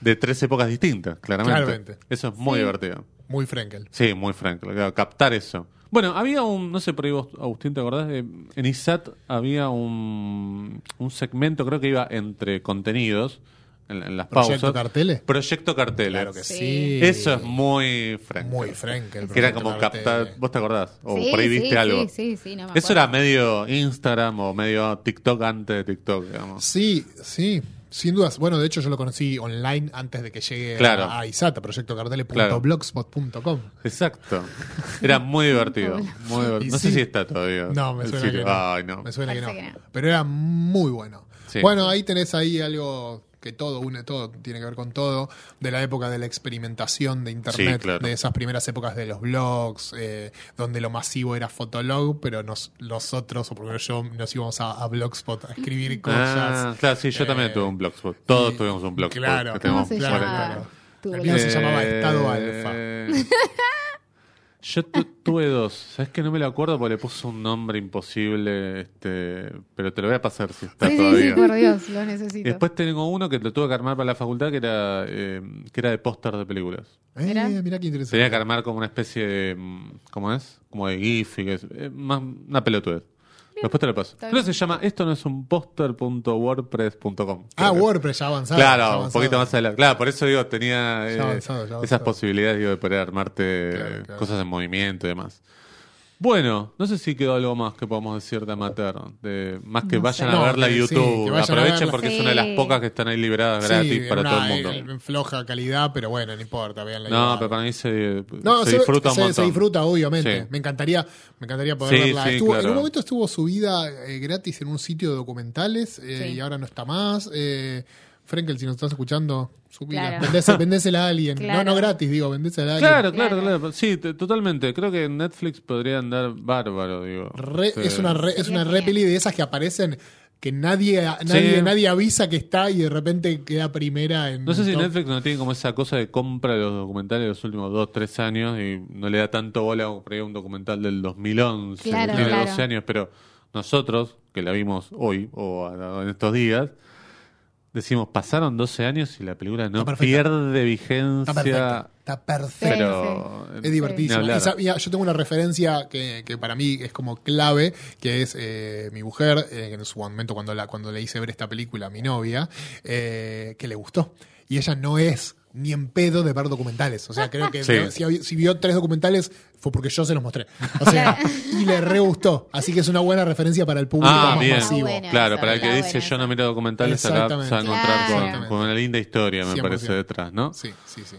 Speaker 2: De tres épocas distintas, claramente.
Speaker 3: Claramente.
Speaker 2: Eso es muy
Speaker 1: Sí.
Speaker 2: divertido.
Speaker 3: Muy Frenkel.
Speaker 2: Sí, muy franco, claro, captar eso. Bueno, había un, no sé por ahí vos, Agustín, ¿te acordás? Eh, en ISAT había un, un segmento, creo que iba entre contenidos, en, en las
Speaker 3: ¿Proyecto
Speaker 2: pausas.
Speaker 3: Carteles?
Speaker 2: Proyecto Carteles.
Speaker 3: Claro que sí.
Speaker 1: Sí.
Speaker 2: Eso es muy franco.
Speaker 3: Muy Frenkel.
Speaker 2: Que era como captar, ¿vos te acordás? O por
Speaker 1: Sí,
Speaker 2: ahí viste
Speaker 1: sí,
Speaker 2: algo.
Speaker 1: Sí, sí, sí, no me
Speaker 2: Eso
Speaker 1: acuerdo.
Speaker 2: era medio Instagram o medio TikTok antes de TikTok, digamos.
Speaker 3: Sí, sí, sin dudas. Bueno, de hecho yo lo conocí online antes de que llegue
Speaker 2: Claro.
Speaker 3: a, a ISATA, proyectocarteles.blogspot.com.
Speaker 2: Exacto. Era muy divertido. muy divertido.
Speaker 3: Y
Speaker 2: No sé
Speaker 3: sí.
Speaker 2: si está todavía.
Speaker 3: No, me
Speaker 2: el
Speaker 3: suena, que
Speaker 2: sitio.
Speaker 3: no.
Speaker 2: Ay, no.
Speaker 3: me suena que no.
Speaker 1: Parece que no.
Speaker 3: Pero era muy bueno.
Speaker 2: Sí.
Speaker 3: Bueno, ahí tenés ahí algo que todo une todo, tiene que ver con todo, de la época de la experimentación de internet,
Speaker 2: Sí, claro.
Speaker 3: de esas primeras épocas de los blogs, eh, donde lo masivo era Fotolog, pero nos, nosotros, o por lo menos yo, nos íbamos a, a Blogspot a escribir cosas.
Speaker 2: Ah, claro, sí, yo
Speaker 3: Eh,
Speaker 2: también tuve un blogspot. Todos
Speaker 3: y-
Speaker 2: tuvimos un blogspot.
Speaker 3: claro.
Speaker 2: que
Speaker 1: ¿Cómo
Speaker 2: tenemos Eh,
Speaker 1: se
Speaker 3: Claro,
Speaker 2: cuarenta
Speaker 1: llama?
Speaker 2: años.
Speaker 3: claro.
Speaker 1: tu
Speaker 3: El
Speaker 1: blog?
Speaker 3: mío se llamaba Estado Alfa. Eh,
Speaker 2: Eh, Yo tu- tuve dos. Sabes que no me lo acuerdo porque le puse un nombre imposible, este, pero te lo voy a pasar si está
Speaker 1: Sí, sí, sí,
Speaker 2: todavía.
Speaker 1: por Dios, lo
Speaker 2: y
Speaker 1: necesito.
Speaker 2: después tengo uno que lo tuve que armar para la facultad que era eh, que era de póster de películas.
Speaker 3: Eh,
Speaker 1: Mirá.
Speaker 3: mirá qué interesante.
Speaker 2: Tenía que armar como una especie de mm, ¿cómo es? Como de gif y que es, eh, más una pelotudez. Después te lo paso.
Speaker 1: Está
Speaker 2: Creo que
Speaker 1: bien.
Speaker 2: se llama esto no es un póster.wordpress.com.
Speaker 3: Ah, WordPress ya avanzado. ya
Speaker 2: Claro, un
Speaker 3: avanzado.
Speaker 2: poquito más adelante. Claro, por eso digo, tenía eh,
Speaker 3: Ya avanzado, ya avanzado.
Speaker 2: esas posibilidades digo, de poder armarte
Speaker 3: Claro,
Speaker 2: eh,
Speaker 3: claro.
Speaker 2: cosas en movimiento y demás. Bueno, no sé si quedó algo más que podamos decir de Amateur. De, más que
Speaker 1: No
Speaker 2: vayan
Speaker 3: sé.
Speaker 2: a
Speaker 3: No,
Speaker 2: verla a
Speaker 3: que sí,
Speaker 2: YouTube.
Speaker 3: que vayan a
Speaker 2: Aprovechen
Speaker 3: verla.
Speaker 2: porque es una de las
Speaker 1: Sí.
Speaker 2: pocas que están ahí liberadas
Speaker 3: Sí,
Speaker 2: gratis
Speaker 3: en
Speaker 2: para todo
Speaker 3: una,
Speaker 2: el mundo.
Speaker 3: eh, En floja calidad, pero bueno, no importa, véanla
Speaker 2: no,
Speaker 3: igual.
Speaker 2: pero para mí se,
Speaker 3: No,
Speaker 2: se disfruta un
Speaker 3: se-
Speaker 2: montón.
Speaker 3: se disfruta, obviamente.
Speaker 2: Sí.
Speaker 3: Me encantaría, me encantaría poder
Speaker 2: Sí,
Speaker 3: verla.
Speaker 2: sí,
Speaker 3: Estuvo- En
Speaker 2: claro.
Speaker 3: un momento estuvo subida eh, gratis en un sitio de documentales eh,
Speaker 1: Sí.
Speaker 3: y ahora no está más. Eh, Frenkel, si nos estás escuchando, subila.
Speaker 1: Claro.
Speaker 3: Vendés- vendésela a alguien.
Speaker 1: Claro.
Speaker 3: No, no gratis, digo, vendésela a alguien.
Speaker 2: Claro, claro,
Speaker 1: Claro.
Speaker 2: claro. Sí, t- totalmente. Creo que en Netflix podría andar bárbaro, digo.
Speaker 3: Re-
Speaker 2: Sí.
Speaker 3: Es una, re, es
Speaker 1: Sería
Speaker 3: una
Speaker 1: genial.
Speaker 3: re peli de esas que aparecen que nadie, nadie,
Speaker 2: Sí.
Speaker 3: nadie avisa que está y de repente queda primera en.
Speaker 2: No sé
Speaker 3: un
Speaker 2: si
Speaker 3: top.
Speaker 2: Netflix no tiene como esa cosa de compra de los documentales de los últimos 2, 3 años y no le da tanto bola como por ahí a un documental del 2011, que
Speaker 1: Claro,
Speaker 2: tiene
Speaker 1: claro.
Speaker 2: 12 años, pero nosotros, que la vimos hoy o a- en estos días, decimos, pasaron 12 años y la película no
Speaker 3: Está perfecta.
Speaker 2: pierde vigencia,
Speaker 3: Está perfecta. Está perfecta.
Speaker 2: pero...
Speaker 3: Es divertísimo.
Speaker 2: Ni hablar.
Speaker 3: Y sa- mira, yo tengo una referencia que, que para mí es como clave, que es eh, mi mujer, eh, en su momento cuando, la, cuando le hice ver esta película a mi novia, eh, que le gustó. Y ella no es ni en pedo de ver documentales. O sea, creo que
Speaker 2: Sí.
Speaker 3: vio- si, había- si vio tres documentales fue porque yo se los mostré. O sea, y le re gustó. Así que es una buena referencia para el público
Speaker 2: Ah,
Speaker 3: más
Speaker 2: bien.
Speaker 3: masivo.
Speaker 1: Ah, bueno,
Speaker 2: claro,
Speaker 1: esa,
Speaker 2: para el que
Speaker 1: está
Speaker 2: dice
Speaker 1: buena
Speaker 2: yo no miro documentales, acá se va a
Speaker 3: Exactamente.
Speaker 2: encontrar con-
Speaker 1: Claro.
Speaker 2: con, una linda historia, me
Speaker 3: 100%.
Speaker 2: parece, detrás, ¿no?
Speaker 3: Sí, sí, sí.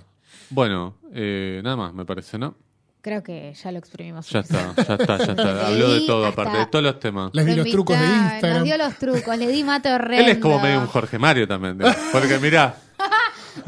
Speaker 2: Bueno, eh, nada más, me parece, ¿no?
Speaker 1: Creo que ya lo exprimimos.
Speaker 2: Ya está, ya está, ya está.
Speaker 1: Sí,
Speaker 2: Habló de todo,
Speaker 1: hasta-
Speaker 2: aparte de todos los temas.
Speaker 3: Les di
Speaker 1: Lo
Speaker 3: los trucos de
Speaker 1: invitaba, Nos
Speaker 3: Instagram.
Speaker 1: dio los trucos, le di mate horrendo.
Speaker 2: Él es como medio un Jorge Mario también. digo. Porque mirá,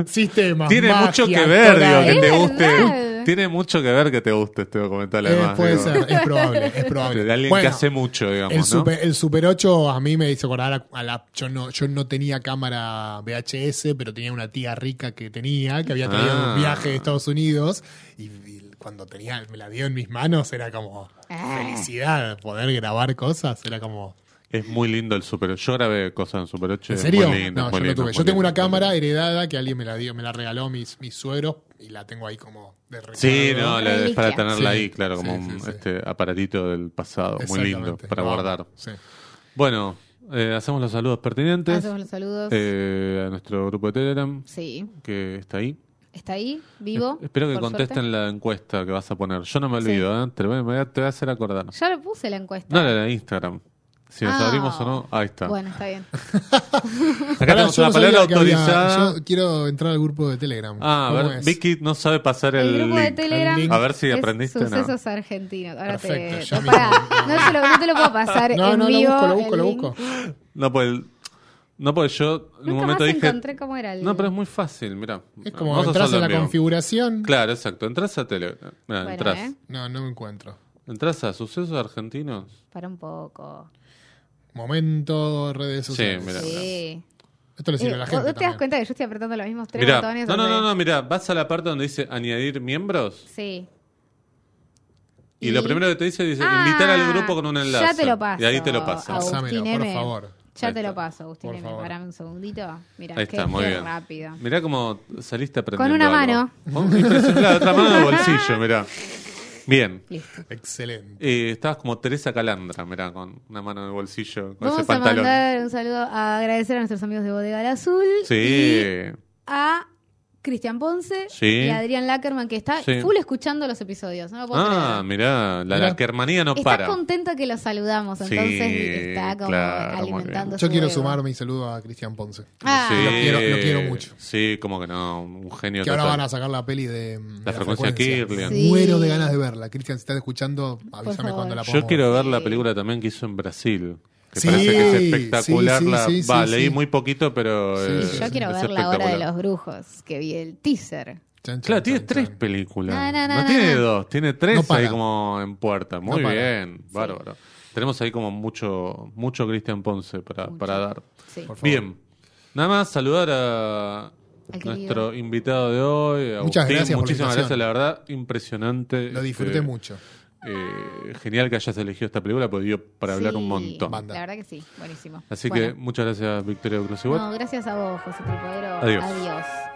Speaker 3: Sistema.
Speaker 2: tiene
Speaker 3: magia,
Speaker 2: mucho que ver, digo,
Speaker 3: coraje.
Speaker 2: que
Speaker 1: Es
Speaker 2: te guste.
Speaker 1: verdad.
Speaker 2: Tiene mucho que ver que te guste este documental,
Speaker 3: Eh,
Speaker 2: además.
Speaker 3: puede
Speaker 2: digo.
Speaker 3: ser, es probable, es probable.
Speaker 2: De alguien que
Speaker 3: Bueno,
Speaker 2: hace mucho, digamos,
Speaker 3: El
Speaker 2: ¿no?
Speaker 3: super, el super 8 a mí me hizo acordar a, a la. Yo no, yo no tenía cámara VHS, pero tenía una tía rica que tenía, que había traído de
Speaker 2: Ah.
Speaker 3: un viaje de Estados Unidos. Y, y cuando tenía, me la dio en mis manos, era como
Speaker 1: Ah.
Speaker 3: felicidad poder grabar cosas. Era como.
Speaker 2: Es muy lindo el Super 8. Yo grabé cosas en Super 8.
Speaker 3: ¿En
Speaker 2: es
Speaker 3: serio?
Speaker 2: muy lindo,
Speaker 3: no,
Speaker 2: es
Speaker 3: yo
Speaker 2: muy
Speaker 3: no
Speaker 2: lindo,
Speaker 3: tuve.
Speaker 2: es
Speaker 3: Yo
Speaker 2: muy
Speaker 3: tengo
Speaker 2: lindo,
Speaker 3: una
Speaker 2: es muy
Speaker 3: cámara
Speaker 2: lindo.
Speaker 3: heredada que alguien me la dio, me la regaló mis, mis suegros y la tengo ahí como de recuerdo.
Speaker 2: Sí, no, la- es para
Speaker 1: Reliquia.
Speaker 2: tenerla
Speaker 3: Sí,
Speaker 2: ahí, claro, como
Speaker 3: sí, sí,
Speaker 2: un
Speaker 3: sí.
Speaker 2: este, aparatito del pasado. Muy lindo
Speaker 3: Exactamente.
Speaker 2: para
Speaker 3: Lo amo.
Speaker 2: guardar.
Speaker 3: Sí.
Speaker 2: Bueno, eh, hacemos los saludos pertinentes
Speaker 1: Hacemos los saludos.
Speaker 2: eh, a nuestro grupo de Telegram,
Speaker 1: Sí.
Speaker 2: que está ahí.
Speaker 1: ¿Está ahí? ¿Vivo?
Speaker 2: Es- Espero que
Speaker 1: por
Speaker 2: contesten
Speaker 1: suerte.
Speaker 2: la encuesta que vas a poner. Yo no me olvido, ¿eh? te, voy- me voy a, te voy a hacer acordar.
Speaker 1: Ya lo puse la encuesta.
Speaker 2: No, la de Instagram. Si nos
Speaker 1: Ah.
Speaker 2: abrimos o no, ahí está.
Speaker 1: Bueno, está bien.
Speaker 2: Acá
Speaker 3: Pará,
Speaker 2: tenemos
Speaker 3: yo
Speaker 2: una
Speaker 3: no
Speaker 2: palabra
Speaker 3: sabía que había-
Speaker 2: autorizada.
Speaker 3: yo quiero entrar al grupo de Telegram.
Speaker 2: Ah, a
Speaker 3: ¿Cómo
Speaker 2: ver,
Speaker 3: es?
Speaker 2: Vicky no sabe pasar el,
Speaker 1: El, grupo de
Speaker 2: link.
Speaker 1: Telegram.
Speaker 3: link.
Speaker 2: A ver si
Speaker 1: es
Speaker 2: aprendiste. no.
Speaker 1: Sucesos argentinos. Ahora
Speaker 3: Perfecto,
Speaker 1: te.
Speaker 3: ya
Speaker 1: No,
Speaker 3: mismo.
Speaker 1: pará, no, te lo, no te lo puedo pasar
Speaker 3: No,
Speaker 1: en
Speaker 3: no, lo
Speaker 1: vivo.
Speaker 3: busco, lo busco,
Speaker 1: el
Speaker 3: lo
Speaker 1: link.
Speaker 3: busco.
Speaker 2: No, pues, no, pues yo en un
Speaker 1: Nunca
Speaker 2: momento
Speaker 1: más
Speaker 2: dije.
Speaker 1: encontré cómo era el.
Speaker 2: No, pero es muy fácil, mira.
Speaker 3: Es como entras en la configuración.
Speaker 2: Claro, exacto. Entras a Telegram. Mirá,
Speaker 1: Bueno,
Speaker 2: entras.
Speaker 1: ¿eh?
Speaker 3: No, no me encuentro.
Speaker 2: Entras a Sucesos Argentinos.
Speaker 1: Para un poco.
Speaker 3: Momento, redes sociales.
Speaker 2: mirá.
Speaker 1: Sí.
Speaker 3: Esto le sirve
Speaker 1: Eh,
Speaker 3: a la
Speaker 1: ¿vos-
Speaker 3: gente.
Speaker 1: ¿Vos te das
Speaker 3: también.
Speaker 1: cuenta que yo estoy apretando los mismos tres
Speaker 2: Mirá.
Speaker 1: botones?
Speaker 2: No, no,
Speaker 1: hace-
Speaker 2: no, no, mira. Vas a la parte donde dice añadir miembros.
Speaker 1: Sí.
Speaker 2: Y,
Speaker 1: Y-
Speaker 2: lo primero que te dice dice
Speaker 1: Ah,
Speaker 2: invitar al grupo con un enlace.
Speaker 1: Ya te lo paso.
Speaker 2: Y ahí te lo pasa.
Speaker 1: Agus.
Speaker 3: Pásamelo,
Speaker 1: Agustín
Speaker 3: por
Speaker 1: M.
Speaker 3: favor.
Speaker 1: Ya
Speaker 2: Ahí
Speaker 1: te
Speaker 2: está.
Speaker 1: lo paso, Agustín.
Speaker 3: Por
Speaker 1: M.
Speaker 3: favor.
Speaker 1: Parame un segundito. Mira,
Speaker 2: Ahí está, muy bien.
Speaker 1: rápido.
Speaker 2: Mirá cómo saliste aprendiendo.
Speaker 1: Con una
Speaker 2: algo.
Speaker 1: mano.
Speaker 2: Con- impresionante, La otra mano en el bolsillo, mirá. Bien.
Speaker 1: Listo.
Speaker 3: Excelente.
Speaker 2: Eh, estabas como Teresa Calandra, mirá, con una mano en el bolsillo, con ese
Speaker 1: Vamos a
Speaker 2: pantalón.
Speaker 1: mandar un saludo a agradecer a nuestros amigos de Bodega del Azul.
Speaker 2: Sí.
Speaker 1: y a Cristian Ponce
Speaker 2: Sí.
Speaker 1: y a Adrián Lackerman, que está
Speaker 2: Sí.
Speaker 1: full escuchando los episodios. No lo puedo
Speaker 2: Ah,
Speaker 1: creer.
Speaker 2: mirá, la
Speaker 3: Mirá.
Speaker 2: laquermanía no
Speaker 1: Está
Speaker 2: para.
Speaker 1: contento que los saludamos,
Speaker 2: Sí,
Speaker 1: entonces está como
Speaker 2: claro, muy
Speaker 1: alimentando
Speaker 3: Yo
Speaker 1: su
Speaker 3: quiero
Speaker 1: ego.
Speaker 3: sumar mi saludo a Cristian Ponce.
Speaker 1: Ah,
Speaker 2: Sí.
Speaker 3: Lo quiero- lo quiero mucho.
Speaker 2: Sí, como que no, un genio.
Speaker 3: Que ahora
Speaker 2: total.
Speaker 3: van a sacar la peli de. mm, de
Speaker 2: frecuencia Kirlian.
Speaker 1: Sí.
Speaker 3: Muero de ganas de verla. Cristian, si estás escuchando, avísame
Speaker 1: favor.
Speaker 3: cuando la
Speaker 2: Yo
Speaker 3: podamos
Speaker 2: quiero
Speaker 3: ver.
Speaker 2: ver la película también que hizo en Brasil. Que
Speaker 3: Sí,
Speaker 2: parece que es
Speaker 3: sí,
Speaker 2: espectacular.
Speaker 3: sí,
Speaker 2: la-
Speaker 3: sí,
Speaker 2: Va,
Speaker 3: sí,
Speaker 2: leí
Speaker 3: sí.
Speaker 2: muy poquito, pero.
Speaker 3: Sí,
Speaker 2: eh,
Speaker 1: Y
Speaker 3: sí,
Speaker 1: yo
Speaker 3: sí.
Speaker 1: quiero
Speaker 2: es
Speaker 1: ver la hora de
Speaker 2: espectacular.
Speaker 1: los brujos, que vi el teaser.
Speaker 3: Chan, chan,
Speaker 2: Claro, tiene
Speaker 3: chan,
Speaker 2: tres
Speaker 3: chan.
Speaker 2: películas.
Speaker 1: Na, na,
Speaker 2: no
Speaker 1: na, na,
Speaker 2: tiene
Speaker 1: na.
Speaker 2: dos, tiene tres
Speaker 3: No para.
Speaker 2: ahí como en puerta. Muy
Speaker 3: No para.
Speaker 2: bien, bárbaro. Tenemos ahí como mucho mucho Cristian Ponce para, para dar.
Speaker 1: Sí.
Speaker 3: Por favor.
Speaker 2: Bien. Nada más saludar a
Speaker 1: Al querido.
Speaker 2: nuestro invitado de hoy. Agustín.
Speaker 3: Muchas gracias por la
Speaker 2: Muchísimas gracias,
Speaker 3: invitación.
Speaker 2: la verdad, impresionante.
Speaker 3: Lo disfruté
Speaker 2: Este,
Speaker 3: mucho.
Speaker 2: eh, genial que hayas elegido esta película porque dio para hablar
Speaker 1: Sí,
Speaker 2: un montón.
Speaker 3: Banda.
Speaker 1: La verdad que sí, buenísimo.
Speaker 2: Así
Speaker 1: Bueno.
Speaker 2: que muchas gracias, Victoria Cruz
Speaker 1: No, gracias a vos, José Tripodero.
Speaker 2: Adiós.
Speaker 1: Adiós.